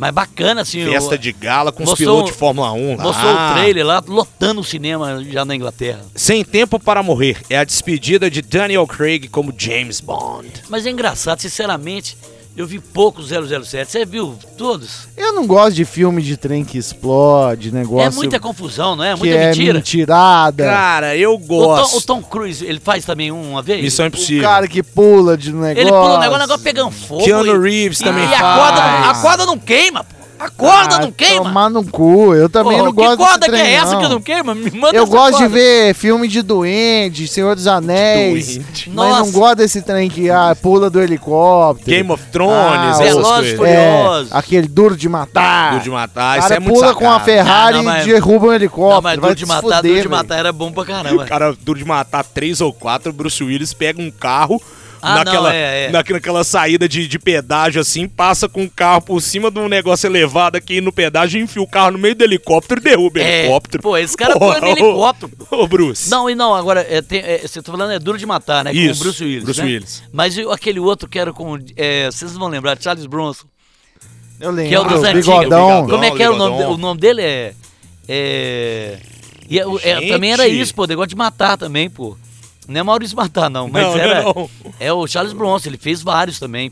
S2: Mas bacana, assim. o-
S4: Festa de Ah. gala com os
S2: mostrou- um-
S4: pilotos de Fórmula 1 lá.
S2: Mostrou o trailer lá, lotando o cinema já na Inglaterra.
S4: Sem Tempo para Morrer é a despedida de Daniel Craig como James Bond.
S2: Mas é engraçado, sinceramente, eu vi pouco 007. Você viu todos?
S3: Eu não gosto de filme de trem que explode, negócio
S2: é muita confusão, não é?
S3: que
S2: Muita
S3: é
S2: mentira.
S3: mentirada.
S4: Cara, eu
S2: O Tom,
S4: gosto.
S2: o Tom Cruise, ele faz também um, uma vez?
S4: Missão
S3: o
S4: é Impossível.
S3: cara que pula de um negócio.
S2: Ele pula um Ah, negócio, o negócio pegando fogo.
S4: Keanu
S2: e-
S4: Reeves
S2: e-
S4: também
S2: E a corda, não-
S4: faz.
S2: a corda não queima, pô. A corda
S3: Ah,
S2: é não queima.
S3: Tomar no cu. Eu também
S2: Porra,
S3: não gosto
S2: que corda
S3: desse
S2: que
S3: trem,
S2: é essa
S3: não.
S2: que não queima? Me manda
S3: Eu
S2: essa
S3: gosto de
S2: corda.
S3: ver filme de duende, Senhor dos Anéis.
S4: Duende.
S3: Mas
S2: Nossa.
S3: não gosto desse trem que ah, pula do helicóptero.
S4: Game of Thrones,
S3: Ah,
S4: essas
S2: Velozes
S4: coisas.
S2: foi-
S3: é,
S2: Furiosos.
S3: aquele duro de
S2: Tá.
S3: matar.
S4: Duro de matar,
S3: O
S4: isso
S3: cara
S4: é muito
S3: pula com a
S4: sacado.
S3: Ferrari
S2: Não, não, mas-
S3: e derruba um helicóptero.
S2: Não,
S3: vai
S2: mas Duro de
S3: se
S2: Matar,
S3: fuder,
S2: Duro de
S3: velho.
S2: Matar era bom pra caramba.
S4: O cara duro de matar três ou quatro, Bruce Willis pega um carro
S2: Ah,
S4: naquela,
S2: não, é, é.
S4: naquela naquela saída de, de pedágio assim, passa com o carro por cima de um negócio elevado aqui no pedágio, enfia o carro no meio do helicóptero e derruba o
S2: É,
S4: helicóptero.
S2: pô, esse cara pula no
S4: Ô, ô,
S2: helicóptero,
S4: Ô, Bruce.
S2: Não, e não, agora, é, tem- é, você tá falando é Duro de Matar, né? com
S4: Isso,
S2: o Bruce Willis,
S4: Bruce
S2: né?
S4: Willis.
S2: Mas e aquele outro que era com, é, vocês vão lembrar, Charles Bronson,
S3: Eu lembro.
S2: que é o dos
S3: Ah, o
S2: antigos.
S3: bigodão.
S4: Bigodão.
S2: Como é que era o nome dele? O
S4: Bigodão.
S2: nome dele é... é, e é- o- é-
S4: Gente.
S2: também era isso, pô, negócio de matar também, pô. Não é Maurício Matar, não, mas
S4: Não, não,
S2: era...
S4: não.
S2: É o Charles Bronson, ele fez vários também.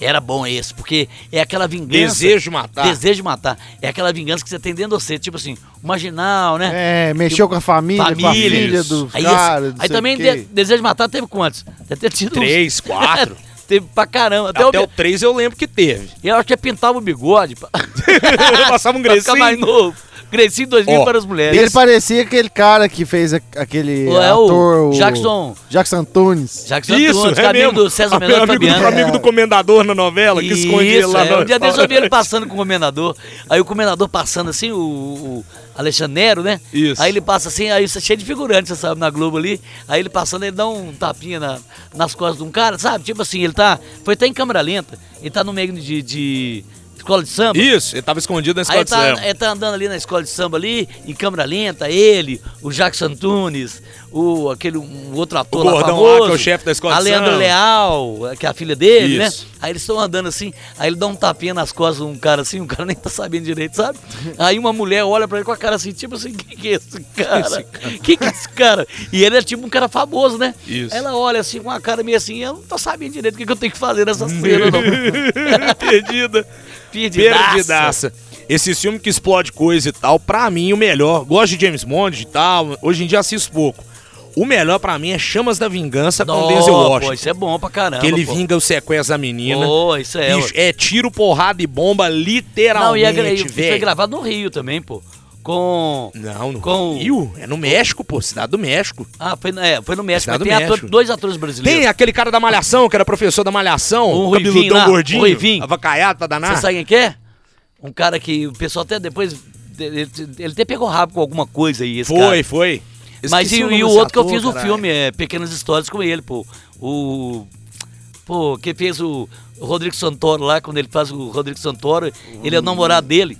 S2: Era bom esse, porque é aquela vingança...
S4: Desejo de matar.
S2: Desejo de matar. É aquela vingança que você tem dentro de você, tipo assim, o marginal, né?
S3: É, mexeu com a família, com a
S2: Família,
S3: filha
S4: isso.
S3: do
S2: Aí, esse-
S3: cara. não
S2: aí
S3: sei
S2: também
S3: o quê.
S2: de- Desejo de Matar teve quantos? Deve ter tido uns-
S4: Três, quatro.
S2: teve pra caramba. Até,
S4: Até,
S2: o...
S4: o 3 eu lembro que teve.
S2: Eu acho que pintava o bigode pra, pra
S4: Passava um
S2: ficar mais
S4: grecinho.
S2: novo. Cresci em 2000
S4: Ó,
S2: para as mulheres.
S3: Ele parecia aquele cara que fez a- aquele
S2: Ou é o
S3: ator...
S2: Jackson.
S3: Jackson Antunes.
S2: Jackson Antunes, amigo do César
S4: é Amigo
S2: Menor
S4: do-
S2: Fabiano.
S4: amigo do comendador na novela, que escondia ele
S2: Isso,
S4: lá
S2: é.
S4: no-
S2: Um dia desse eu vi ele passando com o comendador. Aí o comendador passando assim, o, o Alexandre Nero, né?
S4: Isso.
S2: Aí ele passa assim, aí isso é cheio de figurante, você sabe, na Globo ali. Aí ele passando, ele dá um tapinha na- nas costas de um cara, sabe? Tipo assim, ele tá. Foi até em câmera lenta. Ele tá no meio de, de escola de samba.
S4: Isso, ele tava escondido na
S2: Aí
S4: escola
S2: ele
S4: de
S2: tá,
S4: samba.
S2: ele tá andando ali na escola de samba ali, em câmera lenta, ele, o Jackson Antunes, o aquele um outro ator
S4: O
S2: lá
S4: gordão lá,
S2: famoso,
S4: que é o chefe da escola
S2: a
S4: de
S2: Leandro
S4: samba.
S2: Leal, que é a filha dele,
S4: Isso.
S2: né? Aí eles estão andando assim, aí ele dá um tapinha nas costas de um cara assim, um cara nem tá sabendo direito, sabe? Aí uma mulher olha pra ele com a cara assim, tipo assim, que que é esse cara? Que que é esse cara? E ele é tipo um cara famoso, né?
S4: Isso.
S2: Ela olha assim com a cara meio assim, eu não tô sabendo direito o que, que eu tenho que fazer nessa cena, não. tá.
S4: Perdida.
S2: Perdidaça.
S4: Perdidaça. Esse filme que explode coisa e tal, pra mim o melhor. Gosto de James Bond e tal, hoje em dia assisto pouco. O melhor pra mim é Chamas da Vingança Tá com um
S2: Nó,
S4: Denzel
S2: pô,
S4: Washington.
S2: isso é bom pra caramba.
S4: que ele
S2: pô.
S4: vinga o sequestro da menina.
S2: Pô, isso é.
S4: Bicho,
S2: ué.
S4: é tiro, porrada e bomba,
S2: não, e
S4: literalmente,
S2: é, gra- e foi
S4: velho.
S2: gravado no Rio também, pô. Com.
S4: Não, no
S2: Com-
S4: Rio. É no México, pô. Cidade do México.
S2: Ah, foi, na- é, foi no México.
S4: Estado
S2: mas
S4: do
S2: Tem ator-
S4: México.
S2: dois atores
S4: Tem
S2: brasileiros.
S4: aquele cara da Malhação, que era professor da
S2: O
S4: Malhação. O
S2: é- Um Ruivinho
S4: cabeludão
S2: lá,
S4: gordinho.
S2: o Ruivinho.
S4: Avacaiado pra danar.
S2: Você sabe quem que é? Um cara que o pessoal até depois. Ele, ele até pegou rabo com alguma coisa aí, esse cara.
S4: Foi, foi.
S2: Mas
S4: Esqueci
S2: e,
S4: nome
S2: e o
S4: desse
S2: outro que eu
S4: ator,
S2: fiz o
S4: caralho.
S2: filme, é Pequenas Histórias com ele, pô. O. Pô, que fez o Rodrigo Santoro lá, quando ele faz o Rodrigo Santoro, ele é o namorado dele.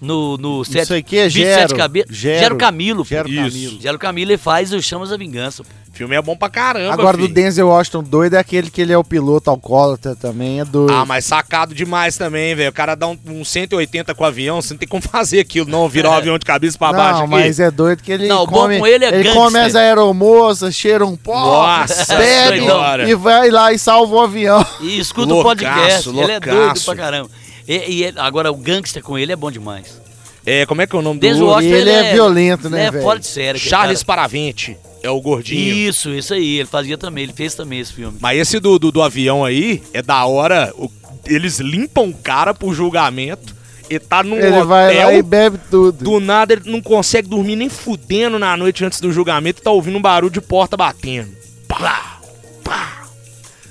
S2: No, no sete,
S3: sei o quê,
S2: 27
S3: Gero.
S2: Cabe...
S3: Gero.
S2: Gero Camilo, pô.
S3: Gero
S4: Isso.
S3: Camilo.
S2: Gelo Camilo ele faz o Chamas da Vingança. pô.
S4: O filme é bom pra caramba,
S3: Agora, do
S4: filho.
S3: Denzel Washington doido é aquele que ele é o piloto alcoólatra também, é doido.
S4: Ah, mas sacado demais também, velho. O cara dá um, um 180 com o avião, você não tem como fazer aquilo, não. Virar
S2: É.
S4: o avião de cabeça pra baixo
S3: Não,
S4: aqui.
S3: mas é doido que ele
S2: Não, o bom
S3: come...
S2: com ele é gangster.
S3: come as aeromoças, cheira um pó,
S4: Nossa
S3: bebe
S4: senhora.
S3: e vai lá e salva o avião.
S2: E escuta o
S4: Loucaço,
S2: podcast. Ele é doido
S4: loucaço.
S2: pra caramba. E, e ele- agora o gangster com ele é bom demais.
S4: É, como é que é o nome
S2: Denzel
S4: do...
S3: Washington,
S4: outro?
S3: ele é violento, né,
S2: ele É
S3: velho?
S2: fora de série. aquele
S4: Charles
S2: cara.
S4: Paravente. É o gordinho.
S2: Isso, isso aí. Ele fazia também. Ele fez também esse filme.
S4: Mas esse do, do, do avião aí é da hora. o- eles limpam o cara pro julgamento. Ele tá num
S3: ele
S4: hotel.
S3: vai lá e bebe tudo.
S4: Do nada ele não consegue dormir nem fudendo na noite antes do julgamento. Tá ouvindo um barulho de porta batendo. Pá, pá.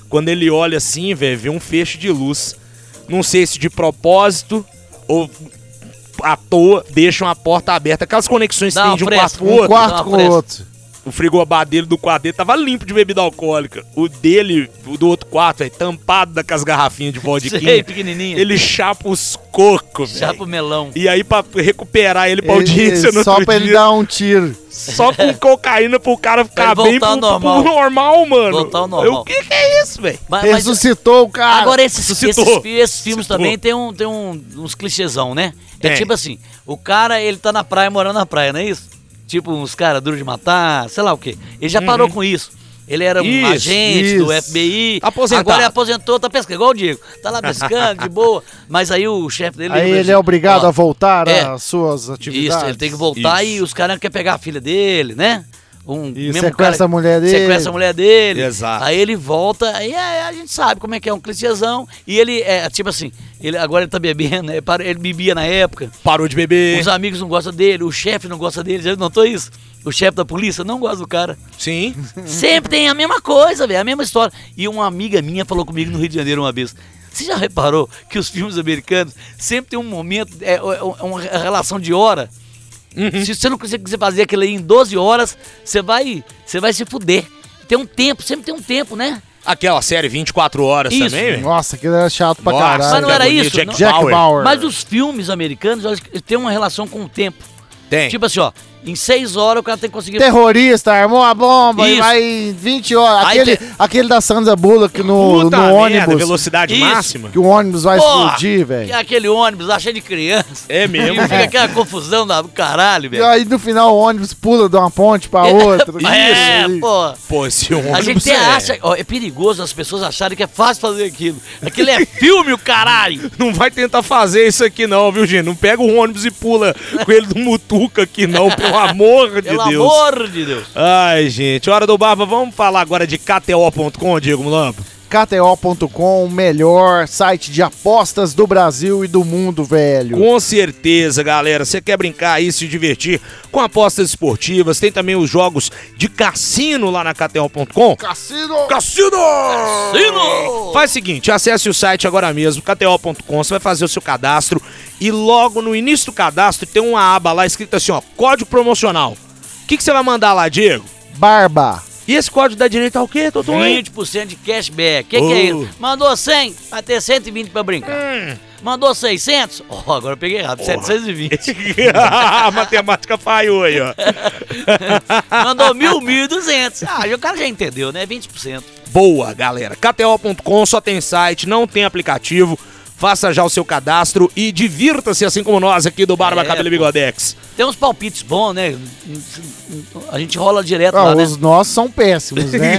S4: Quando ele olha assim, velho, vê um feixe de luz. Não sei se de propósito ou à toa deixam a porta aberta. Aquelas conexões que
S2: Dá
S4: tem
S2: uma
S4: de um
S2: fresca,
S4: quarto pro
S2: um
S4: outro.
S3: Um quarto
S2: dá uma
S3: com o
S2: pressa.
S3: outro.
S4: O frigobar dele do quarto dele tava limpo de bebida alcoólica. O dele, o do outro quarto, é tampado daquelas garrafinhas de vodka.
S2: Sei, pequenininho.
S4: Ele chapa os cocos, velho.
S2: Chapa o melão.
S4: E aí, pra recuperar ele pra
S3: Ele-
S4: Tipo audiência no
S3: só
S4: outro
S3: pra
S4: dia,
S3: ele dar um tiro.
S4: só com cocaína pro cara
S2: Pra
S4: ficar
S2: ele
S4: bem
S2: voltar
S4: pro,
S2: ao normal.
S4: pro normal, mano.
S2: Voltar ao normal.
S4: Eu, o que, que é isso, velho?
S2: Ah, Mas- mas-
S3: Ressuscitou o cara.
S2: Agora, esses, esses,
S4: suscitou.
S2: fi- esses filmes
S4: Suscitou.
S2: também tem, um, tem um- uns clichêzão, né?
S4: Tem.
S2: É tipo assim, o cara, ele tá na praia, morando na praia, não é isso? Tipo, uns caras duros de matar, sei lá o quê. Ele já parou com isso. Ele era um
S4: Isso,
S2: agente
S3: Uhum.
S2: do
S3: isso. Tá
S2: FBI.
S4: Aposentado.
S2: Agora ele aposentou, tá pescando, igual o Diego. Tá lá pescando, de boa. Mas aí o chefe dele...
S3: Aí
S2: lembra
S3: ele
S2: assim,
S3: é obrigado
S2: ó,
S3: a voltar
S2: é.
S3: às suas atividades.
S2: Isso, ele tem que voltar
S4: Isso.
S2: e os caras querem pegar a filha dele, né? Um,
S3: E sequestra a mulher dele.
S2: Sequestra a mulher dele.
S4: Exato.
S2: Aí ele volta, aí a, a gente sabe como é que é um clichêzão. E ele, é tipo assim, ele, agora ele tá bebendo, né? Para- ele bebia na época.
S4: Parou de beber.
S2: Os amigos não gostam dele, o chefe não gosta dele, já notou isso? O chefe da polícia não gosta do cara.
S4: Sim.
S2: Sempre tem a mesma coisa, velho, a mesma história. E uma amiga minha falou comigo no Rio de Janeiro uma vez. Você já reparou que os filmes americanos sempre tem um momento, é, é uma relação de hora? Se você não conseguir fazer aquilo aí em 12 horas, você vai, você vai se fuder. Tem um tempo, sempre tem um tempo, né?
S4: Aquela série 24 horas
S2: Isso.
S4: também, velho.
S3: Nossa, aquilo era chato pra
S4: Nossa,
S3: caralho.
S2: Mas não era
S4: agonia,
S2: isso,
S4: Jack
S2: não?
S3: Jack
S4: Bauer.
S3: Bauer.
S2: Mas os filmes americanos, eles têm uma relação com o tempo.
S4: Tem.
S2: Tipo assim, ó, em 6 horas o cara tem que conseguir...
S3: Terrorista, armou a bomba e
S2: Tipo, Isso.
S3: vai em 20 horas.
S2: Aí
S3: Aquele,
S2: tem-
S3: aquele da Sandra Bullock no,
S4: Puta
S3: no
S4: merda,
S3: ônibus.
S4: velocidade
S2: Isso.
S4: máxima.
S3: Que o ônibus vai
S2: Porra,
S3: explodir,
S2: que
S3: velho.
S2: é Aquele ônibus lá cheio de criança.
S4: É mesmo.
S2: E fica aquela confusão da do caralho,
S3: E
S2: velho.
S3: aí no final o ônibus pula de uma ponte pra outra.
S2: É,
S3: Isso.
S2: pô.
S4: Pô, esse
S2: A
S4: ônibus
S2: gente até
S4: é...
S2: acha, ó, é perigoso as pessoas acharem que é fácil fazer aquilo. Aquilo é filme, o caralho.
S4: Não vai tentar fazer isso aqui não, viu, gente? Não pega o ônibus e pula com ele no mutuca aqui não, pelo amor de
S2: Pelo
S4: Deus.
S2: amor de Deus.
S4: Ai, gente, hora do Barba, vamos falar agora de KTO.com, Diego Mulambo?
S3: KTO.com, o melhor site de apostas do Brasil e do mundo, velho.
S4: Com certeza, galera. Você quer brincar aí, se divertir com apostas esportivas. Tem também os jogos de cassino lá na KTO.com.
S3: Cassino!
S4: Cassino! Faz o seguinte, acesse o site agora mesmo, kto.com, você vai fazer o seu cadastro e logo no início do cadastro tem uma aba lá escrita assim, ó, código promocional. O que, que você vai mandar lá, Diego?
S3: Barba!
S4: E esse código dá direito ao quê, Totô? hein?
S2: 20% de cashback. Que que é
S4: Oh.
S2: isso? Mandou 100, vai ter 120 pra brincar.
S4: Hum.
S2: Mandou 600? Ó, agora eu peguei errado, 720.
S4: a matemática falhou aí, ó.
S2: Mandou 1.000, 1.200. Ah, o cara já entendeu, né? 20%.
S4: Boa, galera. KTO.com só tem site, não tem aplicativo. Faça já o seu cadastro e divirta-se assim como nós aqui do Barba
S2: É,
S4: Cabelo e
S2: pô.
S4: Bigodex.
S2: Tem uns palpites bons, né? A gente rola direto
S3: Ah,
S2: lá, né?
S3: os nossos são péssimos, né?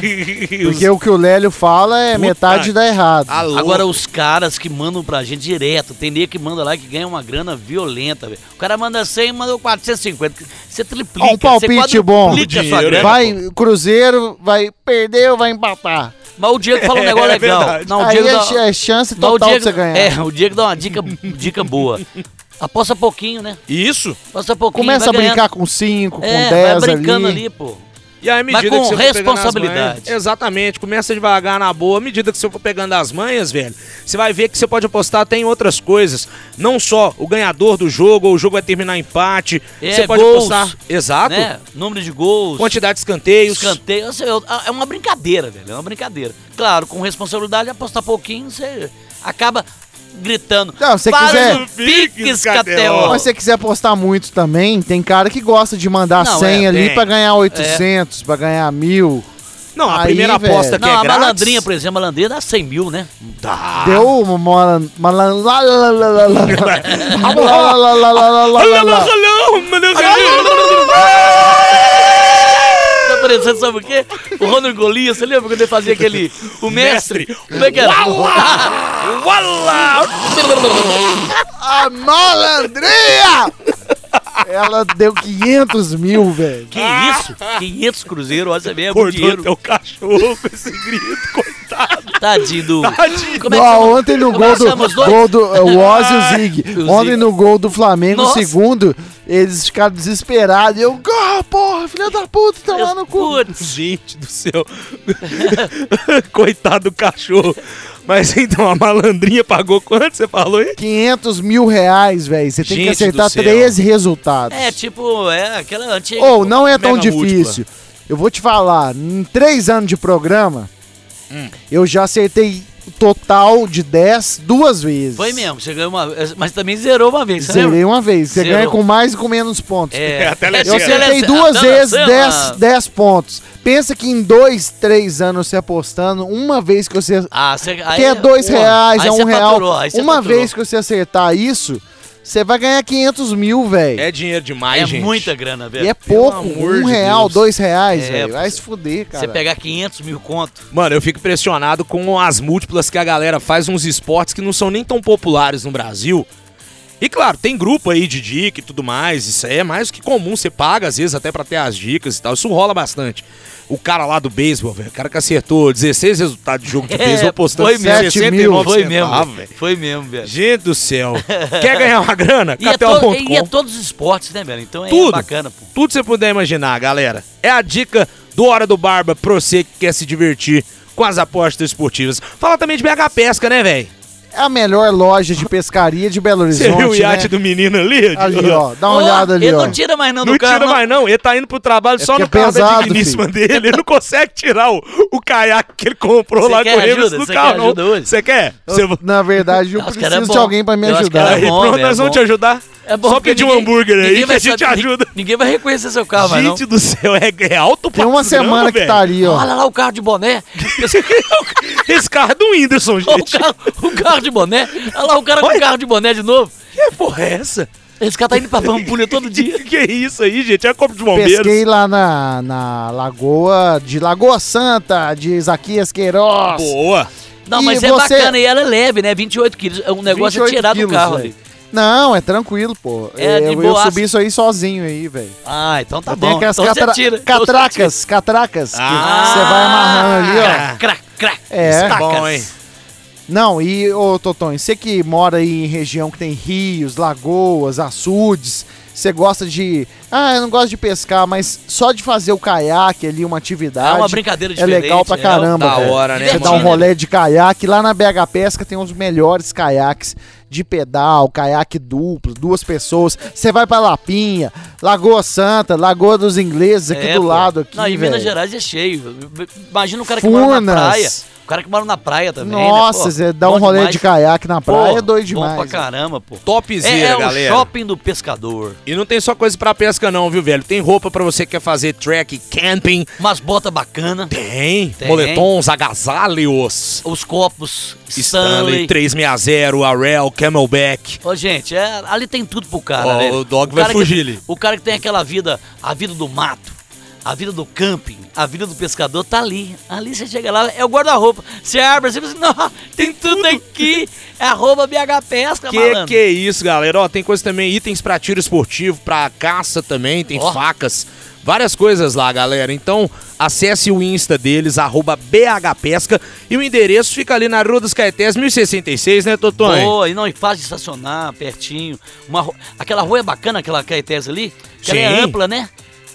S3: Porque o que o Lélio fala é
S4: Puta
S3: metade dá errado.
S4: Alô.
S2: Agora, os caras que mandam pra gente direto, tem nego que manda lá que ganha uma grana violenta, velho. O cara manda 100 e manda 450. Você triplica,
S3: Ó, um palpite
S2: você
S3: bom.
S2: quadruplica a sua
S4: Dinheiro, é
S2: grana.
S3: vai, Cruzeiro, vai perder ou vai empatar?
S2: Mas o Diego fala um negócio
S4: É
S2: legal.
S4: verdade.
S2: Não, o
S3: Aí
S2: Diego
S3: é,
S2: dá-
S3: ch- é chance
S2: Mas o
S3: total de
S2: Diego-
S3: você ganhar.
S2: É, o Diego dá uma dica, dica boa. Aposta pouquinho, né?
S4: Isso.
S2: Aposta pouquinho.
S3: Começa a
S2: vai ganhando.
S3: brincar com 5,
S2: é,
S3: com 10
S2: vai brincando ali,
S3: ali.
S2: pô.
S4: E aí, à medida
S2: com
S4: que você for pegando as
S2: responsabilidade.
S4: manhas- exatamente, começa devagar na boa. À medida que você for pegando as manhas, velho, você vai ver que você pode apostar até em outras coisas. Não só o ganhador do jogo, ou o jogo vai terminar empate.
S2: É,
S4: você pode
S2: gols,
S4: apostar. Exato.
S2: Né? Número de gols,
S4: Quantidade de escanteios.
S2: escanteio. assim, eu- É uma brincadeira, velho. É uma brincadeira. Claro, com responsabilidade, apostar pouquinho, você acaba gritando.
S3: Não, se
S2: "Para
S3: quiser-
S2: no Pix, KTO.
S3: Mas se você quiser apostar muito também, tem cara que gosta de mandar
S2: Não,
S3: 100
S2: é,
S3: ali
S4: tem.
S3: pra ganhar 800, pra ganhar 1000.
S4: Não, a
S3: Aí,
S4: primeira
S3: velho.
S4: aposta que
S2: Não,
S4: é
S2: a
S4: grátis.
S2: malandrinha, por exemplo, a malandrinha dá 100 mil, né?
S3: Deu uma mola. mala- lá, lá, lá, lá, lá, lá. Lá, lá, lá, lá, lá, lá, lá, lá.
S2: Tá parecendo, sabe o quê? O Ronald Golias, você lembra quando ele fazia aquele. O mestre? Como é que era?
S3: A malandria! Ela deu 500 mil, velho.
S2: Que isso? 500 cruzeiro, olha, você vê, é muito dinheiro.
S4: teu cachorro com esse grito, coitado.
S2: Tadinho do...
S4: Tadinho.
S2: Como é que
S3: Ó,
S2: chama?
S3: ontem no
S2: Como é
S3: gol
S2: que
S3: do,
S2: chama os dois? Ah,
S3: gol do é, o Oz e o Zig.
S2: O
S3: Ontem
S2: Zig.
S3: no gol do Flamengo, no
S2: Nossa.
S3: segundo, eles ficaram desesperados. E eu, ah, porra, filha da puta, tá lá no cu.
S2: Putz,
S4: Gente do céu. coitado do cachorro. Mas então, a malandrinha pagou quanto? Você falou aí?
S3: 500 mil reais, velho. Você tem que
S4: Gente do
S3: acertar
S4: céu.
S3: três resultados.
S2: é tipo, é aquela antiga...
S3: Ou não é tão
S4: Mega
S3: difícil. Eu vou te falar, em três anos de programa,
S4: Hum.
S3: eu já acertei o total de 10 duas vezes.
S2: Foi mesmo, você ganhou uma... Mas também zerou uma vez, você lembra?
S3: Zerei uma vez. Você
S2: Zerou.
S3: ganha com mais e com menos pontos.
S2: É,
S4: a telecena.
S3: Eu
S2: é,
S3: acertei
S2: telecena.
S3: duas
S2: Ah,
S3: vezes
S2: telecena.
S3: 10, 10 pontos. Pensa que em dois, três anos você apostando, uma vez que você.
S2: Ah, você... aí-
S3: que é dois
S2: pô,
S3: reais,
S2: aí
S3: é
S2: você
S3: um real.
S2: faturou, aí você
S3: uma
S2: faturou.
S3: vez que você acertar isso, você vai ganhar 500 mil, velho.
S4: É dinheiro demais,
S2: É
S4: gente.
S2: muita grana, velho.
S3: e é
S4: pelo
S3: pouco.
S4: amor
S3: Um
S4: de
S3: real,
S4: Deus.
S3: dois reais,
S2: É,
S3: velho.
S2: pô,
S3: Vai se fuder, cara.
S2: Você pegar 500 mil conto.
S4: Mano, eu fico impressionado com as múltiplas que a galera faz uns esportes que não são nem tão populares no Brasil. E claro, tem grupo aí de dica e tudo mais, isso aí é mais que comum, você paga às vezes até pra ter as dicas e tal, isso rola bastante. O cara lá do beisebol, velho, o cara que acertou 16 resultados de jogo de beisebol postando
S2: foi mesmo.
S4: 69
S2: Foi
S4: centavos,
S2: mesmo,
S4: velho.
S2: foi mesmo, velho.
S4: Gente do céu. Quer ganhar uma grana?
S2: E é, to-
S4: KTO.com.
S2: e é todos os esportes, né, velho? Então é
S4: Tudo.
S2: bacana, pô.
S4: Tudo que você puder imaginar, galera. É a dica do Hora do Barba pra você que quer se divertir com as apostas esportivas. Fala também de BH Pesca, né, velho?
S3: É a melhor loja de pescaria de Belo
S4: Você
S3: Horizonte.
S4: viu o iate
S3: né?
S4: do menino ali?
S3: Ali, ó. Dá uma
S2: Ó,
S3: olhada ali,
S2: Ele
S3: ó.
S2: não tira mais não
S4: Não
S2: do carro,
S4: tira mais não, ele tá indo pro trabalho só
S3: porque
S4: no
S3: é
S4: carro da
S3: pesado,
S4: digníssima dele, ele não consegue tirar o, o caiaque que ele comprou
S2: Você
S4: lá
S2: quer
S4: com ele
S2: ajuda?
S4: no
S2: Você
S4: carro
S2: quer
S4: não.
S2: ajuda hoje? É
S4: Você quer? Você...
S3: Na verdade, eu
S2: Não, os caras é
S3: preciso de
S2: bom.
S3: alguém pra me
S2: Eu acho que
S3: ajudar.
S2: era
S4: Aí,
S2: bom,
S4: pronto,
S2: velho,
S4: nós
S2: é
S4: vamos te
S2: bom.
S4: ajudar.
S2: É bom
S4: Só
S2: porque
S4: pedir um
S2: ninguém-
S4: hambúrguer aí
S2: ninguém
S4: que
S2: vai
S4: a gente te
S2: saber-
S4: ajuda.
S2: Ninguém vai reconhecer seu carro, mas não.
S4: Gente do céu, é, é alto
S3: Ah, Tem uma
S4: padrão,
S3: semana que
S4: velho.
S3: tá ali, ó.
S2: Olha lá o carro de boné. Esse-
S4: Esse carro é do Whindersson,
S2: Olha o
S4: gente.
S2: carro, o carro de boné. Olha lá o cara com o carro de boné de novo.
S4: Que porra é essa?
S2: Esse cara tá indo pra Pampulha todo dia.
S4: Que, que é isso aí, gente? É corpo de bombeiros.
S3: Pesquei lá na, na lagoa de Lagoa Santa, de Isaquias Queiroz.
S4: Boa.
S2: Não,
S3: E
S2: mas é
S3: você-
S2: bacana e ela é leve, né? 28 quilos. É um negócio de
S3: 28
S2: tirar do
S3: quilos,
S2: carro
S3: velho.
S2: ali.
S3: Não, é tranquilo, pô.
S2: É de
S3: eu, eu
S2: boaça.
S3: subi isso aí sozinho aí, velho.
S2: Ah, então tá
S3: Tem
S2: bom.
S3: aquelas
S2: então
S3: catra-
S2: você tira. então você tira. Ah,
S3: catracas, catracas, que
S4: Ah.
S3: você vai amarrando ali, ó.
S2: Crac, crac, crac.
S3: É.
S2: Estacas.
S4: Bom, hein?
S3: Não, e, ô Totonho, você que mora aí em região que tem rios, lagoas, açudes, você gosta de. Ah, eu não gosto de pescar, mas só de fazer o caiaque ali, uma atividade.
S2: É uma brincadeira
S3: É
S2: diferente.
S3: legal pra
S2: né?
S3: caramba,
S4: Da
S3: velho.
S4: hora, né?
S3: Você dá um
S2: Divertido,
S3: rolê de caiaque. Lá na BH Pesca tem os melhores caiaques de pedal, caiaque duplo, duas pessoas. Você vai pra Lapinha, Lagoa Santa, Lagoa dos Ingleses, aqui
S2: É,
S3: do
S2: pô.
S3: lado. Aqui,
S2: Não, em
S3: velho.
S2: Minas Gerais é cheio. Imagina o cara que mora na
S3: Furnas.
S2: praia. O cara que mora na praia também. né,
S3: Nossa,
S2: pô?
S3: você dá
S2: Bom
S3: um rolê
S2: demais.
S3: de caiaque na praia,
S2: Pô,
S3: é doido
S2: Bom pra
S3: demais.
S2: caramba, pô. É,
S3: um
S4: Topzera,
S2: é o
S4: galera.
S2: shopping do pescador.
S4: E não tem só coisa pra pesca não, viu, velho? Tem roupa pra você que quer fazer trek, camping.
S2: Umas botas bacanas.
S4: Tem.
S2: Tem.
S4: Moletons, agasalhos.
S2: Os copos. Stanley.
S4: Stanley 360, Arel, Camelback.
S2: Ô, gente, é- ali tem tudo pro cara,
S4: Ó,
S2: né?
S4: o dog vai
S2: cara que-
S4: fugir ali.
S2: O cara que tem aquela vida, a vida do mato, a vida do camping, a vida do pescador, tá ali. Ali você chega lá, é o guarda-roupa. Você abre, você pensa, não, tem tudo aqui. É arroba BH Pesca,
S4: Que
S2: malandro.
S4: que é isso, galera? Ó, tem coisa também, itens pra tiro esportivo, pra caça também, tem
S2: Ó.
S4: facas, várias coisas lá, galera. Então, acesse o Insta deles, arroba BHPesca, e o endereço fica ali na Rua dos Caetés, 1066, né, Totonho?
S2: Boa, e não, e fácil de estacionar, pertinho. Uma, ru- aquela rua é bacana, aquela Caetés ali, que ela é
S4: Sim.
S2: ampla, né?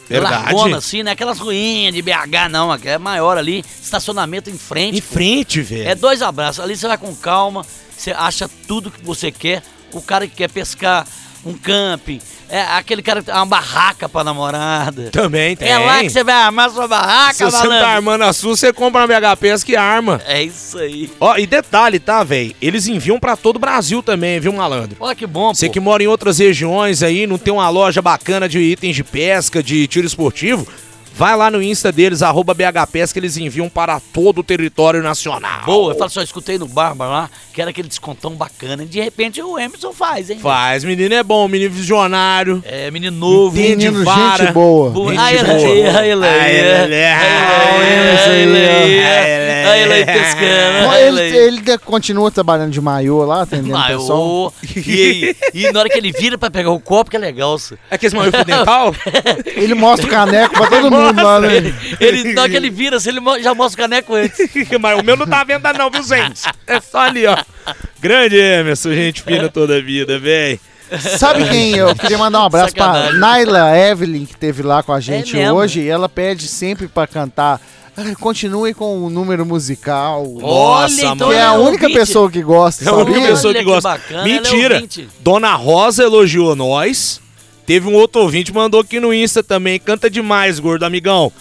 S4: Verdade.
S2: Largona assim, né? Aquelas ruinhas de BH, não, aquela é maior ali, estacionamento em frente.
S4: Em frente,
S2: É
S4: velho.
S2: dois abraços. Ali você vai com calma, você acha tudo que você quer. O cara que quer pescar, um camping, é aquele cara que tem uma barraca pra namorada.
S4: Também tem.
S2: É lá que você vai armar sua
S4: Se
S2: barraca,
S4: você não tá
S2: malandro.
S4: armando a sua, você compra uma BHPesca e arma.
S2: É isso aí.
S4: Ó, e detalhe, tá, velho? Eles enviam pra todo o Brasil também, viu, malandro?
S2: Olha que bom,
S4: Você
S2: pô.
S4: que mora em outras regiões aí, não tem uma loja bacana de itens de pesca, de tiro esportivo, vai lá no Insta deles, arroba BHPesca, eles enviam para todo o território nacional.
S2: Boa, eu falo só, escutei no Bárbara lá, que era aquele descontão bacana. E de repente o Emerson faz, hein?
S4: Faz, menino é bom, menino visionário.
S2: É, menino novo.
S4: Entendi.
S3: Menino,
S4: vara.
S3: gente boa.
S2: Bu-
S4: Gente
S2: Aí,
S4: boa.
S2: Elaine, aí, Elaine.
S4: Aí,
S2: Aí,
S4: Elaine.
S2: Elaine. Aí, Elaine. Aí, Elaine pescando.
S3: Bom,
S2: aí,
S3: ele,
S2: Elaine.
S3: ele de- continua trabalhando de maiô lá, atendendo o pessoal.
S2: Maiô. Ah, E, e, e na hora que ele vira pra pegar o copo, que é legal. só.
S4: É que esse maior foi dental?
S3: Ele mostra o caneco pra todo mundo lá, né?
S2: Ele, ele- na hora que ele vira, assim, ele mo- já mostra o caneco antes.
S4: Mas o meu não tá à venda não, viu, gente? É só ali, ó. Grande Emerson, gente fina toda a vida, véi.
S3: Sabe quem? Eu queria mandar um abraço pra
S2: Sacanagem. É
S3: Naila Evelyn, que teve lá com a gente
S2: mesmo.
S3: hoje. E ela pede sempre pra cantar. "Ah, Continue com o número musical.
S4: Nossa,
S2: Olha, então
S4: mano.
S3: que é a
S2: ela
S3: única
S2: ouvinte.
S3: pessoa que gosta,
S4: É a única
S2: Olha
S3: sabia?
S4: pessoa que
S2: que
S4: gosta.
S2: bacana, ela é
S4: Mentira.
S2: ouvinte.
S4: Dona Rosa elogiou nós. Teve um outro ouvinte, mandou aqui no Insta também. Canta demais, gordo amigão.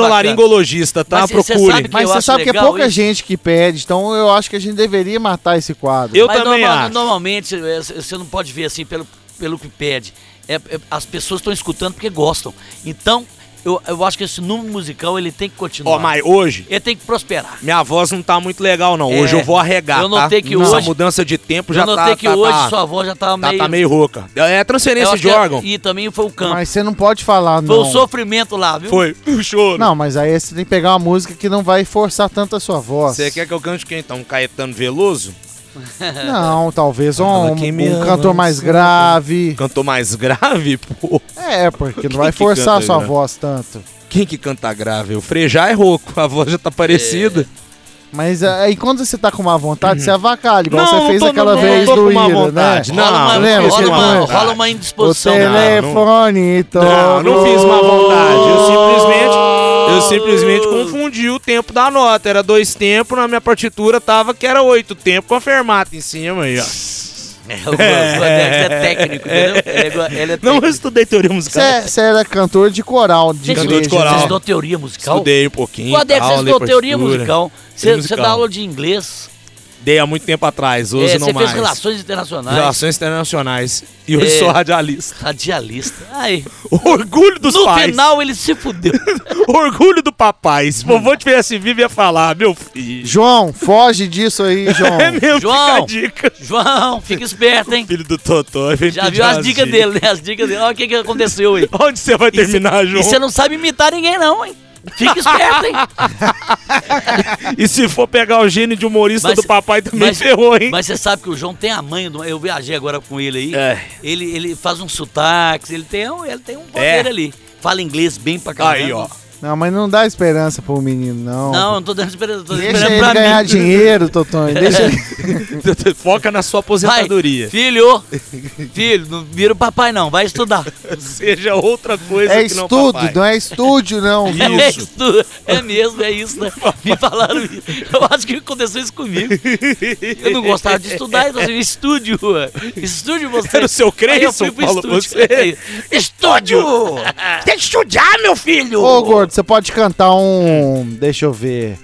S4: Otorrinolaringologista, tá?
S2: Mas cê- cê
S4: Procure.
S2: sabe que-
S3: Mas
S2: Eu
S3: você
S2: acho
S3: sabe que é
S2: legal
S3: pouca
S2: isso.
S3: gente que pede, então eu acho que a gente deveria matar esse quadro.
S4: Eu também
S2: normal-
S4: acho.
S2: normalmente, é, c- você não pode ver assim pelo, pelo que pede. É- é- as pessoas estão escutando porque gostam. Então, eu, eu acho que esse número musical ele tem que continuar.
S4: Ó, mas hoje,
S2: Ele tem que prosperar.
S4: minha voz não tá muito legal, não.
S2: É,
S4: Hoje eu vou arregar,
S2: eu notei que
S4: tá? Essa
S2: hoje-
S4: mudança de tempo já
S2: eu notei
S4: tá,
S2: que
S4: tá,
S2: hoje
S4: tá,
S2: sua avó já tá
S4: tá,
S2: meio...
S4: tá meio rouca. É
S2: Eu
S4: transferência
S2: acho
S4: de
S2: que-
S4: órgão.
S2: E também foi o campo.
S3: Mas você não pode falar,
S2: foi
S3: não.
S2: o sofrimento lá, viu?
S4: Foi, o choro.
S3: Não, mas aí você tem que pegar uma música que não vai forçar tanto a sua voz.
S4: Você quer que eu cante quem então? Um Caetano Veloso?
S3: Não, talvez um,
S4: Fala
S3: um,
S4: que me ama,
S3: cantor mais
S4: sim.
S3: grave.
S4: Um Cantor mais grave, pô.
S3: É, porque
S4: Quem
S3: não vai
S4: que
S3: forçar a
S4: canta né?
S3: sua
S4: grave?
S3: voz tanto.
S4: Quem que canta grave? O Frejá é rouco, a voz já tá parecida.
S3: Mas é, aí quando você tá com má vontade, você avacalha, igual
S4: Não,
S3: você
S4: não
S3: fez
S4: tô-
S3: aquela
S4: não,
S3: vez
S4: não tô
S3: do
S4: com má
S3: Ira, né?
S4: vontade.
S2: Rola
S4: Não,
S2: uma,
S4: não
S3: lembra
S2: rola
S3: que
S2: uma-
S3: foi?
S2: rola uma
S3: O
S2: indisposição. cara.
S3: telefone então,
S4: Não,
S3: tocou.
S4: não fiz má vontade. Eu simplesmente, eu simplesmente confundi o tempo da nota. Era dois tempos, na minha partitura tava que era oito tempos com a fermata em cima aí, ó.
S2: É, o Godex é técnico, entendeu? Ele é, go- ele é
S4: Não,
S2: técnico.
S4: eu estudei teoria musical.
S3: Você você era cantor de coral, de
S2: Gente,
S4: Cantor de
S3: igreja,
S4: coral.
S2: Você
S3: né?
S2: estudou teoria musical?
S4: Estudei um pouquinho.
S2: Godex,
S4: tal,
S2: você
S4: li
S2: estudou teoria
S4: partitura.
S2: musical?
S4: Teoria
S2: Você, você
S4: musical.
S2: dá aula de inglês?
S4: Dei há muito tempo atrás, hoje
S2: é,
S4: não
S2: você
S4: mais.
S2: fez relações internacionais?
S4: Relações internacionais. E hoje
S2: É.
S4: sou radialista.
S2: Radialista. Aí,
S4: Orgulho dos
S2: no
S4: pais.
S2: final ele se fudeu.
S4: Orgulho do papai. Se o vovô tivesse vivo, ia falar, meu filho.
S3: João, foge disso aí, João.
S4: É mesmo, fica a
S2: João.
S4: dica.
S2: João, fica esperto, hein?
S4: Filho do Totó. vem
S2: Já
S4: pedir
S2: viu as
S4: umas
S2: dicas dele, né? As dicas dele. Olha o que, que aconteceu aí.
S4: Onde você vai
S2: E cê-
S4: terminar, João?
S2: E você não sabe imitar ninguém, não, hein? Fica esperto, hein?
S4: E se for pegar o gene de humorista
S2: Mas-
S4: do papai também
S2: mas-
S4: ferrou, hein?
S2: Mas você sabe que o João tem a manha, do- eu viajei agora com ele aí.
S4: É.
S2: Ele, ele faz um sotaque, ele tem, um- ele tem um poder ali. Fala inglês bem pra caramba.
S4: É. Aí, ó.
S3: Não, mas não dá esperança pro menino, não.
S2: Não, eu não tô dando esperança, tô dando
S3: Deixa
S2: esperança
S3: ele
S2: pra
S3: ganhar
S2: mim.
S3: dinheiro, Totonho.
S4: É,
S3: Deixa ele...
S4: Foca na sua
S2: Vai,
S4: aposentadoria.
S2: filho, filho, não vira o papai não, vai estudar.
S4: Seja outra coisa
S3: É
S4: que não
S3: estudo,
S4: papai.
S3: não é estúdio, não. viu?
S2: É, estu- é mesmo, é isso, né? Me falaram isso. Eu acho que aconteceu isso comigo. Eu não gostava de estudar, então assim, estúdio. Estúdio você.
S4: Era o seu
S2: Aí eu
S4: Creyson,
S2: fui pro
S4: Paulo,
S2: estúdio. É
S4: você.
S2: Estúdio!
S4: Tem que estudar, meu filho!
S3: Ô, Gordo, você pode cantar um... Deixa eu ver.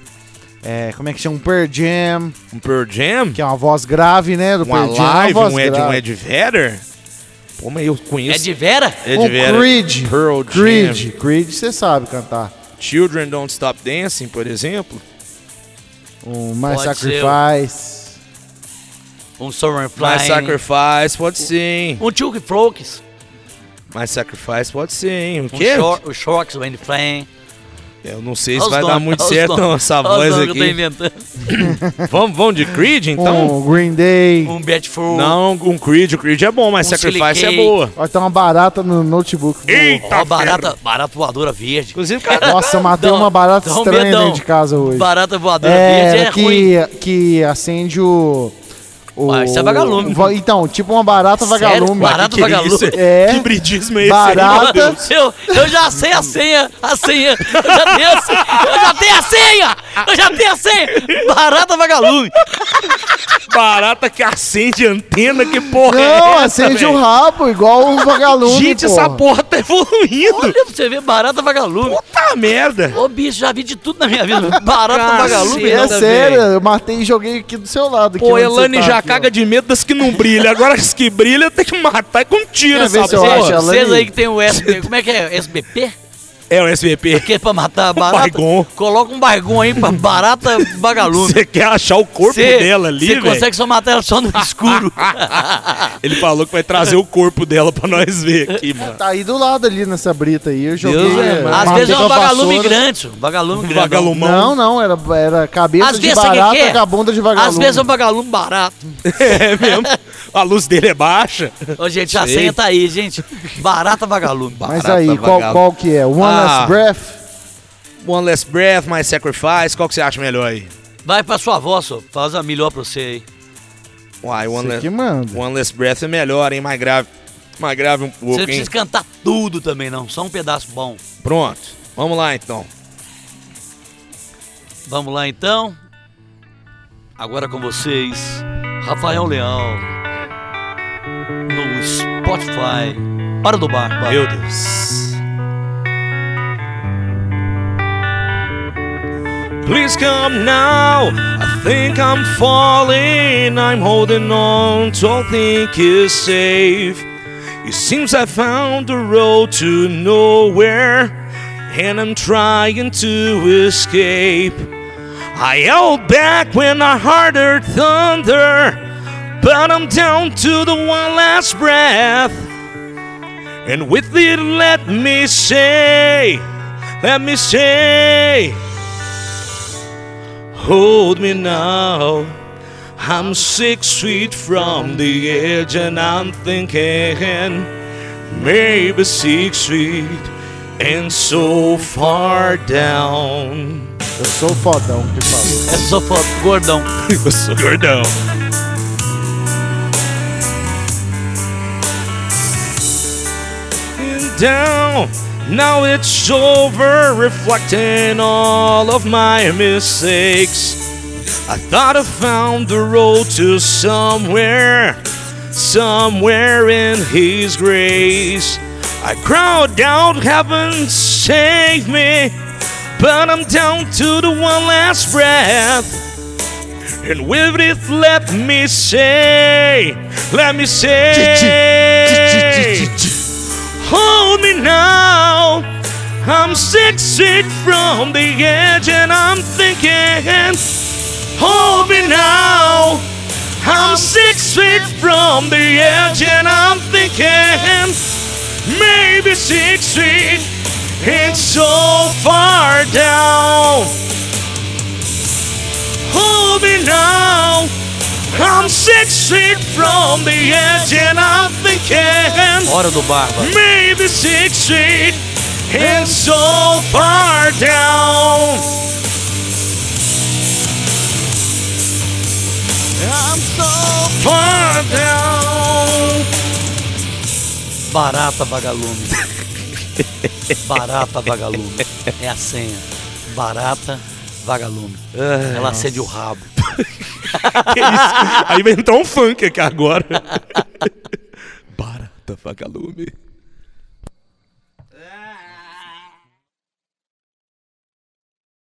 S3: É, como é que chama? Um Pearl Jam,
S4: Um Pearl Jam?
S3: que é uma voz grave, né? Do
S4: Um
S3: Pearl Jam, é uma
S4: Alive,
S3: voz
S4: um Ed, um
S3: grave.
S4: Ed Vedder? Pô, mas eu
S2: É
S4: conheço
S2: de Vera?
S4: Ed
S3: Um
S4: Vedder.
S3: Creed.
S4: Pearl Jam.
S3: Creed, Creed você sabe cantar.
S4: Children Don't Stop Dancing, por exemplo.
S3: Um My
S2: Pode
S3: Sacrifice.
S2: Um Summer
S4: My
S2: Fly.
S4: Sacrifice, pode ser, hein?
S2: Um Chuck Frokes.
S4: My Sacrifice, pode ser, hein? O
S2: Um
S4: quê?
S2: Shor- o Shorts, o Andy Flame.
S4: Eu não sei se vai dar muito certo não, essa voz
S2: Que eu tô
S4: aqui.
S2: inventando.
S4: Vamos, vamos de Creed, então?
S3: Um Green Day.
S2: Um Batful.
S4: Não, um Creed. O Creed é bom, mas
S2: Um
S4: Sacrifice é
S2: Siliquei.
S4: boa.
S3: Olha, tem uma barata no notebook.
S4: Eita,
S2: Ó, barata, barata voadora verde.
S4: Inclusive, cara,
S3: Nossa, eu matei
S2: Dá um-
S3: uma barata
S2: dá um
S3: estranha
S2: medão.
S3: dentro de casa hoje.
S2: Barata voadora
S3: É,
S2: verde é ruim.
S3: que, que acende o. o
S2: Ah, isso é vagalume.
S3: va- Então, tipo uma barata
S2: Sério?
S3: vagalume.
S2: Barata
S4: que
S2: vagalume.
S4: isso?
S3: É.
S4: Que bridismo é esse?
S3: Barata.
S4: aí, meu Deus?
S2: Eu, eu já sei a senha, a senha. Eu já tenho a senha. Eu já tenho a senha. Eu já tenho a senha. Barata vagalume.
S4: Barata que acende antena, que porra é
S3: Não,
S4: essa,
S3: acende
S4: velho?
S3: o rabo, igual um vagalume.
S4: Gente,
S3: porra.
S4: essa porra tá evoluindo.
S2: Olha pra você ver, barata vagalume.
S4: Puta merda.
S2: Ô bicho, já vi de tudo na minha vida. Barata
S4: Caceta.
S2: vagalume.
S3: É
S2: não.
S4: merda,
S3: sério,
S4: velho.
S3: eu matei e joguei aqui do seu lado.
S4: Pô,
S3: tá
S4: Elane já caga de medo das que não brilha. Agora as que brilha tem que matar com tiro
S3: Quer
S4: essa
S3: ver se eu
S4: porra.
S3: acho?
S2: Vocês
S3: Alane.
S2: aí que tem o SBP, como é que é? SBP?
S4: É o SVP.
S2: Que é pra matar a barata?
S4: Baigon.
S2: Coloca um bargon aí pra barata vagalume.
S4: Você quer achar o corpo
S2: Cê-
S4: dela ali,
S2: cê
S4: velho?
S2: consegue só matar ela só no escuro.
S4: Ele falou que vai trazer o corpo dela pra nós ver aqui, mano.
S3: Tá aí do lado ali nessa brita aí. Eu joguei.
S4: é, mano.
S2: Às
S3: matei
S2: vezes é
S3: com
S2: um
S3: a
S2: vagalume
S3: vassoura.
S2: grande. um Vagalume grande.
S4: Vagalumão.
S3: Não, não, era, era cabeça
S2: Às
S3: de
S2: vezes, sabe o que que
S3: barata
S2: é?
S3: com a bunda de vagalume.
S2: Às vezes é um vagalume barato.
S4: É mesmo. A luz dele é baixa.
S2: Ô, gente, a
S4: Sei.
S2: senha tá aí, gente. Barata vagalume.
S3: Mas
S4: Barata,
S3: aí, qual,
S4: vagalume.
S3: qual que é? One
S4: Ah.
S3: Last Breath?
S4: One Less Breath, My Sacrifice. Qual que você acha melhor aí?
S2: Vai pra sua avó, só. Faz a melhor pra você aí.
S4: Uai, One
S3: Você
S4: Less...
S3: que manda.
S4: One Less Breath é melhor, hein? Mais grave. Mais grave um pouco,
S2: Você não
S4: hein?
S2: precisa cantar tudo também, não. Só um pedaço bom.
S4: Pronto. Vamos lá, então.
S2: Vamos lá, então. Agora com vocês, Rafael Leão. No Spotify. Hora do Barba.
S4: Meu Deus. Please come now. I think I'm falling. I'm holding on. Don't think it's safe. It seems I found the road to nowhere. And I'm trying to escape. I held back when I heard her thunder. But I'm down to the one last breath. And with it, let me say, let me say, hold me now. I'm six feet from the edge, and I'm thinking maybe six feet and so far down.
S3: Eu sou o fodão que falou.
S2: É só foto, gordão.
S4: Eu sou gordão. And down, now it's over, reflecting all of my mistakes. I thought I found the road to somewhere, somewhere in His grace. I cried out, Heaven, save me, but I'm down to the one last breath. And with it, let me say, let me say, hold me now. I'm six feet from the edge, and I'm thinking, hold me now. I'm six feet from the edge, and I'm thinking, maybe six feet, and so far perdão. Um milhão. I'm six feet from the edge and I'm thinking
S2: Hora do Barba.
S4: maybe six feet and so far down. I'm so far down.
S2: Barata vagalume. Barata vagalume. É a senha. Barata vagalume. Ela acende o rabo.
S6: Aí vai entrar um funk aqui agora. Barata vagalume.